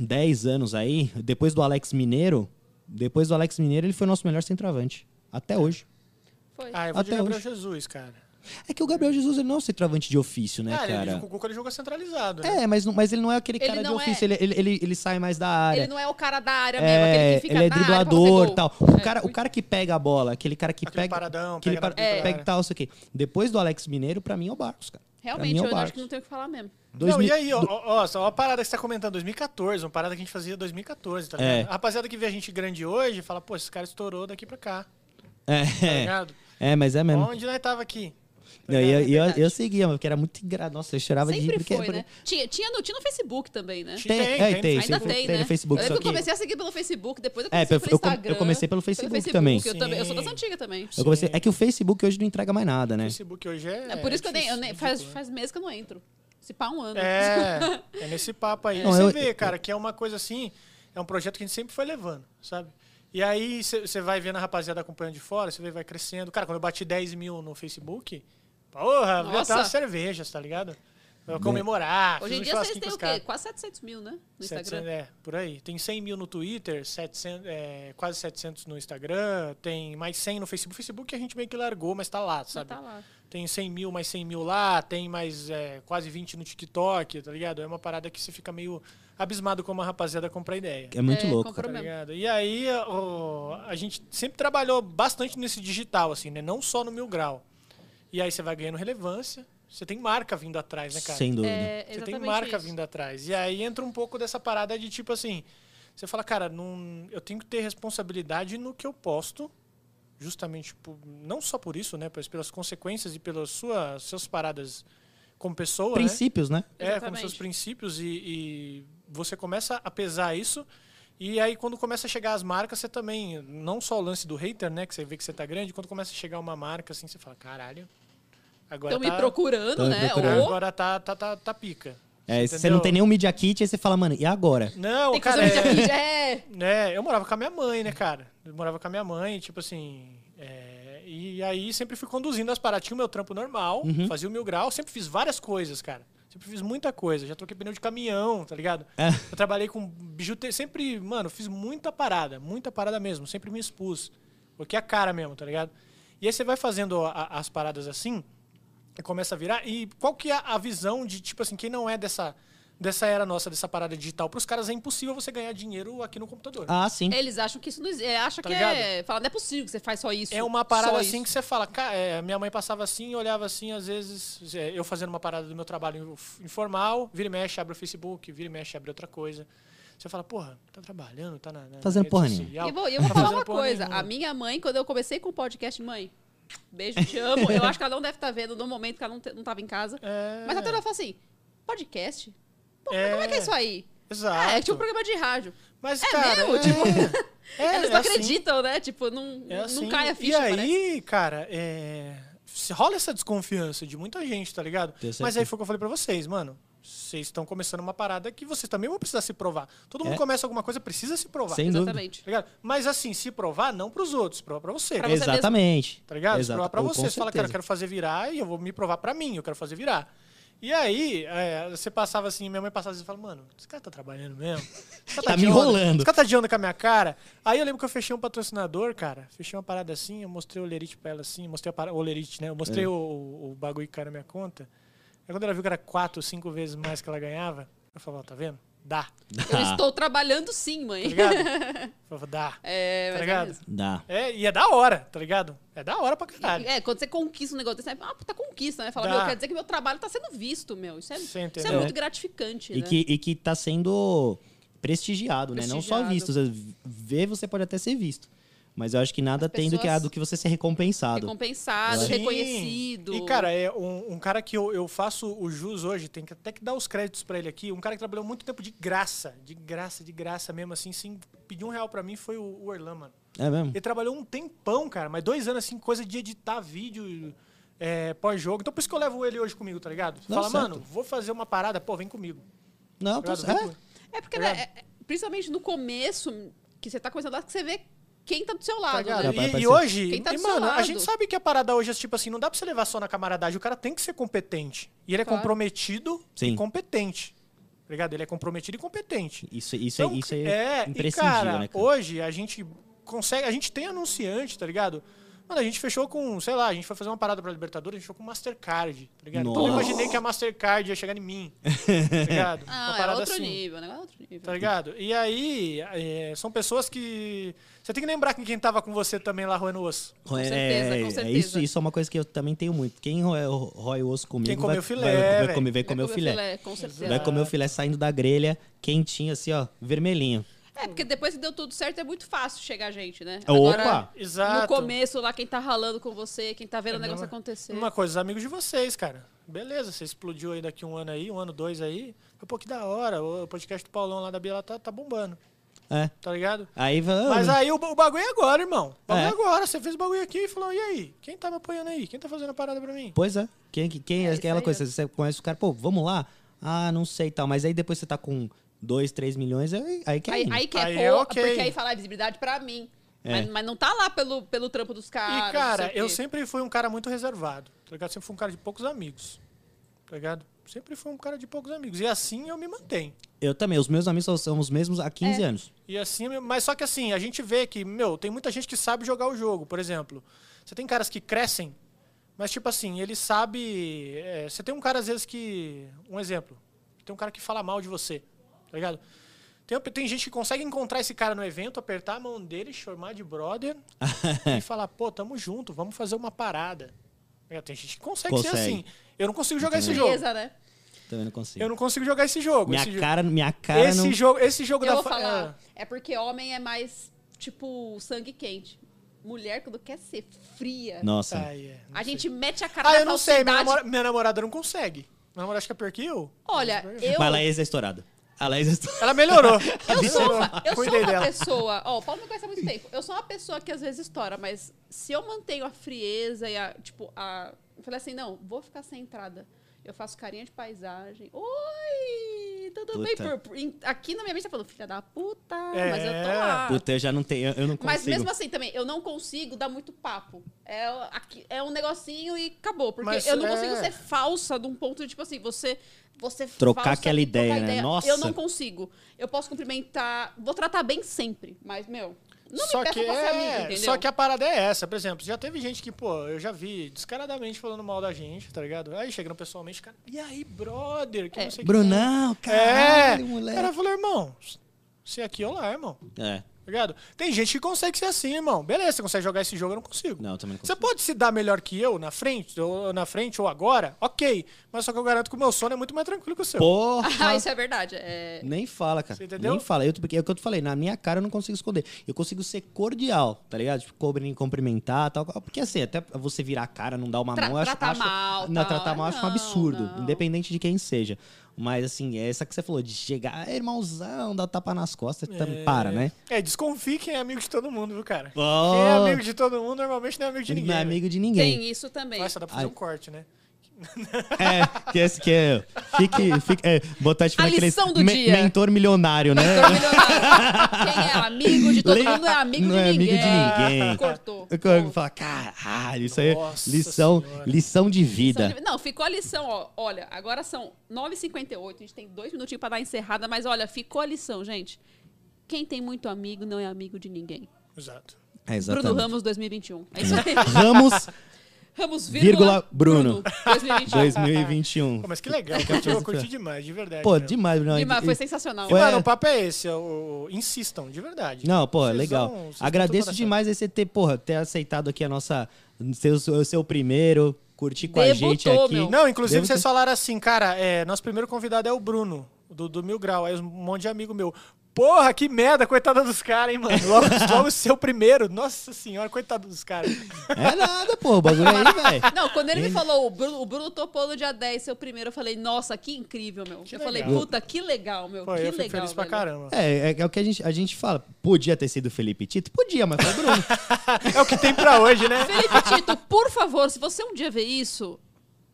Speaker 1: 10 anos aí, depois do Alex Mineiro, depois do Alex Mineiro, ele foi o nosso melhor centroavante.
Speaker 2: É.
Speaker 1: Até hoje.
Speaker 2: Foi.
Speaker 3: Ah, eu vou de
Speaker 1: Até
Speaker 3: Gabriel
Speaker 1: hoje.
Speaker 3: Jesus, cara.
Speaker 1: É que o Gabriel Jesus ele não é um centroavante de ofício, né,
Speaker 2: É,
Speaker 3: ah, ele- ele,
Speaker 1: cara?
Speaker 3: com o Cuca ele joga centralizado. né?
Speaker 1: É, mas, não- mas ele não é aquele
Speaker 2: Ele
Speaker 1: cara de
Speaker 2: não é-
Speaker 1: ofício, ele, ele, ele, ele sai mais da área.
Speaker 2: Ele não é o cara da área mesmo,
Speaker 1: É,
Speaker 2: aquele que fica
Speaker 1: ele é
Speaker 2: na área pra fazer
Speaker 1: driblador
Speaker 2: gol.
Speaker 1: e tal. O
Speaker 2: É,
Speaker 1: cara, o
Speaker 2: ui.
Speaker 1: cara que pega a bola, aquele cara que
Speaker 3: Aquele
Speaker 1: pega.
Speaker 3: paradão,
Speaker 1: que ele
Speaker 3: pega na
Speaker 1: para-
Speaker 2: É.
Speaker 3: dentro da
Speaker 1: pega
Speaker 3: área.
Speaker 1: tal, isso aqui. Depois do Alex Mineiro, pra mim é o Barcos, cara. Pra
Speaker 2: Realmente,
Speaker 1: mim é o
Speaker 2: eu acho
Speaker 1: Barcos.
Speaker 2: que não tenho o que falar mesmo.
Speaker 1: Dois
Speaker 3: Não,
Speaker 1: mil-
Speaker 3: e aí, ó, ó, ó, só uma parada que você tá comentando, 2014, uma parada que a gente fazia em 2014, tá
Speaker 1: É.
Speaker 3: ligado? A rapaziada que vê a gente grande hoje fala, pô, esse cara estourou daqui pra cá, tá
Speaker 1: É,
Speaker 3: ligado?
Speaker 1: é, mas é mesmo.
Speaker 3: Onde nós tava aqui?
Speaker 1: Não, e eu, e eu,
Speaker 2: É verdade.
Speaker 1: eu seguia, mano, porque era muito engraçado. Nossa, eu chorava de
Speaker 2: Sempre
Speaker 1: porque-
Speaker 2: foi, né? Tinha, tinha, no, tinha no Facebook também, né?
Speaker 3: Tinha,
Speaker 1: Tem,
Speaker 3: Tem,
Speaker 1: é,
Speaker 3: tem.
Speaker 1: tem, tem,
Speaker 2: Ainda
Speaker 1: sempre
Speaker 2: tem, né?
Speaker 1: no Facebook.
Speaker 2: eu
Speaker 1: Só
Speaker 2: lembro
Speaker 1: que
Speaker 2: que eu comecei a seguir pelo Facebook, depois eu
Speaker 1: É,
Speaker 2: comecei
Speaker 1: eu-
Speaker 2: pelo
Speaker 1: eu com- eu
Speaker 2: Instagram.
Speaker 1: comecei pelo Facebook também.
Speaker 2: Eu, também. eu sou das
Speaker 3: Sim.
Speaker 2: antigas também.
Speaker 1: eu comecei- É que o Facebook hoje não entrega mais nada,
Speaker 3: O
Speaker 1: né?
Speaker 3: Facebook hoje é...
Speaker 2: É por isso que eu, nem, eu nem- faz,
Speaker 3: ridículo, né?
Speaker 2: faz meses que eu não entro. Se pá, um ano.
Speaker 3: É, é nesse papo aí.
Speaker 1: Não,
Speaker 3: você
Speaker 1: eu-
Speaker 3: vê, cara, que é uma coisa assim, é um projeto que a gente sempre foi levando, sabe? E aí você vai vendo a rapaziada acompanhando de fora, você vê vai crescendo. Cara, quando eu bati 10 mil no Facebook, porra, eu
Speaker 2: Nossa.
Speaker 3: tava cervejas, tá ligado? Eu comemorar,
Speaker 2: Hoje em
Speaker 3: fiz um
Speaker 2: dia vocês têm
Speaker 3: churrasquinho com
Speaker 2: o
Speaker 3: os
Speaker 2: quê?
Speaker 3: caras.
Speaker 2: Quase 700 mil, né? No Instagram.
Speaker 3: 700, é, por aí. Tem 100 mil no Twitter, 700, é, quase 700 no Instagram, tem mais 100 no Facebook. Facebook a gente meio que largou, mas tá lá,
Speaker 2: Mas
Speaker 3: sabe?
Speaker 2: tá lá.
Speaker 3: Tem 100 mil, mais 100 mil lá, tem mais é, quase 20 no TikTok, tá ligado? É uma parada que você fica meio abismado como a rapaziada compra ideia.
Speaker 1: É muito
Speaker 2: É,
Speaker 1: louco,
Speaker 2: compro-
Speaker 1: cara.
Speaker 3: Tá ligado? E aí, o- a gente sempre trabalhou bastante nesse digital, assim, né? Não só no Mil Grau. E aí você vai ganhando relevância, você tem marca vindo atrás, né, cara?
Speaker 1: Sem dúvida.
Speaker 2: É,
Speaker 3: Você tem
Speaker 2: exatamente
Speaker 3: marca
Speaker 2: isso.
Speaker 3: vindo atrás. E aí entra um pouco dessa parada de tipo assim: você fala, cara, não, eu tenho que ter responsabilidade no que eu posto, justamente por- não só por isso, né? Pois pelas consequências e pelas suas seus paradas como pessoa. né?
Speaker 1: Princípios, né?
Speaker 3: É, como
Speaker 2: Exatamente.
Speaker 3: seus princípios e, e você começa a pesar isso. E aí, quando começa a chegar as marcas, você também, não só o lance do hater, né? Que você vê que você tá grande, quando começa a chegar uma marca, assim, você fala, caralho, agora
Speaker 2: Estão Então me
Speaker 3: tá-
Speaker 2: procurando,
Speaker 1: Tão me
Speaker 2: né?
Speaker 1: procurando.
Speaker 2: Ou
Speaker 3: Agora tá, tá, tá, tá pica.
Speaker 1: É,
Speaker 3: Você
Speaker 1: você não tem
Speaker 3: entendeu?
Speaker 1: nenhum media kit, aí você fala, mano, e agora?
Speaker 3: Não,
Speaker 2: tem que
Speaker 3: cara,
Speaker 2: fazer um
Speaker 3: é-
Speaker 2: vídeo. É.
Speaker 3: né, eu morava com a minha mãe, né, cara? Eu morava com a minha mãe, tipo assim. é, e aí sempre fui conduzindo as paradas. Tinha o meu trampo normal, fazia o mil grau, sempre fiz várias coisas, cara. Sempre fiz muita coisa. Já troquei pneu de caminhão, tá ligado?
Speaker 1: É.
Speaker 3: Eu trabalhei com bijuteria. Sempre, mano, fiz muita parada, muita parada mesmo. Sempre me expus. Porque a cara mesmo, tá ligado? E aí você vai fazendo a- as paradas assim e começa a virar. E qual que é a visão de, tipo assim, quem não é dessa, dessa era nossa, dessa parada digital? Para os caras é impossível você ganhar dinheiro aqui no computador.
Speaker 1: Ah, sim.
Speaker 2: é, Eles acham que isso não existe. É, acha
Speaker 3: Tá
Speaker 2: que
Speaker 3: ligado?
Speaker 2: é. Fala, não é possível que você faz só isso.
Speaker 3: É uma parada
Speaker 2: só
Speaker 3: assim
Speaker 2: isso.
Speaker 3: que você fala, "Ca- é, minha mãe passava assim, olhava assim, às vezes é, eu fazendo uma parada do meu trabalho inf- informal, vira e mexe, abre o Facebook, vira e mexe, abre outra coisa. Você fala, porra, tá trabalhando, tá na. na
Speaker 1: Fazendo
Speaker 3: rede
Speaker 1: porra
Speaker 3: social,
Speaker 1: nenhuma.
Speaker 2: E eu vou, e eu vou
Speaker 3: tá
Speaker 2: falar
Speaker 3: fazendo
Speaker 2: uma
Speaker 3: porra
Speaker 2: coisa.
Speaker 3: nenhuma."
Speaker 2: A minha mãe, quando eu comecei com o podcast, mãe, beijo, te amo. eu acho que ela não deve estar vendo no momento que ela não, te- não tava em casa.
Speaker 3: É.
Speaker 2: Mas até ela fala assim: podcast? Pô, mas
Speaker 3: É.
Speaker 2: como é que é isso aí?
Speaker 3: Exato.
Speaker 2: Ah, é tipo um programa de rádio.
Speaker 3: Mas,
Speaker 2: É
Speaker 3: cara,
Speaker 2: mesmo? Tipo,
Speaker 3: é, é,
Speaker 2: Eles não
Speaker 3: assim.
Speaker 2: acreditam, né? Tipo, não,
Speaker 3: É assim.
Speaker 2: não cai a ficha, né?
Speaker 3: E aí,
Speaker 2: parece.
Speaker 3: cara, é, se rola essa desconfiança de muita gente, tá ligado?
Speaker 1: Tem certeza.
Speaker 3: Mas aí foi o que eu falei pra vocês, mano. vocês estão começando uma parada que vocês também vão precisar se provar. Todo mundo
Speaker 1: É.
Speaker 3: começa alguma coisa, precisa se provar.
Speaker 1: Sem dúvida.
Speaker 2: Exatamente.
Speaker 3: Tá ligado? Mas assim, se provar, não pros outros, provar pra você.
Speaker 2: Pra você mesmo.
Speaker 1: Exatamente.
Speaker 3: Tá ligado? Se
Speaker 1: Exata-
Speaker 3: provar pra
Speaker 1: com
Speaker 3: você. Você fala, cara, eu
Speaker 1: certeza.
Speaker 3: quero fazer virar e eu vou me provar pra mim, eu quero fazer virar. E aí, é, você passava assim, minha mãe passava assim e falava, mano, esse cara tá trabalhando mesmo? Esse cara
Speaker 1: Tá
Speaker 3: de
Speaker 1: me
Speaker 3: onda?
Speaker 1: enrolando."
Speaker 3: Esse cara tá de onda com a minha cara. Aí eu lembro que eu fechei um patrocinador, cara. Fechei uma parada assim, eu mostrei o olerite pra ela assim, mostrei a parada, o olerite, né? Eu
Speaker 1: É.
Speaker 3: mostrei o, o- o bagulho que caiu na minha conta. Aí quando ela viu que era quatro, cinco vezes mais que ela ganhava, eu falava, ó, tá vendo? Dá,
Speaker 2: Eu
Speaker 1: Tá.
Speaker 2: estou trabalhando sim,
Speaker 3: tá
Speaker 2: mãe.
Speaker 3: ligado? eu falava, dá,
Speaker 2: É,
Speaker 3: tá
Speaker 2: mais ou
Speaker 3: ligado?
Speaker 2: menos.
Speaker 1: Dá.
Speaker 3: É, e é da hora, tá ligado? É da hora pra caralho.
Speaker 2: É, quando você conquista um negócio desse, é uma puta conquista, né? Fala,
Speaker 3: Dá.
Speaker 2: meu, quer dizer que meu trabalho tá sendo visto, meu. Isso é,
Speaker 3: Você
Speaker 2: isso é
Speaker 3: entendeu?
Speaker 2: muito gratificante,
Speaker 1: E
Speaker 2: né?
Speaker 1: que, e que tá sendo prestigiado, né? Não só
Speaker 2: Prestigiado.
Speaker 1: visto. Você- Ver você pode até ser visto. Mas eu acho que nada
Speaker 2: As
Speaker 1: tem do que,
Speaker 2: pessoas-
Speaker 1: ah, do que você ser recompensado.
Speaker 2: Recompensado,
Speaker 3: Sim.
Speaker 2: reconhecido.
Speaker 3: E, cara, é um, um cara que eu, eu faço o jus hoje, tem que até que dar os créditos pra ele aqui. Um cara que trabalhou muito tempo de graça, de graça, de graça mesmo, assim, sem pedir um real pra mim, foi o, o Erlan, mano.
Speaker 1: É mesmo?
Speaker 3: Ele trabalhou um tempão, cara, mas dois anos, assim, coisa de editar vídeo é, pós-jogo. Então, por isso que eu levo ele hoje comigo, tá ligado?
Speaker 1: Não,
Speaker 3: Fala,
Speaker 1: certo.
Speaker 3: mano, vou fazer uma parada, pô, vem comigo.
Speaker 1: Não,
Speaker 3: tá
Speaker 1: tá
Speaker 3: ligado? Vem
Speaker 1: certo.
Speaker 3: comigo.
Speaker 2: É porque, né, é- é- principalmente no começo, que você tá começando lá, que você vê quem tá do seu lado,
Speaker 3: Tá
Speaker 1: Dá
Speaker 3: ligado?
Speaker 2: né?
Speaker 1: pra
Speaker 3: E- E,
Speaker 1: aparecer.
Speaker 3: hoje,
Speaker 2: Quem tá
Speaker 3: e,
Speaker 2: do seu
Speaker 3: mano, a
Speaker 2: lado.
Speaker 3: gente sabe que a parada hoje é tipo assim, não dá pra você levar só na camaradagem, o cara tem que ser competente. E ele é
Speaker 2: Claro.
Speaker 3: comprometido e
Speaker 1: Sim.
Speaker 3: competente. tá Ligado? Ele é comprometido e competente.
Speaker 1: Isso, isso, é-
Speaker 3: Então,
Speaker 1: isso é,
Speaker 3: e
Speaker 1: imprescindível,
Speaker 3: cara,
Speaker 1: né, cara?
Speaker 3: hoje a gente consegue, a gente tem anunciante, tá ligado? Mano, a gente fechou com, sei lá, a gente foi fazer uma parada pra Libertadores, a gente fechou com Mastercard, tá ligado? Então eu
Speaker 1: Nossa.
Speaker 3: imaginei que a Mastercard ia chegar em mim, tá ligado?
Speaker 2: Ah, é outro nível, né? É outro nível.
Speaker 3: assim. Tá ligado? E aí, é, são pessoas que. Você tem que lembrar que quem tava com você também lá roendo osso.
Speaker 1: Com
Speaker 2: certeza, com
Speaker 1: é
Speaker 2: certeza.
Speaker 1: isso, isso é uma coisa que eu também tenho muito. Quem roe- rói o osso comigo
Speaker 3: Quem
Speaker 1: vai,
Speaker 3: comeu filé,
Speaker 1: vai,
Speaker 3: velho.
Speaker 1: vai comer, vai comer o filé.
Speaker 2: é Com certeza.
Speaker 1: Vai comer o filé saindo da grelha, quentinho assim, ó, vermelhinho.
Speaker 2: É, porque depois que deu tudo certo, é muito fácil chegar a gente, né?
Speaker 1: Opa!
Speaker 3: Exato.
Speaker 2: No começo, lá, quem tá ralando com você, quem tá vendo
Speaker 3: É,
Speaker 2: o negócio
Speaker 3: não,
Speaker 2: acontecer.
Speaker 3: Uma coisa, os amigos de vocês, cara. Beleza, você explodiu aí daqui um ano aí, um ano, dois aí. Pô, que da hora. O podcast do Paulão lá da Bia lá tá, tá bombando,
Speaker 1: É.
Speaker 3: tá ligado?
Speaker 1: Aí vai.
Speaker 3: Mas aí o, ba- o bagulho é agora, irmão. O bagulho é
Speaker 1: É.
Speaker 3: agora. Você fez o bagulho aqui e falou, e aí? Quem tá me apoiando aí? Quem tá fazendo a parada pra mim?
Speaker 1: Pois é. Quem, quem
Speaker 2: É
Speaker 1: é
Speaker 2: isso
Speaker 1: aquela
Speaker 2: aí,
Speaker 1: coisa?
Speaker 3: né?
Speaker 1: Você conhece o cara, pô, vamos lá? Ah, não sei e tal. Mas aí depois você tá com 2, 3 milhões, aí, aí que
Speaker 2: Aí,
Speaker 1: anima.
Speaker 2: aí que é,
Speaker 3: Aí
Speaker 2: pô,
Speaker 3: é ok.
Speaker 2: porque aí falar visibilidade pra mim.
Speaker 1: É.
Speaker 2: Mas, mas não tá lá pelo, pelo trampo dos caras.
Speaker 3: e, cara,
Speaker 2: não sei o
Speaker 3: eu
Speaker 2: quê.
Speaker 3: sempre fui um cara muito reservado, tá ligado? Sempre fui um cara de poucos amigos, tá ligado? Sempre fui um cara de poucos amigos. E assim eu me mantenho.
Speaker 1: Eu também. Os meus amigos são- são os mesmos há
Speaker 2: É.
Speaker 1: 15 anos.
Speaker 3: E assim, mas só que assim, a gente vê que, meu, tem muita gente que sabe jogar o jogo, por exemplo. Você tem caras que crescem, mas tipo assim, ele sabe. é, você tem um cara, às vezes, que. Um exemplo. Tem um cara que fala mal de você, tá ligado? Tem, tem gente que consegue encontrar esse cara no evento, apertar a mão dele, chamar de brother e falar, pô, tamo junto, vamos fazer uma parada. Tá ligado? Tem gente que consegue, ser
Speaker 1: Consegue.
Speaker 3: assim. Eu não consigo jogar esse jogo.
Speaker 2: Beleza, né?
Speaker 1: Também não tá consigo.
Speaker 3: Eu não consigo jogar esse jogo.
Speaker 1: minha,
Speaker 3: esse jo-
Speaker 1: cara, minha cara
Speaker 3: esse
Speaker 1: não.
Speaker 3: jogo, esse jogo
Speaker 2: Eu
Speaker 3: da
Speaker 2: vou
Speaker 3: fa-
Speaker 2: falar. É porque homem é mais, tipo, sangue quente. Mulher, quando quer ser fria,
Speaker 1: Nossa.
Speaker 3: Ah, yeah.
Speaker 2: a gente mete a cara
Speaker 3: Ah,
Speaker 2: na
Speaker 3: eu não sei, minha,
Speaker 2: falsidade.
Speaker 3: namora- minha namorada não consegue. Minha namorada acho que é pior que eu.
Speaker 2: Olha, eu,
Speaker 1: Mas a Laís é estourada. A Laís é estourada.
Speaker 3: Ela melhorou.
Speaker 2: eu sou
Speaker 3: Melhorou.
Speaker 2: uma, eu sou
Speaker 3: Cuidei
Speaker 2: uma
Speaker 3: dela.
Speaker 2: pessoa... Ó, o Paulo me conhece há muito tempo. Eu sou uma pessoa que às vezes estoura, mas se eu mantenho a frieza e a, tipo, a... Eu falei assim, não, vou ficar centrada. Eu faço carinha de paisagem. Oi! Tudo bem?
Speaker 1: Puta.
Speaker 2: Por- em- aqui na minha mente tá falando, filha da puta,
Speaker 3: É.
Speaker 2: mas eu tô lá.
Speaker 1: Puta, eu já não tenho. Eu, eu não consigo.
Speaker 2: Ah. Mas mesmo assim também, eu não consigo dar muito papo. É, aqui- é um negocinho e acabou. Porque
Speaker 3: Mas
Speaker 2: eu não
Speaker 3: é-
Speaker 2: consigo ser falsa de um ponto de, tipo assim, você. você
Speaker 1: Trocar
Speaker 2: falsa,
Speaker 1: aquela
Speaker 2: e
Speaker 1: ideia, né? Nossa.
Speaker 2: Eu não consigo. Eu posso cumprimentar. Vou tratar bem sempre, mas, meu. Não me peça pra ser amigo, entendeu?
Speaker 3: é, só que a parada é essa, por exemplo, já teve gente que, pô, eu já vi descaradamente falando mal da gente, tá ligado? Aí chegando pessoalmente, cara, e aí, brother? Que
Speaker 2: É.
Speaker 3: não sei o que tem.
Speaker 1: Brunão, caralho,
Speaker 3: é. O
Speaker 1: moleque.
Speaker 3: cara falou, irmão, você aqui ou lá, irmão.
Speaker 1: É.
Speaker 3: Tá ligado? Tem gente que consegue ser assim, irmão. Beleza, você consegue jogar esse jogo, eu não consigo.
Speaker 1: Não, eu também não
Speaker 3: Você
Speaker 1: consigo.
Speaker 3: pode se dar melhor que eu na frente, ou na frente ou agora? Ok. Mas só que eu garanto que o meu sono é muito mais tranquilo que o seu.
Speaker 2: Ah,
Speaker 1: Porra!
Speaker 2: isso é verdade. É...
Speaker 1: Nem fala, cara.
Speaker 3: Você entendeu?
Speaker 1: Nem fala. Eu, porque é o que eu te falei, na minha cara eu não consigo esconder. Eu consigo ser cordial, tá ligado? Tipo, cobrem cumprimentar tal. Porque assim, até você virar a cara, não dar uma
Speaker 2: Tra-
Speaker 1: mão, eu acho,
Speaker 2: tratar
Speaker 1: acho-
Speaker 2: mal,
Speaker 1: Não,
Speaker 2: tal.
Speaker 1: tratar mal eu acho um
Speaker 2: Não,
Speaker 1: absurdo.
Speaker 2: não.
Speaker 1: Independente de quem seja. Mas assim, é essa que você falou, de chegar, "Ah, irmãozão, dar tapa nas costas, tam- para, né?
Speaker 3: É, desconfie quem é amigo de todo mundo, viu, cara?
Speaker 1: Oh.
Speaker 3: Quem é amigo de todo mundo normalmente não é amigo de ninguém.
Speaker 1: não é
Speaker 3: velho.
Speaker 1: amigo de ninguém.
Speaker 2: Tem isso também.
Speaker 3: Nossa, dá pra fazer
Speaker 1: Ai.
Speaker 3: um corte, né?
Speaker 1: É, que esse que é. Fique, fique, é, botar tipo
Speaker 2: A
Speaker 1: aquele
Speaker 2: lição do dia.
Speaker 1: mentor milionário, né?
Speaker 2: Tô milionário. Quem é amigo de todo
Speaker 1: Le-
Speaker 2: mundo é amigo
Speaker 1: não
Speaker 2: de
Speaker 1: é amigo de
Speaker 2: ninguém.
Speaker 1: ninguém.
Speaker 2: Cortou.
Speaker 1: Eu falo, caralho, isso aí é
Speaker 3: Nossa
Speaker 1: lição,
Speaker 3: Senhora.
Speaker 1: lição de
Speaker 2: São
Speaker 1: vida.
Speaker 2: de- Não, ficou a lição, ó. Olha, agora são 9h58, a gente tem dois minutinhos pra dar encerrada, mas olha, ficou a lição, gente. Quem tem muito amigo não é amigo de ninguém.
Speaker 3: Exato.
Speaker 1: É, exatamente.
Speaker 2: Bruno Ramos 2021. É isso aí.
Speaker 1: Ramos
Speaker 2: Ramos,
Speaker 1: Vírgula,
Speaker 2: vírgula,
Speaker 1: Bruno.
Speaker 2: 2021.
Speaker 1: 2021.
Speaker 3: Pô, mas que legal, curti, eu curti demais, de verdade.
Speaker 1: Pô,
Speaker 3: né?
Speaker 1: demais, Bruno.
Speaker 2: Lima, foi sensacional.
Speaker 1: Foi-
Speaker 2: Foi...
Speaker 1: é.
Speaker 3: Mano, o papo é esse. o- o- insistam, de verdade.
Speaker 1: Não, pô, é
Speaker 3: Vocês
Speaker 1: legal.
Speaker 3: são- vocês são
Speaker 1: Agradeço
Speaker 3: tudo
Speaker 1: demais aí você ter, porra, ter aceitado aqui a nossa. Seu, seu, seu primeiro, curtir com a
Speaker 2: Debutou,
Speaker 1: gente aqui.
Speaker 2: meu.
Speaker 3: Não, inclusive
Speaker 1: Devo
Speaker 3: vocês
Speaker 1: ter-
Speaker 3: falaram assim, cara, é, nosso primeiro convidado é o Bruno, do, do Mil Grau. Aí um monte de amigo meu. Porra, que merda, coitada dos caras, hein, mano. Logo, logo o seu primeiro. Nossa senhora, coitado dos caras.
Speaker 1: É nada, pô, o bagulho aí, velho.
Speaker 2: Não, quando ele me falou, o Bruno, o Bruno topou no dia 10, seu primeiro, eu falei, nossa, que incrível, meu. eu falei,
Speaker 3: legal.
Speaker 2: puta, que legal, meu.
Speaker 3: Pô,
Speaker 2: que
Speaker 3: eu
Speaker 2: legal.
Speaker 3: fico feliz pra
Speaker 2: velho.
Speaker 3: caramba.
Speaker 1: É, é, é o que a gente, a gente fala. Podia ter sido Felipe Tito? Podia, mas foi o Bruno.
Speaker 3: É o que tem pra hoje, né?
Speaker 2: Felipe Tito, por favor, se você um dia ver isso,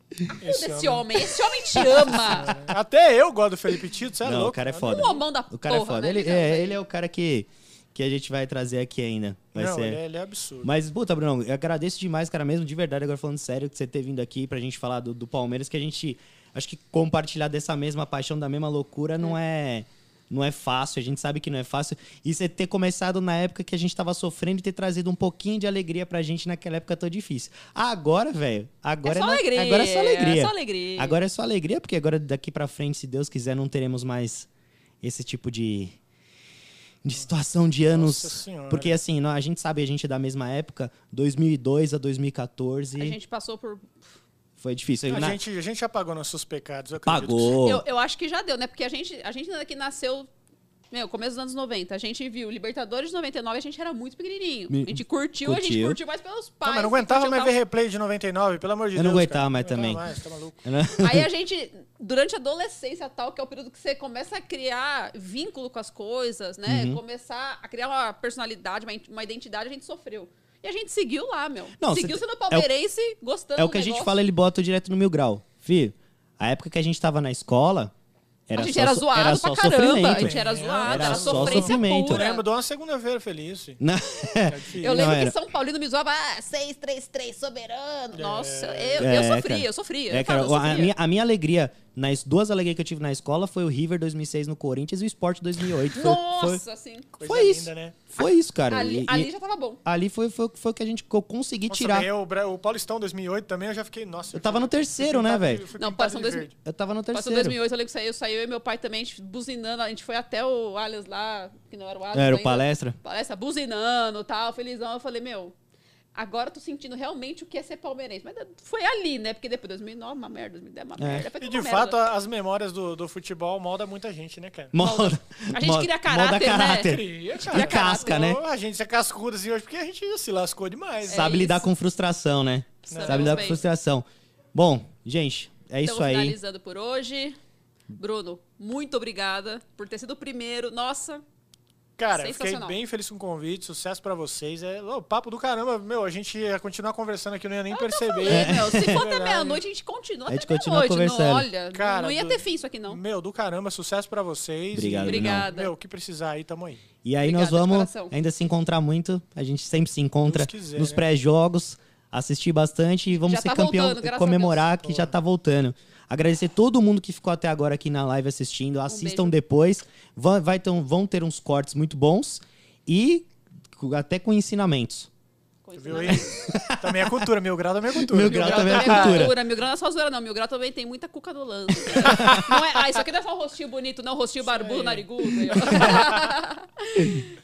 Speaker 2: acuda
Speaker 3: Esse
Speaker 2: esse, homem. né? Esse homem te ama.
Speaker 3: Até eu gosto do Felipe Tito, você é
Speaker 1: Não,
Speaker 3: louco.
Speaker 1: o cara é
Speaker 3: mano.
Speaker 1: foda.
Speaker 2: Um homão da
Speaker 1: O cara é
Speaker 2: porra,
Speaker 1: foda.
Speaker 2: né?
Speaker 1: Ele,
Speaker 2: Não,
Speaker 1: é,
Speaker 2: velho.
Speaker 1: ele é o cara que, que a gente vai trazer aqui ainda. Vai
Speaker 3: Não,
Speaker 1: ser.
Speaker 3: ele é, ele é absurdo.
Speaker 1: Mas, puta, Bruno, eu agradeço demais, cara, mesmo de verdade, agora falando sério, que você ter vindo aqui pra gente falar do, do Palmeiras, que a gente. Acho que compartilhar dessa mesma paixão, da mesma loucura, não é. Não é fácil, a gente sabe que não é fácil. E você ter começado na época que a gente tava sofrendo e ter trazido um pouquinho de alegria pra gente naquela época tão difícil. Agora, velho, agora
Speaker 2: É só
Speaker 1: na-
Speaker 2: alegria,
Speaker 1: Agora é só alegria.
Speaker 2: é só alegria.
Speaker 1: Agora é só alegria, porque agora daqui pra frente, se Deus quiser, não teremos mais esse tipo de. De situação de anos.
Speaker 3: Senhora.
Speaker 1: porque assim, nó- a gente sabe, a gente é da mesma época, 2002 a 2014,
Speaker 2: A gente passou por.
Speaker 1: foi difícil.
Speaker 3: A
Speaker 1: Na-
Speaker 3: gente, a gente já pagou nossos pecados. eu acredito que sim.
Speaker 1: Pagou.
Speaker 2: Eu, eu acho que já deu, né? Porque a gente, a gente que nasceu. Meu, começo dos anos 90. A gente viu Libertadores de 99, a gente era muito pequenininho.
Speaker 1: Me-
Speaker 2: A gente curtiu, a gente
Speaker 1: curtiu.
Speaker 2: curtiu mais pelos pais.
Speaker 3: Não, Tá, mas não
Speaker 2: que
Speaker 3: aguentava
Speaker 2: curtiu
Speaker 3: mais
Speaker 2: tal.
Speaker 3: ver replay de 99, pelo amor de
Speaker 1: Eu
Speaker 3: Deus.
Speaker 1: não aguentava
Speaker 3: cara.
Speaker 1: mais
Speaker 3: Não
Speaker 1: também.
Speaker 3: aguentava mais, tá maluco.
Speaker 1: Né?
Speaker 2: Aí a gente, durante a adolescência tal, que é o período que você começa a criar vínculo com as coisas, né?
Speaker 1: Uhum.
Speaker 2: Começar a criar uma personalidade, uma, in- uma identidade, a gente sofreu. E a gente seguiu lá, meu.
Speaker 1: Não,
Speaker 2: seguiu
Speaker 1: cê-
Speaker 2: sendo palmeirense, gostando
Speaker 1: É o
Speaker 2: do
Speaker 1: que a gente
Speaker 2: negócio.
Speaker 1: fala, ele bota direto no mil grau. Filho, a época que a gente tava na escola, era
Speaker 2: a gente
Speaker 1: só
Speaker 2: era
Speaker 1: so-
Speaker 2: zoado
Speaker 1: era
Speaker 2: pra
Speaker 1: só
Speaker 2: caramba. A
Speaker 1: sofrimento.
Speaker 2: gente era
Speaker 3: É,
Speaker 2: zoado,
Speaker 1: era
Speaker 2: era,
Speaker 1: só
Speaker 2: sofrência
Speaker 1: sofrimento.
Speaker 3: Eu
Speaker 2: pura.
Speaker 3: lembro de uma segunda-feira feliz.
Speaker 1: Não-
Speaker 3: É difícil.
Speaker 2: Eu lembro
Speaker 1: Né? Não, era.
Speaker 2: que São Paulino me zoava, ah, 633 soberano. Nossa, eu,
Speaker 1: É,
Speaker 2: eu sofria,
Speaker 1: cara.
Speaker 2: eu sofria.
Speaker 1: É,
Speaker 2: eu falo,
Speaker 1: cara,
Speaker 2: eu
Speaker 1: a,
Speaker 2: sofria.
Speaker 1: minha, a minha alegria, nas duas alegrias que eu tive na escola, foi o River 2006 no Corinthians e o Sport 2008. Foi- foi-
Speaker 2: Nossa, assim.
Speaker 3: Coisa
Speaker 1: Foi isso.
Speaker 3: linda, né?
Speaker 1: Foi isso, cara.
Speaker 2: Ali,
Speaker 1: E- e-
Speaker 2: ali já tava bom.
Speaker 1: ali foi, foi, foi o que a gente que eu consegui
Speaker 3: Nossa,
Speaker 1: tirar.
Speaker 3: também eu, Bra- o Paulistão 2008 também, eu já fiquei, nossa.
Speaker 1: Eu tava no terceiro, né, velho?
Speaker 2: Não, Paulistão 2000.
Speaker 1: Eu tava no
Speaker 2: Passou
Speaker 1: terceiro.
Speaker 2: 2008, eu lembro que saiu, saiu eu e meu pai também, a gente buzinando, a gente foi até o Allianz lá, que não era o Allianz
Speaker 1: Era o
Speaker 2: ainda.
Speaker 1: palestra?
Speaker 2: Palestra, buzinando tal, felizão. Eu falei, meu, agora eu tô sentindo realmente o que é ser palmeirense. Mas foi ali, né? Porque depois 2009, uma merda, 2010,
Speaker 1: É.
Speaker 2: uma merda. foi
Speaker 3: E
Speaker 2: tudo
Speaker 3: de
Speaker 2: uma
Speaker 3: fato,
Speaker 2: merda.
Speaker 3: a- as memórias do, do futebol moldam muita gente, né, cara?
Speaker 1: Moda.
Speaker 2: A gente
Speaker 1: Moda-
Speaker 2: cria
Speaker 1: Moda
Speaker 2: caráter, né?
Speaker 1: caráter.
Speaker 3: Cria,
Speaker 1: E casca, né?
Speaker 3: A gente é cascudo assim hoje porque a gente se lascou demais.
Speaker 2: É
Speaker 1: Sabe lidar
Speaker 2: isso.
Speaker 1: com frustração, né?
Speaker 2: Sabemos
Speaker 1: Sabe lidar
Speaker 2: bem.
Speaker 1: com frustração. Bom, gente, é isso
Speaker 2: Estamos
Speaker 1: aí.
Speaker 2: Então, finalizando por hoje. Bruno, muito obrigada por ter sido o primeiro. Nossa,
Speaker 3: Cara, eu fiquei
Speaker 2: Sensacional.
Speaker 3: bem feliz com o convite, sucesso pra vocês. É ô, papo do caramba, meu, a gente ia continuar conversando aqui, eu não ia nem perceber.
Speaker 2: falei, Ah, tá é, meu, se for até
Speaker 3: Verdade.
Speaker 2: meia-noite, a gente continua
Speaker 1: É. A gente
Speaker 2: até
Speaker 1: continua
Speaker 2: meia-noite. Não,
Speaker 1: conversando.
Speaker 2: olha,
Speaker 3: Cara,
Speaker 2: não ia
Speaker 3: do-
Speaker 2: ter fim isso aqui, não.
Speaker 3: Meu, do caramba, sucesso pra vocês.
Speaker 1: Obrigado, Brunão.
Speaker 3: E,
Speaker 2: então. Obrigada.
Speaker 3: meu, o que precisar aí, tamo aí.
Speaker 1: E aí nós
Speaker 2: Obrigada, de
Speaker 1: vamos
Speaker 2: coração.
Speaker 1: ainda se encontrar muito. A gente sempre se encontra
Speaker 3: Deus quiser,
Speaker 1: nos
Speaker 3: né?
Speaker 1: pré-jogos, assistir bastante e vamos
Speaker 2: Já
Speaker 1: ser
Speaker 2: tá
Speaker 1: campeão
Speaker 2: voltando, graças a
Speaker 1: comemorar que já tá voltando. Agradecer todo mundo que ficou até agora aqui na live assistindo. Assistam
Speaker 2: Um beijo.
Speaker 1: depois. Vão, vai ter um- vão ter uns cortes muito bons e cu- até com ensinamentos.
Speaker 3: Tu viu aí? também é cultura, mil grau também é cultura.
Speaker 1: Mil grau também é
Speaker 2: Também é
Speaker 1: cultura.
Speaker 2: cultura. Mil grau não é só zoeira, não. Mil grau também tem muita cuca no lance. não é, ah, isso aqui não é só um rostinho bonito, não. Rostinho barbudo,
Speaker 3: aí.
Speaker 2: narigudo.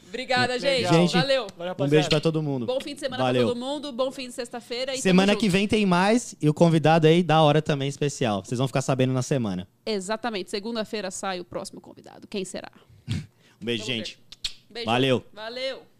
Speaker 2: Obrigada, gente.
Speaker 3: Legal.
Speaker 1: Gente,
Speaker 2: Valeu.
Speaker 3: Valeu,
Speaker 1: Um
Speaker 3: rapaziada.
Speaker 1: beijo pra todo mundo.
Speaker 2: Bom fim de semana
Speaker 1: Valeu.
Speaker 2: pra todo mundo. Bom fim de sexta-feira. e
Speaker 1: Semana
Speaker 2: tamo
Speaker 1: que
Speaker 2: junto.
Speaker 1: vem tem mais e o convidado aí da hora também especial. Vocês vão ficar sabendo na semana.
Speaker 2: Exatamente. Segunda-feira sai o próximo convidado. Quem será?
Speaker 1: Um beijo,
Speaker 2: Vamos
Speaker 1: gente.
Speaker 2: ver. Beijo.
Speaker 1: Valeu.
Speaker 2: Valeu.